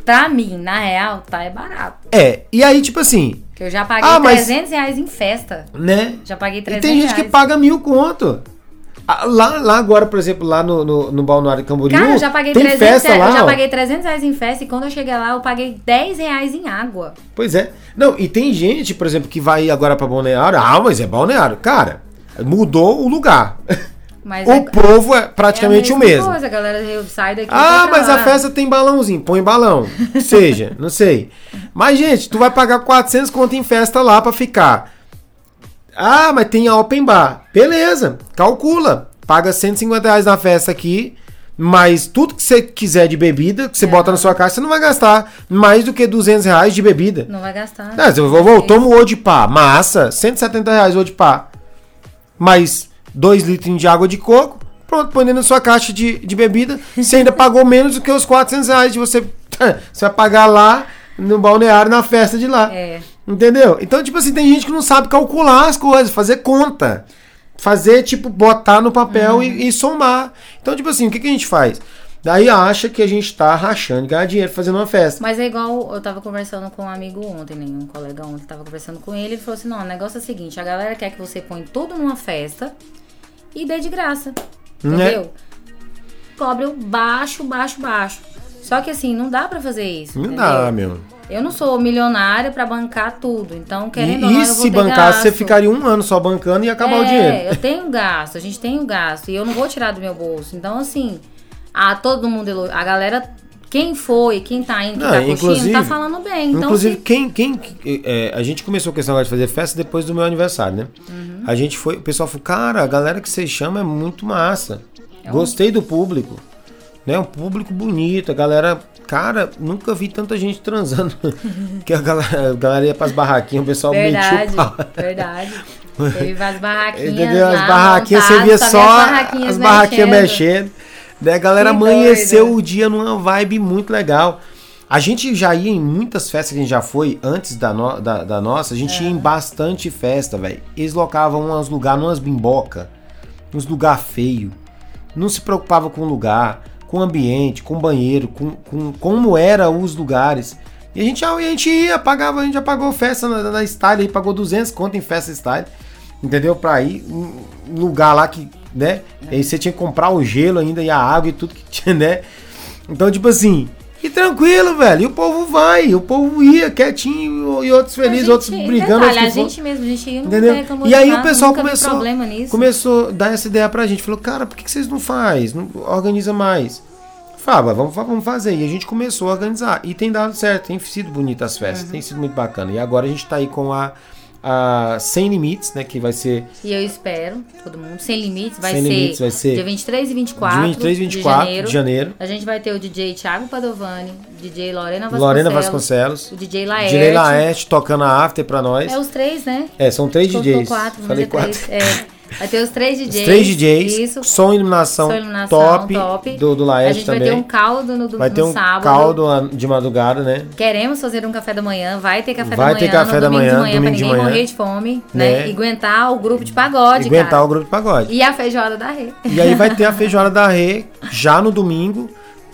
Speaker 1: Pra mim, na real, tá é barato.
Speaker 2: É, e aí, tipo assim,
Speaker 1: Porque eu já paguei
Speaker 2: Ah, mas-
Speaker 1: 300 reais em festa.
Speaker 2: né?
Speaker 1: Já paguei
Speaker 2: E
Speaker 1: 300
Speaker 2: tem gente que
Speaker 1: reais.
Speaker 2: paga mil conto. Ah, Lá, lá agora, por exemplo, lá no, no, no Balneário Camboriú,
Speaker 1: Cara, eu já paguei,
Speaker 2: tem
Speaker 1: 300,
Speaker 2: festa lá,
Speaker 1: eu já
Speaker 2: ó.
Speaker 1: paguei 300 reais em festa e quando eu cheguei lá eu paguei 10 reais em água.
Speaker 2: Pois é. Não, e tem gente, por exemplo, que vai agora pra Balneário. Ah, mas é Balneário. Cara, mudou o lugar.
Speaker 1: Mas
Speaker 2: o
Speaker 1: é-
Speaker 2: povo é
Speaker 1: é a
Speaker 2: praticamente o
Speaker 1: mesma
Speaker 2: mesmo.
Speaker 1: Coisa, galera, eu saio daqui e
Speaker 2: Ah,
Speaker 1: vou pra
Speaker 2: mas
Speaker 1: lá.
Speaker 2: a festa tem balãozinho. Põe balão. Que Seja, não sei. Mas, gente, tu vai pagar 400 conto em festa lá pra ficar. Ah, mas tem a open bar. Beleza, calcula. Paga 150 reais na festa aqui. Mas tudo que você quiser de bebida, que você bota na sua casa, você não vai gastar mais do que 200 reais de bebida.
Speaker 1: Não vai gastar.
Speaker 2: Não, é eu vou, vou, tomo o de pá. Massa, 170 reais o de pá. Mais 2 litros de água de coco. Pronto, põe dentro da sua caixa de, de bebida. Você ainda pagou menos do que os 400 reais de você. Você vai pagar lá no balneário, na festa de lá.
Speaker 1: É.
Speaker 2: Entendeu? Então, tipo assim, tem gente que não sabe calcular as coisas, fazer conta. Fazer, tipo, botar no papel
Speaker 1: Uhum.
Speaker 2: e, e somar. Então, tipo assim, o que, que a gente faz? Daí acha que a gente tá rachando, ganhar dinheiro fazendo uma festa.
Speaker 1: Mas é igual eu tava conversando com um amigo ontem, né? um colega ontem, tava conversando com ele, ele falou assim: "Não, o negócio é o seguinte, a galera quer que você põe tudo numa festa e dê de graça".
Speaker 2: Né?
Speaker 1: Entendeu? Cobre o baixo, baixo, baixo. Só que assim, não dá pra fazer isso.
Speaker 2: Não
Speaker 1: entendeu?
Speaker 2: dá, meu.
Speaker 1: Eu não sou milionária pra bancar tudo, então querendo ou
Speaker 2: E,
Speaker 1: não,
Speaker 2: e
Speaker 1: eu vou
Speaker 2: se
Speaker 1: ter
Speaker 2: bancar,
Speaker 1: gasto.
Speaker 2: você ficaria um ano só bancando e acabar
Speaker 1: é,
Speaker 2: o dinheiro.
Speaker 1: Eu tenho gasto, a gente tem um gasto e eu não vou tirar do meu bolso. Então, assim, a todo mundo, elo- a galera, quem foi, quem tá indo, quem
Speaker 2: Não,
Speaker 1: tá curtindo,
Speaker 2: inclusive-
Speaker 1: tá falando bem. Então,
Speaker 2: Inclusive,
Speaker 1: se-
Speaker 2: quem. quem é, a gente começou com esse negócio de fazer festa depois do meu aniversário, né?
Speaker 1: Uhum.
Speaker 2: A gente foi. O pessoal falou, cara, a galera que você chama é muito massa.
Speaker 1: É um
Speaker 2: Gostei do público. Né? Um público bonito. A galera. Cara, nunca vi tanta gente transando. que a galera, a galera ia pras barraquinhas, o pessoal metia
Speaker 1: verdade,
Speaker 2: o pau.
Speaker 1: verdade. Teve várias barraquinhas.
Speaker 2: Entendeu? As
Speaker 1: lá
Speaker 2: barraquinhas, você
Speaker 1: montadas,
Speaker 2: via
Speaker 1: só vi
Speaker 2: só
Speaker 1: as
Speaker 2: as barraquinhas mexendo. Daí a galera
Speaker 1: Que
Speaker 2: amanheceu
Speaker 1: doido.
Speaker 2: o dia numa vibe muito legal. A gente já ia em muitas festas que a gente já foi antes da, no- da, da nossa. A gente
Speaker 1: É.
Speaker 2: ia em bastante festa, velho. Eles locavam uns lugares, umas bimboca, uns lugar feio. Não se preocupava com o lugar, com o ambiente, com o banheiro, com, com como eram os lugares. E a gente, já- a gente ia, pagava, a gente já pagou festa na, na Style aí, pagou 200 conto em festa Style, entendeu? Pra ir, um lugar lá que, né?
Speaker 1: É.
Speaker 2: Aí você tinha que comprar o gelo ainda e a água e tudo que tinha, né? Então, tipo assim, e tranquilo, velho. E o povo vai, o povo ia quietinho e outros felizes, outros brigando. outros
Speaker 1: Detalhe, a
Speaker 2: que foram.
Speaker 1: gente mesmo, a gente ia no
Speaker 2: Entendeu?
Speaker 1: Boteco
Speaker 2: E aí o
Speaker 1: Amorinato,
Speaker 2: pessoal
Speaker 1: nunca vi
Speaker 2: começou,
Speaker 1: problema nisso.
Speaker 2: começou a dar essa ideia pra gente. Falou, cara, por que, que vocês não faz? Não organiza mais. Fala, vamos, fa- vamos fazer. E a gente
Speaker 1: Uhum.
Speaker 2: começou a organizar. E tem dado certo, tem sido bonita as festas, tem sido muito bacana. E agora a gente tá aí com a, a Sem Limites, né? Que vai ser
Speaker 1: E eu espero, todo mundo. Sem limites, vai
Speaker 2: Sem
Speaker 1: ser
Speaker 2: Limites, vai ser
Speaker 1: dia 23 e 24.
Speaker 2: de 23 e 24 de janeiro.
Speaker 1: A gente vai ter o DJ Thiago Padovani, DJ Lorena Vasconcelos.
Speaker 2: Lorena Vasconcelos.
Speaker 1: O DJ Laerte.
Speaker 2: Direi Laerte tocando a after pra nós.
Speaker 1: É os três, né?
Speaker 2: É, são três
Speaker 1: Faltou
Speaker 2: DJs.
Speaker 1: quatro, mas
Speaker 2: Falei
Speaker 1: é
Speaker 2: quatro.
Speaker 1: três. É. Vai ter os três
Speaker 2: Os
Speaker 1: DJs.
Speaker 2: três DJs,
Speaker 1: Isso.
Speaker 2: som e iluminação,
Speaker 1: Som e iluminação
Speaker 2: top,
Speaker 1: top.
Speaker 2: do, do
Speaker 1: A
Speaker 2: Laerte
Speaker 1: gente vai
Speaker 2: também.
Speaker 1: ter um caldo no, do-
Speaker 2: Vai
Speaker 1: no
Speaker 2: ter um
Speaker 1: sábado.
Speaker 2: caldo a- de madrugada, né?
Speaker 1: Queremos fazer um café da manhã, vai ter café
Speaker 2: Vai
Speaker 1: da manhã.
Speaker 2: ter café
Speaker 1: no
Speaker 2: da
Speaker 1: domingo
Speaker 2: manhã,
Speaker 1: de manhã, pra
Speaker 2: domingo de
Speaker 1: ninguém
Speaker 2: manhã.
Speaker 1: morrer de fome, né?
Speaker 2: Né?
Speaker 1: E aguentar o grupo de pagode,
Speaker 2: Aguentar
Speaker 1: cara.
Speaker 2: o grupo de pagode.
Speaker 1: E a feijoada da rede.
Speaker 2: E... aí vai ter a feijoada da Rê já no domingo.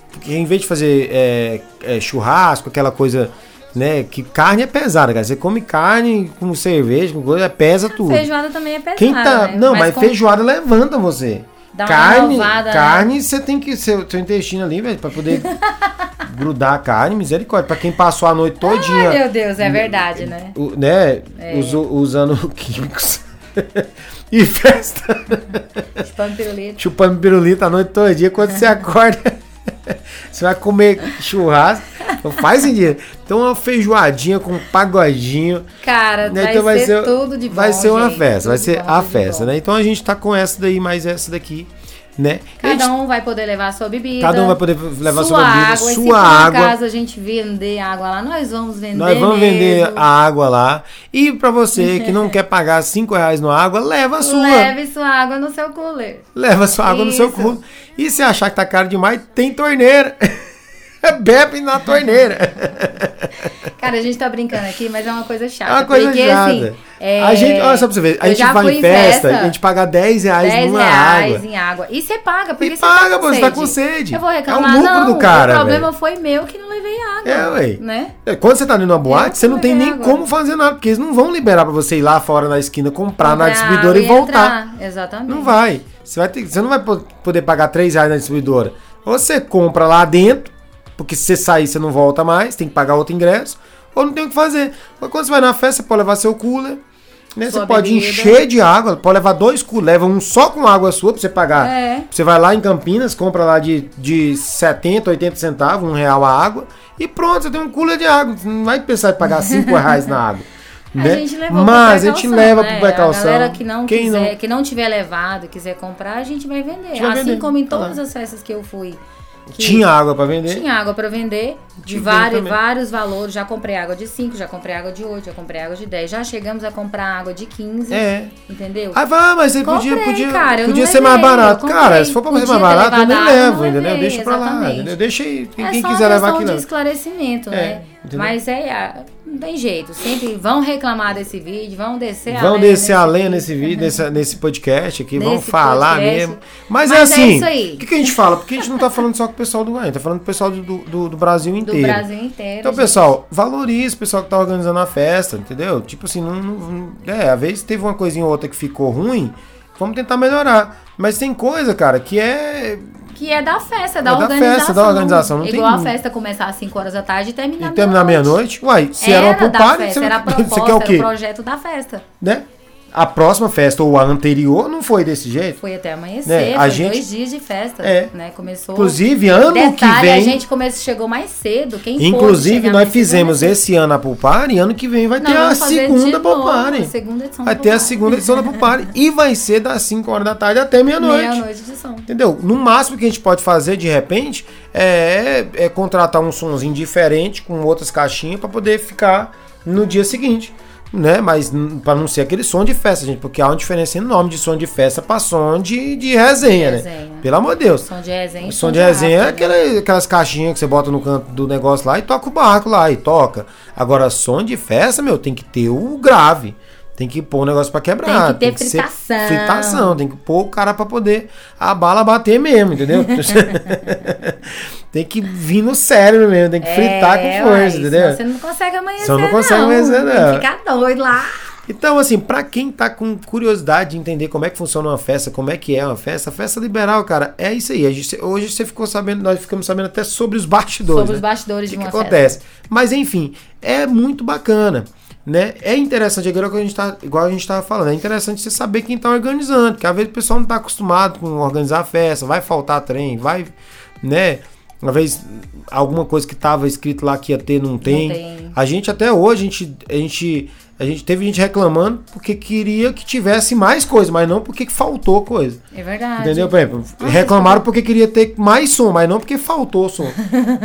Speaker 2: Porque em vez de fazer é, é, churrasco, aquela coisa, né? Que carne é pesada, cara. Você come carne com cerveja, com coisa, pesa tudo.
Speaker 1: Feijoada também é pesada,
Speaker 2: Tipo, Quem tá.
Speaker 1: né?
Speaker 2: Não, mas,
Speaker 1: com-
Speaker 2: feijoada levanta você.
Speaker 1: Dá uma
Speaker 2: carne,
Speaker 1: renovada, né?
Speaker 2: carne, você tem que seu, seu intestino ali, velho, pra poder grudar a carne, misericórdia. Pra quem passou a noite todinha,
Speaker 1: Ai, É. meu Deus, é verdade, né?
Speaker 2: o- né, usu- usando químicos e festa,
Speaker 1: Tipo, Espantolete.
Speaker 2: chupando pirulita a noite todinha, quando você acorda, você vai comer churrasco, não faz sentido. Então uma feijoadinha com um pagodinho,
Speaker 1: Cara,
Speaker 2: né?
Speaker 1: vai, ser,
Speaker 2: então
Speaker 1: tudo de bom.
Speaker 2: Vai ser uma
Speaker 1: gente,
Speaker 2: festa, vai
Speaker 1: tudo
Speaker 2: ser
Speaker 1: de bom,
Speaker 2: a
Speaker 1: tudo de
Speaker 2: festa,
Speaker 1: bom.
Speaker 2: né? Então a gente tá com essa daí, mais essa daqui, né?
Speaker 1: Cada
Speaker 2: Eles-
Speaker 1: um vai poder levar a sua bebida.
Speaker 2: cada um vai poder levar sua bebida,
Speaker 1: água. E
Speaker 2: sua
Speaker 1: se por
Speaker 2: água.
Speaker 1: acaso a gente vender água lá, nós vamos vender
Speaker 2: Nós vamos
Speaker 1: mesmo.
Speaker 2: vender a água lá. E pra você que não quer pagar 5 reais na água, leva a sua.
Speaker 1: Leve sua água no seu cooler.
Speaker 2: Leva sua água no seu
Speaker 1: Isso.
Speaker 2: cu. E se achar que tá caro demais, tem torneira. Bebe na torneira.
Speaker 1: Cara, a gente tá brincando aqui, mas é uma coisa chata.
Speaker 2: É uma coisa
Speaker 1: porque,
Speaker 2: chata.
Speaker 1: assim, é,
Speaker 2: A gente, olha só pra você ver, a
Speaker 1: eu
Speaker 2: gente
Speaker 1: já
Speaker 2: vai
Speaker 1: fui
Speaker 2: em festa, a gente paga 10 reais
Speaker 1: 10
Speaker 2: numa
Speaker 1: reais
Speaker 2: água.
Speaker 1: em água. E você paga, porque
Speaker 2: E
Speaker 1: você
Speaker 2: paga,
Speaker 1: tá com
Speaker 2: pô, você
Speaker 1: sede.
Speaker 2: tá com sede.
Speaker 1: Eu vou
Speaker 2: É o
Speaker 1: reclamar,
Speaker 2: lucro
Speaker 1: não,
Speaker 2: do cara,
Speaker 1: o problema foi meu que não levei água.
Speaker 2: É, ué.
Speaker 1: Né?
Speaker 2: É, Quando você tá indo numa boate,
Speaker 1: que
Speaker 2: você não
Speaker 1: vou
Speaker 2: tem
Speaker 1: ver
Speaker 2: nem
Speaker 1: agora.
Speaker 2: como fazer nada, porque eles não vão liberar pra você ir lá fora na esquina comprar,
Speaker 1: Comprar
Speaker 2: na distribuidora e voltar.
Speaker 1: entrar. Exatamente.
Speaker 2: Não vai. Você, vai ter, você não vai po- poder pagar 3 reais na distribuidora. Ou você compra lá dentro, porque se você sair, você não volta mais, tem que pagar outro ingresso, ou não tem o que fazer. Mas quando você vai na festa, você pode levar seu cooler, né?
Speaker 1: Sua
Speaker 2: você pode
Speaker 1: bebida.
Speaker 2: encher de água, pode levar dois coolers, leva um só com água sua pra você pagar.
Speaker 1: É.
Speaker 2: Você vai lá em Campinas, compra lá de, de 70, 80 centavos, um real a água, e pronto, você tem um cooler de água. Você não vai pensar em pagar 5 reais na água.
Speaker 1: A
Speaker 2: né?
Speaker 1: gente levou
Speaker 2: Mas
Speaker 1: por
Speaker 2: a gente
Speaker 1: precaução,
Speaker 2: leva
Speaker 1: né?
Speaker 2: pro precaução.
Speaker 1: A galera que não,
Speaker 2: Quem
Speaker 1: quiser,
Speaker 2: não
Speaker 1: que não tiver levado, quiser comprar, a gente vai vender.
Speaker 2: gente vai
Speaker 1: assim
Speaker 2: vender.
Speaker 1: como em
Speaker 2: Tá
Speaker 1: todas
Speaker 2: lá.
Speaker 1: as festas que eu fui. que
Speaker 2: tinha água pra vender.
Speaker 1: Tinha água pra vender, de
Speaker 2: Tinha
Speaker 1: vários,
Speaker 2: também.
Speaker 1: vários valores. Já comprei água de 5, já comprei água de 8, já comprei água de 10. Já chegamos a comprar água de 15.
Speaker 2: É.
Speaker 1: Entendeu?
Speaker 2: Aí fala, ah, mas você
Speaker 1: Comprei,
Speaker 2: podia, podia,
Speaker 1: cara, eu
Speaker 2: podia
Speaker 1: não
Speaker 2: ser mais
Speaker 1: levei,
Speaker 2: barato.
Speaker 1: eu
Speaker 2: Cara,
Speaker 1: comprei.
Speaker 2: se for pra ser
Speaker 1: Podia
Speaker 2: mais
Speaker 1: ter
Speaker 2: barato, eu nem
Speaker 1: levado, eu
Speaker 2: levo,
Speaker 1: não
Speaker 2: entendeu?
Speaker 1: levei,
Speaker 2: Deixa pra lá,
Speaker 1: exatamente.
Speaker 2: entendeu? Deixa aí, quem,
Speaker 1: é
Speaker 2: quem
Speaker 1: só
Speaker 2: quiser
Speaker 1: uma
Speaker 2: levar
Speaker 1: questão
Speaker 2: aqui
Speaker 1: de
Speaker 2: leva.
Speaker 1: esclarecimento,
Speaker 2: É,
Speaker 1: né?
Speaker 2: entendeu?
Speaker 1: Mas é, ah, não tem jeito. Sempre vão reclamar desse vídeo, vão descer a
Speaker 2: Vão
Speaker 1: lenha
Speaker 2: descer a
Speaker 1: nesse
Speaker 2: lenha
Speaker 1: vídeo.
Speaker 2: nesse vídeo, nesse, nesse podcast aqui, vão
Speaker 1: né? Uhum. Nesse
Speaker 2: falar
Speaker 1: podcast.
Speaker 2: mesmo. Mas, é
Speaker 1: Mas é
Speaker 2: assim,
Speaker 1: isso aí.
Speaker 2: o que, que a gente fala? Porque a gente não tá falando só com o pessoal do Goiânia, tá falando com o pessoal do, do, do Brasil
Speaker 1: do
Speaker 2: inteiro.
Speaker 1: Brasil inteiro.
Speaker 2: Então,
Speaker 1: gente.
Speaker 2: pessoal, valorize o pessoal que tá organizando a festa, entendeu? Tipo assim, não, não- não- é, às vezes teve uma coisinha ou outra que ficou ruim, vamos tentar melhorar. Mas tem coisa, cara, que é
Speaker 1: Que é da festa, da
Speaker 2: É da
Speaker 1: organização. né?
Speaker 2: festa, da organização, não tem
Speaker 1: Igual a
Speaker 2: um-
Speaker 1: festa começar às 5 horas da tarde e terminar
Speaker 2: E terminar meia-noite? Uai, se era, uma
Speaker 1: da
Speaker 2: poupar,
Speaker 1: festa,
Speaker 2: você,
Speaker 1: era a proposta,
Speaker 2: você quer
Speaker 1: era
Speaker 2: o
Speaker 1: o
Speaker 2: quê?
Speaker 1: projeto da festa.
Speaker 2: Né? A próxima festa ou a anterior não foi desse jeito.
Speaker 1: Foi até amanhecer,
Speaker 2: Né, a
Speaker 1: foi
Speaker 2: gente-
Speaker 1: dois dias de festa,
Speaker 2: É.
Speaker 1: né? Começou...
Speaker 2: Inclusive, ano
Speaker 1: Detalhe,
Speaker 2: que vem.
Speaker 1: a gente começou, chegou mais cedo. Quem pôde
Speaker 2: Inclusive,
Speaker 1: chegar
Speaker 2: nós
Speaker 1: mais cedo,
Speaker 2: fizemos
Speaker 1: né?
Speaker 2: esse ano a Pulpar e ano que vem vai
Speaker 1: Nós
Speaker 2: ter a
Speaker 1: vamos fazer de
Speaker 2: segunda
Speaker 1: novo,
Speaker 2: Pulpar.
Speaker 1: a segunda edição
Speaker 2: Vai
Speaker 1: do
Speaker 2: ter a
Speaker 1: Popeye.
Speaker 2: segunda edição da Pulpar e vai ser das 5 horas da tarde até meia-noite.
Speaker 1: Meia-noite de som.
Speaker 2: Entendeu? No máximo que a gente pode fazer de repente é, é contratar um sonzinho diferente com outras caixinhas pra poder ficar no dia seguinte, né? Mas n- pra não ser aquele som de festa, gente, porque há uma diferença enorme de som de festa pra som de, de resenha,
Speaker 1: De
Speaker 2: né?
Speaker 1: resenha.
Speaker 2: Pelo amor de Deus.
Speaker 1: Som de resenha. e
Speaker 2: Som de resenha é
Speaker 1: after, né?
Speaker 2: aquela- aquelas caixinhas que você bota no canto do negócio lá e toca o barco lá e toca. Agora, som de festa, meu, tem que ter o grave. Tem que pôr o negócio pra quebrar.
Speaker 1: Tem que ter
Speaker 2: ser
Speaker 1: fritação.
Speaker 2: fritação, tem que pôr o cara pra poder a bala bater mesmo, entendeu? tem que vir no cérebro mesmo, tem que fritar
Speaker 1: É,
Speaker 2: com
Speaker 1: uai,
Speaker 2: força,
Speaker 1: senão
Speaker 2: entendeu?
Speaker 1: Você não consegue amanhecer,
Speaker 2: Senão não consegue amanhecer, né?
Speaker 1: Tem
Speaker 2: não.
Speaker 1: que ficar doido lá.
Speaker 2: Então, assim, pra quem tá com curiosidade de entender como é que funciona uma festa, como é que é uma festa, a festa liberal, cara, é isso aí. A gente- hoje você ficou sabendo, nós ficamos sabendo até sobre os bastidores.
Speaker 1: Sobre os
Speaker 2: né?
Speaker 1: bastidores
Speaker 2: O que,
Speaker 1: de
Speaker 2: que
Speaker 1: uma festa.
Speaker 2: acontece. Mas enfim, é muito bacana. Né? É interessante, agora que a gente tá, igual a gente estava falando, é interessante você saber quem está organizando, porque às vezes o pessoal não está acostumado com organizar a festa, vai faltar trem, vai, né? Uma vez alguma coisa que estava escrito lá que ia ter, não tem.
Speaker 1: tem.
Speaker 2: A gente até hoje, a gente, a gente A gente teve gente reclamando porque queria que tivesse mais coisa, mas não porque que faltou coisa.
Speaker 1: É verdade.
Speaker 2: Entendeu? Por exemplo,
Speaker 1: Ah,
Speaker 2: reclamaram porque queria ter mais som, mas não porque faltou som.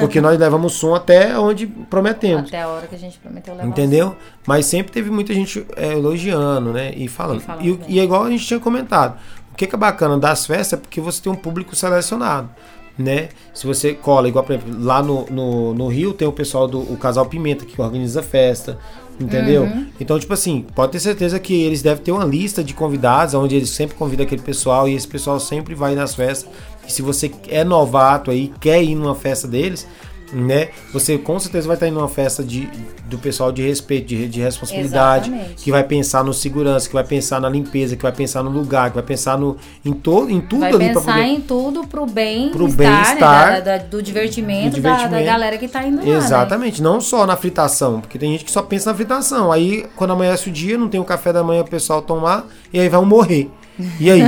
Speaker 2: Porque nós levamos som até onde prometemos.
Speaker 1: Até a hora que a gente prometeu levar.
Speaker 2: Entendeu? Mas sempre teve muita gente é, elogiando, né? E falando.
Speaker 1: E falando
Speaker 2: E, o-
Speaker 1: bem.
Speaker 2: e é igual a gente tinha comentado. O que, que é bacana das festas é porque você tem um público selecionado. Né? Se você cola, igual por exemplo, lá no, no, no Rio tem o pessoal do o Casal Pimenta que organiza festa, entendeu? Então, tipo assim, pode ter certeza que eles devem ter uma lista de convidados, onde eles sempre convidam aquele pessoal e esse pessoal sempre vai nas festas. E se você é novato aí, quer ir numa festa deles, né? Você com certeza vai estar indo numa festa de, do pessoal de respeito, de, de responsabilidade,
Speaker 1: Exatamente.
Speaker 2: que vai pensar no segurança, que vai pensar na limpeza, que vai pensar no lugar, que vai pensar no, em, to, em tudo
Speaker 1: Vai
Speaker 2: ali pra
Speaker 1: pensar
Speaker 2: poder-
Speaker 1: em tudo pro bem-estar,
Speaker 2: Pro
Speaker 1: né,
Speaker 2: bem-estar.
Speaker 1: da- da- do divertimento,
Speaker 2: Do
Speaker 1: da- Da,
Speaker 2: divertimento.
Speaker 1: galera que tá indo lá, né?
Speaker 2: Exatamente, não só na fritação, porque tem gente que só pensa na fritação. Aí, quando amanhece o dia, não tem o café da manhã o pessoal tomar, e aí vão morrer. E aí?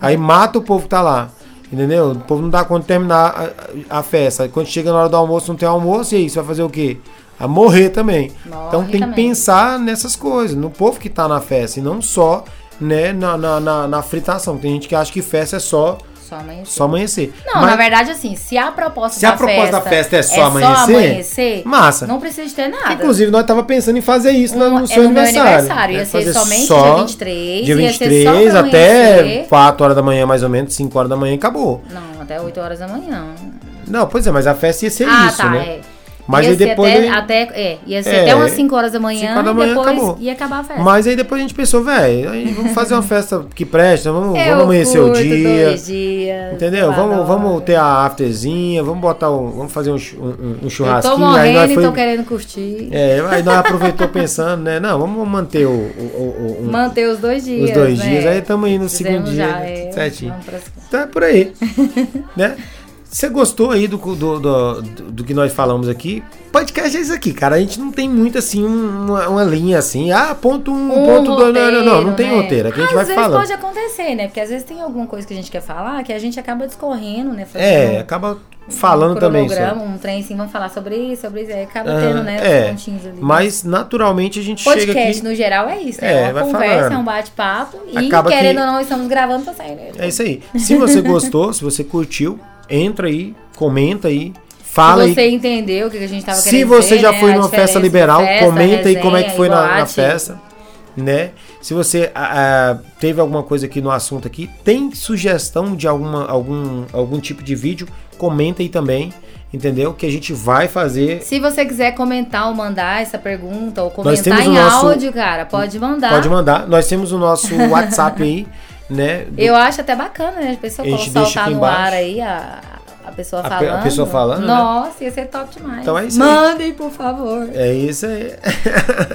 Speaker 2: aí mata o povo que tá lá. Entendeu? O povo não dá conta de terminar a, a festa. Aí Quando chega na hora do almoço, não tem almoço, e aí você vai fazer o quê? A morrer também.
Speaker 1: Morre
Speaker 2: então tem que
Speaker 1: também.
Speaker 2: pensar nessas coisas, no povo que tá na festa, e não só né, na, na, na, na fritação. Tem gente que acha que festa é só,
Speaker 1: Só amanhecer.
Speaker 2: só amanhecer.
Speaker 1: Não, na verdade, assim, se a proposta,
Speaker 2: Se
Speaker 1: da,
Speaker 2: a proposta da festa é só amanhecer,
Speaker 1: amanhecer,
Speaker 2: massa.
Speaker 1: não precisa de ter nada.
Speaker 2: Inclusive, nós tava pensando em fazer isso
Speaker 1: Um-
Speaker 2: no seu
Speaker 1: é no meu
Speaker 2: aniversário.
Speaker 1: aniversário, ia
Speaker 2: É,
Speaker 1: ser
Speaker 2: fazer
Speaker 1: somente dia 23,
Speaker 2: Dia
Speaker 1: ia ser só
Speaker 2: 23
Speaker 1: pra
Speaker 2: até
Speaker 1: amanhecer.
Speaker 2: 4 horas da manhã, mais ou menos, 5 horas da manhã, acabou.
Speaker 1: Não, até 8 horas da manhã.
Speaker 2: Não, pois é, mas a festa ia ser
Speaker 1: ah,
Speaker 2: isso,
Speaker 1: tá,
Speaker 2: né?
Speaker 1: é.
Speaker 2: Mas
Speaker 1: ia
Speaker 2: aí
Speaker 1: ser
Speaker 2: depois
Speaker 1: Até,
Speaker 2: ele-
Speaker 1: até- é, ia ser
Speaker 2: É,
Speaker 1: até umas 5 horas da manhã,
Speaker 2: cinco horas da
Speaker 1: e
Speaker 2: manhã,
Speaker 1: depois
Speaker 2: acabou.
Speaker 1: ia acabar a festa.
Speaker 2: Mas aí depois a gente pensou, velho, vamos fazer uma festa que presta, vamos, vamos amanhecer o
Speaker 1: curto
Speaker 2: dia.
Speaker 1: dois dias,
Speaker 2: Entendeu?
Speaker 1: adoro.
Speaker 2: Vamos, vamos ter a afterzinha, vamos botar um. Vamos fazer um, chu- um- um- um
Speaker 1: Eu
Speaker 2: churrasquinho.
Speaker 1: tô
Speaker 2: aí nós
Speaker 1: morrendo e
Speaker 2: foi-
Speaker 1: tô querendo curtir.
Speaker 2: É, aí nós aproveitou pensando, né? Não, vamos manter o, o- o- o- um-
Speaker 1: Manter os dois dias.
Speaker 2: os dois
Speaker 1: né?
Speaker 2: dias. Aí estamos aí no
Speaker 1: Fizemos
Speaker 2: segundo dia.
Speaker 1: já,
Speaker 2: né?
Speaker 1: é,
Speaker 2: certinho.
Speaker 1: vamos pra-
Speaker 2: Então é por aí. né? Você gostou aí do, do, do, do que nós falamos aqui? Podcast é isso aqui, cara. A gente não tem muito assim um- uma, uma linha assim. Ah, ponto um,
Speaker 1: um
Speaker 2: ponto dois. Não,
Speaker 1: roteiro,
Speaker 2: não, não, não tem
Speaker 1: né?
Speaker 2: roteiro. Aqui a gente vai
Speaker 1: Às vezes
Speaker 2: falando.
Speaker 1: pode acontecer, né? Porque às vezes tem alguma coisa que a gente quer falar que a gente acaba discorrendo, né? Fazendo
Speaker 2: É, acaba falando
Speaker 1: um
Speaker 2: também. Só.
Speaker 1: cronograma, Um trem assim, vamos falar sobre isso, sobre isso. Aí acaba
Speaker 2: Aham,
Speaker 1: tendo, né?
Speaker 2: é.
Speaker 1: os pontinhos ali.
Speaker 2: Mas naturalmente a gente chega
Speaker 1: Podcast,
Speaker 2: aqui.
Speaker 1: no geral, é isso. É,
Speaker 2: É,
Speaker 1: uma
Speaker 2: vai
Speaker 1: conversa,
Speaker 2: falando.
Speaker 1: é um bate-papo. E
Speaker 2: Acaba que-
Speaker 1: querendo ou não, estamos gravando pra sair, né?
Speaker 2: É isso aí. Se você gostou, se você curtiu, entra aí, comenta aí, fala
Speaker 1: se você
Speaker 2: aí.
Speaker 1: entendeu o que a gente tava
Speaker 2: Se
Speaker 1: querendo
Speaker 2: você
Speaker 1: dizer,
Speaker 2: já
Speaker 1: né,
Speaker 2: foi
Speaker 1: a
Speaker 2: numa festa
Speaker 1: diferença de
Speaker 2: liberal,
Speaker 1: festa,
Speaker 2: comenta aí como é que
Speaker 1: resenha,
Speaker 2: foi na, na
Speaker 1: boate.
Speaker 2: festa, né? Se você ah, ah, teve alguma coisa aqui no assunto aqui, tem sugestão de alguma, algum, algum tipo de vídeo, comenta aí também, entendeu? Que a gente vai fazer,
Speaker 1: Se você quiser comentar ou mandar essa pergunta, ou
Speaker 2: Nós
Speaker 1: comentar
Speaker 2: temos o
Speaker 1: em
Speaker 2: nosso-
Speaker 1: áudio, cara, pode mandar.
Speaker 2: pode mandar. Nós temos o nosso WhatsApp aí, né? Do-
Speaker 1: Eu acho até bacana, né? A pessoa
Speaker 2: A gente
Speaker 1: colo-
Speaker 2: deixa
Speaker 1: soltar
Speaker 2: aqui
Speaker 1: no
Speaker 2: embaixo.
Speaker 1: ar aí a, a pessoa
Speaker 2: A pe- a
Speaker 1: falando.
Speaker 2: pessoa falando, né?
Speaker 1: Nossa, ia ser top demais.
Speaker 2: Então é isso aí.
Speaker 1: Mandem, por favor.
Speaker 2: É isso aí.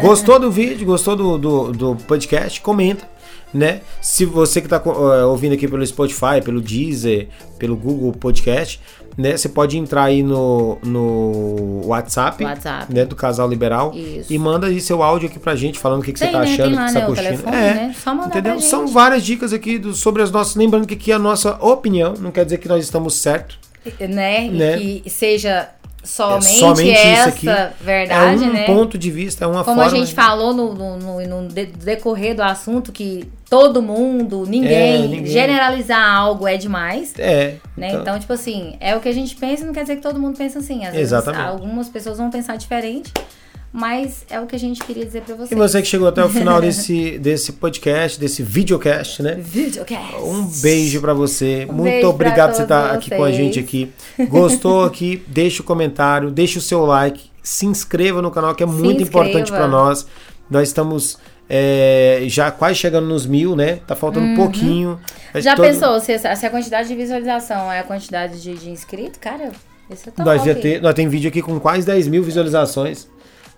Speaker 2: gostou do vídeo? Gostou do, do, do podcast? Comenta, né? Se você que está ouvindo aqui pelo Spotify, pelo Deezer, pelo Google Podcast, né? Você pode entrar aí no, no WhatsApp,
Speaker 1: WhatsApp.
Speaker 2: né? Do Casal Liberal
Speaker 1: Isso.
Speaker 2: e manda aí seu áudio aqui pra gente falando o que, que você
Speaker 1: Tem,
Speaker 2: tá
Speaker 1: né?
Speaker 2: achando,
Speaker 1: Tem
Speaker 2: o
Speaker 1: lá,
Speaker 2: que
Speaker 1: né?
Speaker 2: você tá
Speaker 1: O
Speaker 2: curtindo.
Speaker 1: telefone,
Speaker 2: é,
Speaker 1: né? Só mandar
Speaker 2: entendeu?
Speaker 1: pra gente.
Speaker 2: São várias dicas aqui do- sobre as nossas. Lembrando que aqui é a nossa opinião, não quer dizer que nós estamos certos.
Speaker 1: Né?
Speaker 2: Né?
Speaker 1: E que seja somente,
Speaker 2: somente isso aqui.
Speaker 1: essa verdade,
Speaker 2: é um
Speaker 1: né?
Speaker 2: ponto de vista, é uma
Speaker 1: Como
Speaker 2: forma.
Speaker 1: a gente
Speaker 2: de-
Speaker 1: falou no, no- no- no de- decorrer do assunto, que todo mundo, ninguém,
Speaker 2: É, ninguém.
Speaker 1: generalizar algo é demais.
Speaker 2: É.
Speaker 1: Né? Então, tipo assim, é o que a gente pensa, não quer dizer que todo mundo pensa assim. Às
Speaker 2: Exatamente.
Speaker 1: vezes algumas pessoas vão pensar diferente, mas é o que a gente queria dizer pra vocês.
Speaker 2: E você que chegou até o final desse, desse podcast, desse videocast, né?
Speaker 1: Videocast.
Speaker 2: Um beijo pra você.
Speaker 1: Um
Speaker 2: Muito
Speaker 1: beijo
Speaker 2: obrigado
Speaker 1: pra
Speaker 2: por você estar
Speaker 1: todos
Speaker 2: aqui com a
Speaker 1: vocês.
Speaker 2: gente aqui. Gostou aqui? Deixa o comentário, deixa o seu like, se inscreva no canal que é muito importante
Speaker 1: inscreva.
Speaker 2: pra nós. Nós estamos é, já quase chegando nos mil, né? Tá faltando pouquinho. Mas
Speaker 1: Uhum. Já
Speaker 2: é todo-
Speaker 1: pensou se, essa- se a quantidade de visualização é a quantidade de, de inscrito? Cara, esse é tão
Speaker 2: Nós,
Speaker 1: top.
Speaker 2: já ter, tipo, nós tem vídeo aqui com quase 10 mil visualizações.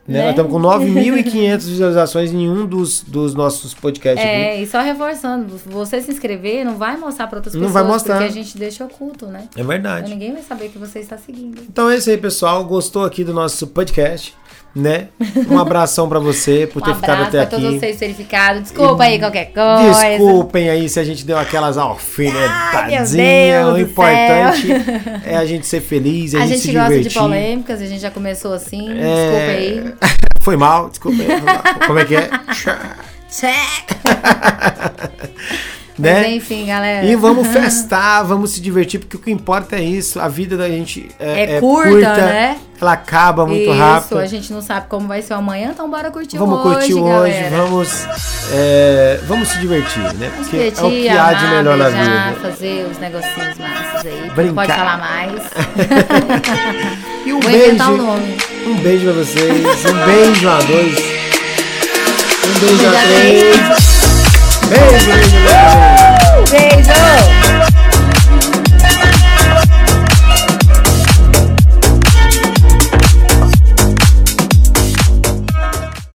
Speaker 2: Né?
Speaker 1: Né?
Speaker 2: Nós estamos com 9.500 visualizações em um dos, dos nossos podcasts aqui.
Speaker 1: É, e só reforçando, você se inscrever não vai mostrar pra outras
Speaker 2: Não
Speaker 1: pessoas,
Speaker 2: vai mostrar.
Speaker 1: porque a gente deixa oculto, né?
Speaker 2: É
Speaker 1: Então
Speaker 2: verdade.
Speaker 1: ninguém vai saber que você está seguindo.
Speaker 2: Então é isso aí, pessoal. Gostou aqui do nosso podcast, né? Um abração pra você por
Speaker 1: Um
Speaker 2: ter ficado
Speaker 1: abraço
Speaker 2: até
Speaker 1: pra
Speaker 2: aqui.
Speaker 1: todos vocês verificados. Desculpa aí qualquer coisa.
Speaker 2: Desculpem aí se a gente deu aquelas
Speaker 1: Ai,
Speaker 2: alfinetadinhas.
Speaker 1: Ah, meu Deus
Speaker 2: O
Speaker 1: do
Speaker 2: importante é a gente ser feliz, a,
Speaker 1: A
Speaker 2: gente,
Speaker 1: gente
Speaker 2: se
Speaker 1: gosta
Speaker 2: divertir.
Speaker 1: de polêmicas, a gente já começou assim.
Speaker 2: É,
Speaker 1: Desculpa aí.
Speaker 2: Foi mal, desculpa. aí, foi mal. Como é que é?
Speaker 1: Check!
Speaker 2: né?
Speaker 1: Mas enfim, é. galera.
Speaker 2: E vamos festar, vamos se divertir, porque o que importa é isso. A vida da gente é,
Speaker 1: É curta, né?
Speaker 2: Ela acaba muito
Speaker 1: Isso,
Speaker 2: rápido.
Speaker 1: a gente não sabe como vai ser amanhã, então bora curtir
Speaker 2: Vamos
Speaker 1: hoje,
Speaker 2: curtir hoje,
Speaker 1: galera.
Speaker 2: vamos, é, vamos se divertir, né? Porque é o que há de
Speaker 1: amar,
Speaker 2: melhor na
Speaker 1: beijar,
Speaker 2: vida. né?
Speaker 1: fazer os negocinhos massas aí.
Speaker 2: Brincar.
Speaker 1: Pode falar mais.
Speaker 2: E um
Speaker 1: Vou
Speaker 2: beijo,
Speaker 1: inventar o nome.
Speaker 2: um beijo pra vocês, um beijo a dois, um beijo a
Speaker 1: Beijo a
Speaker 2: três, beijo, beijo, beijo.
Speaker 1: Beijo!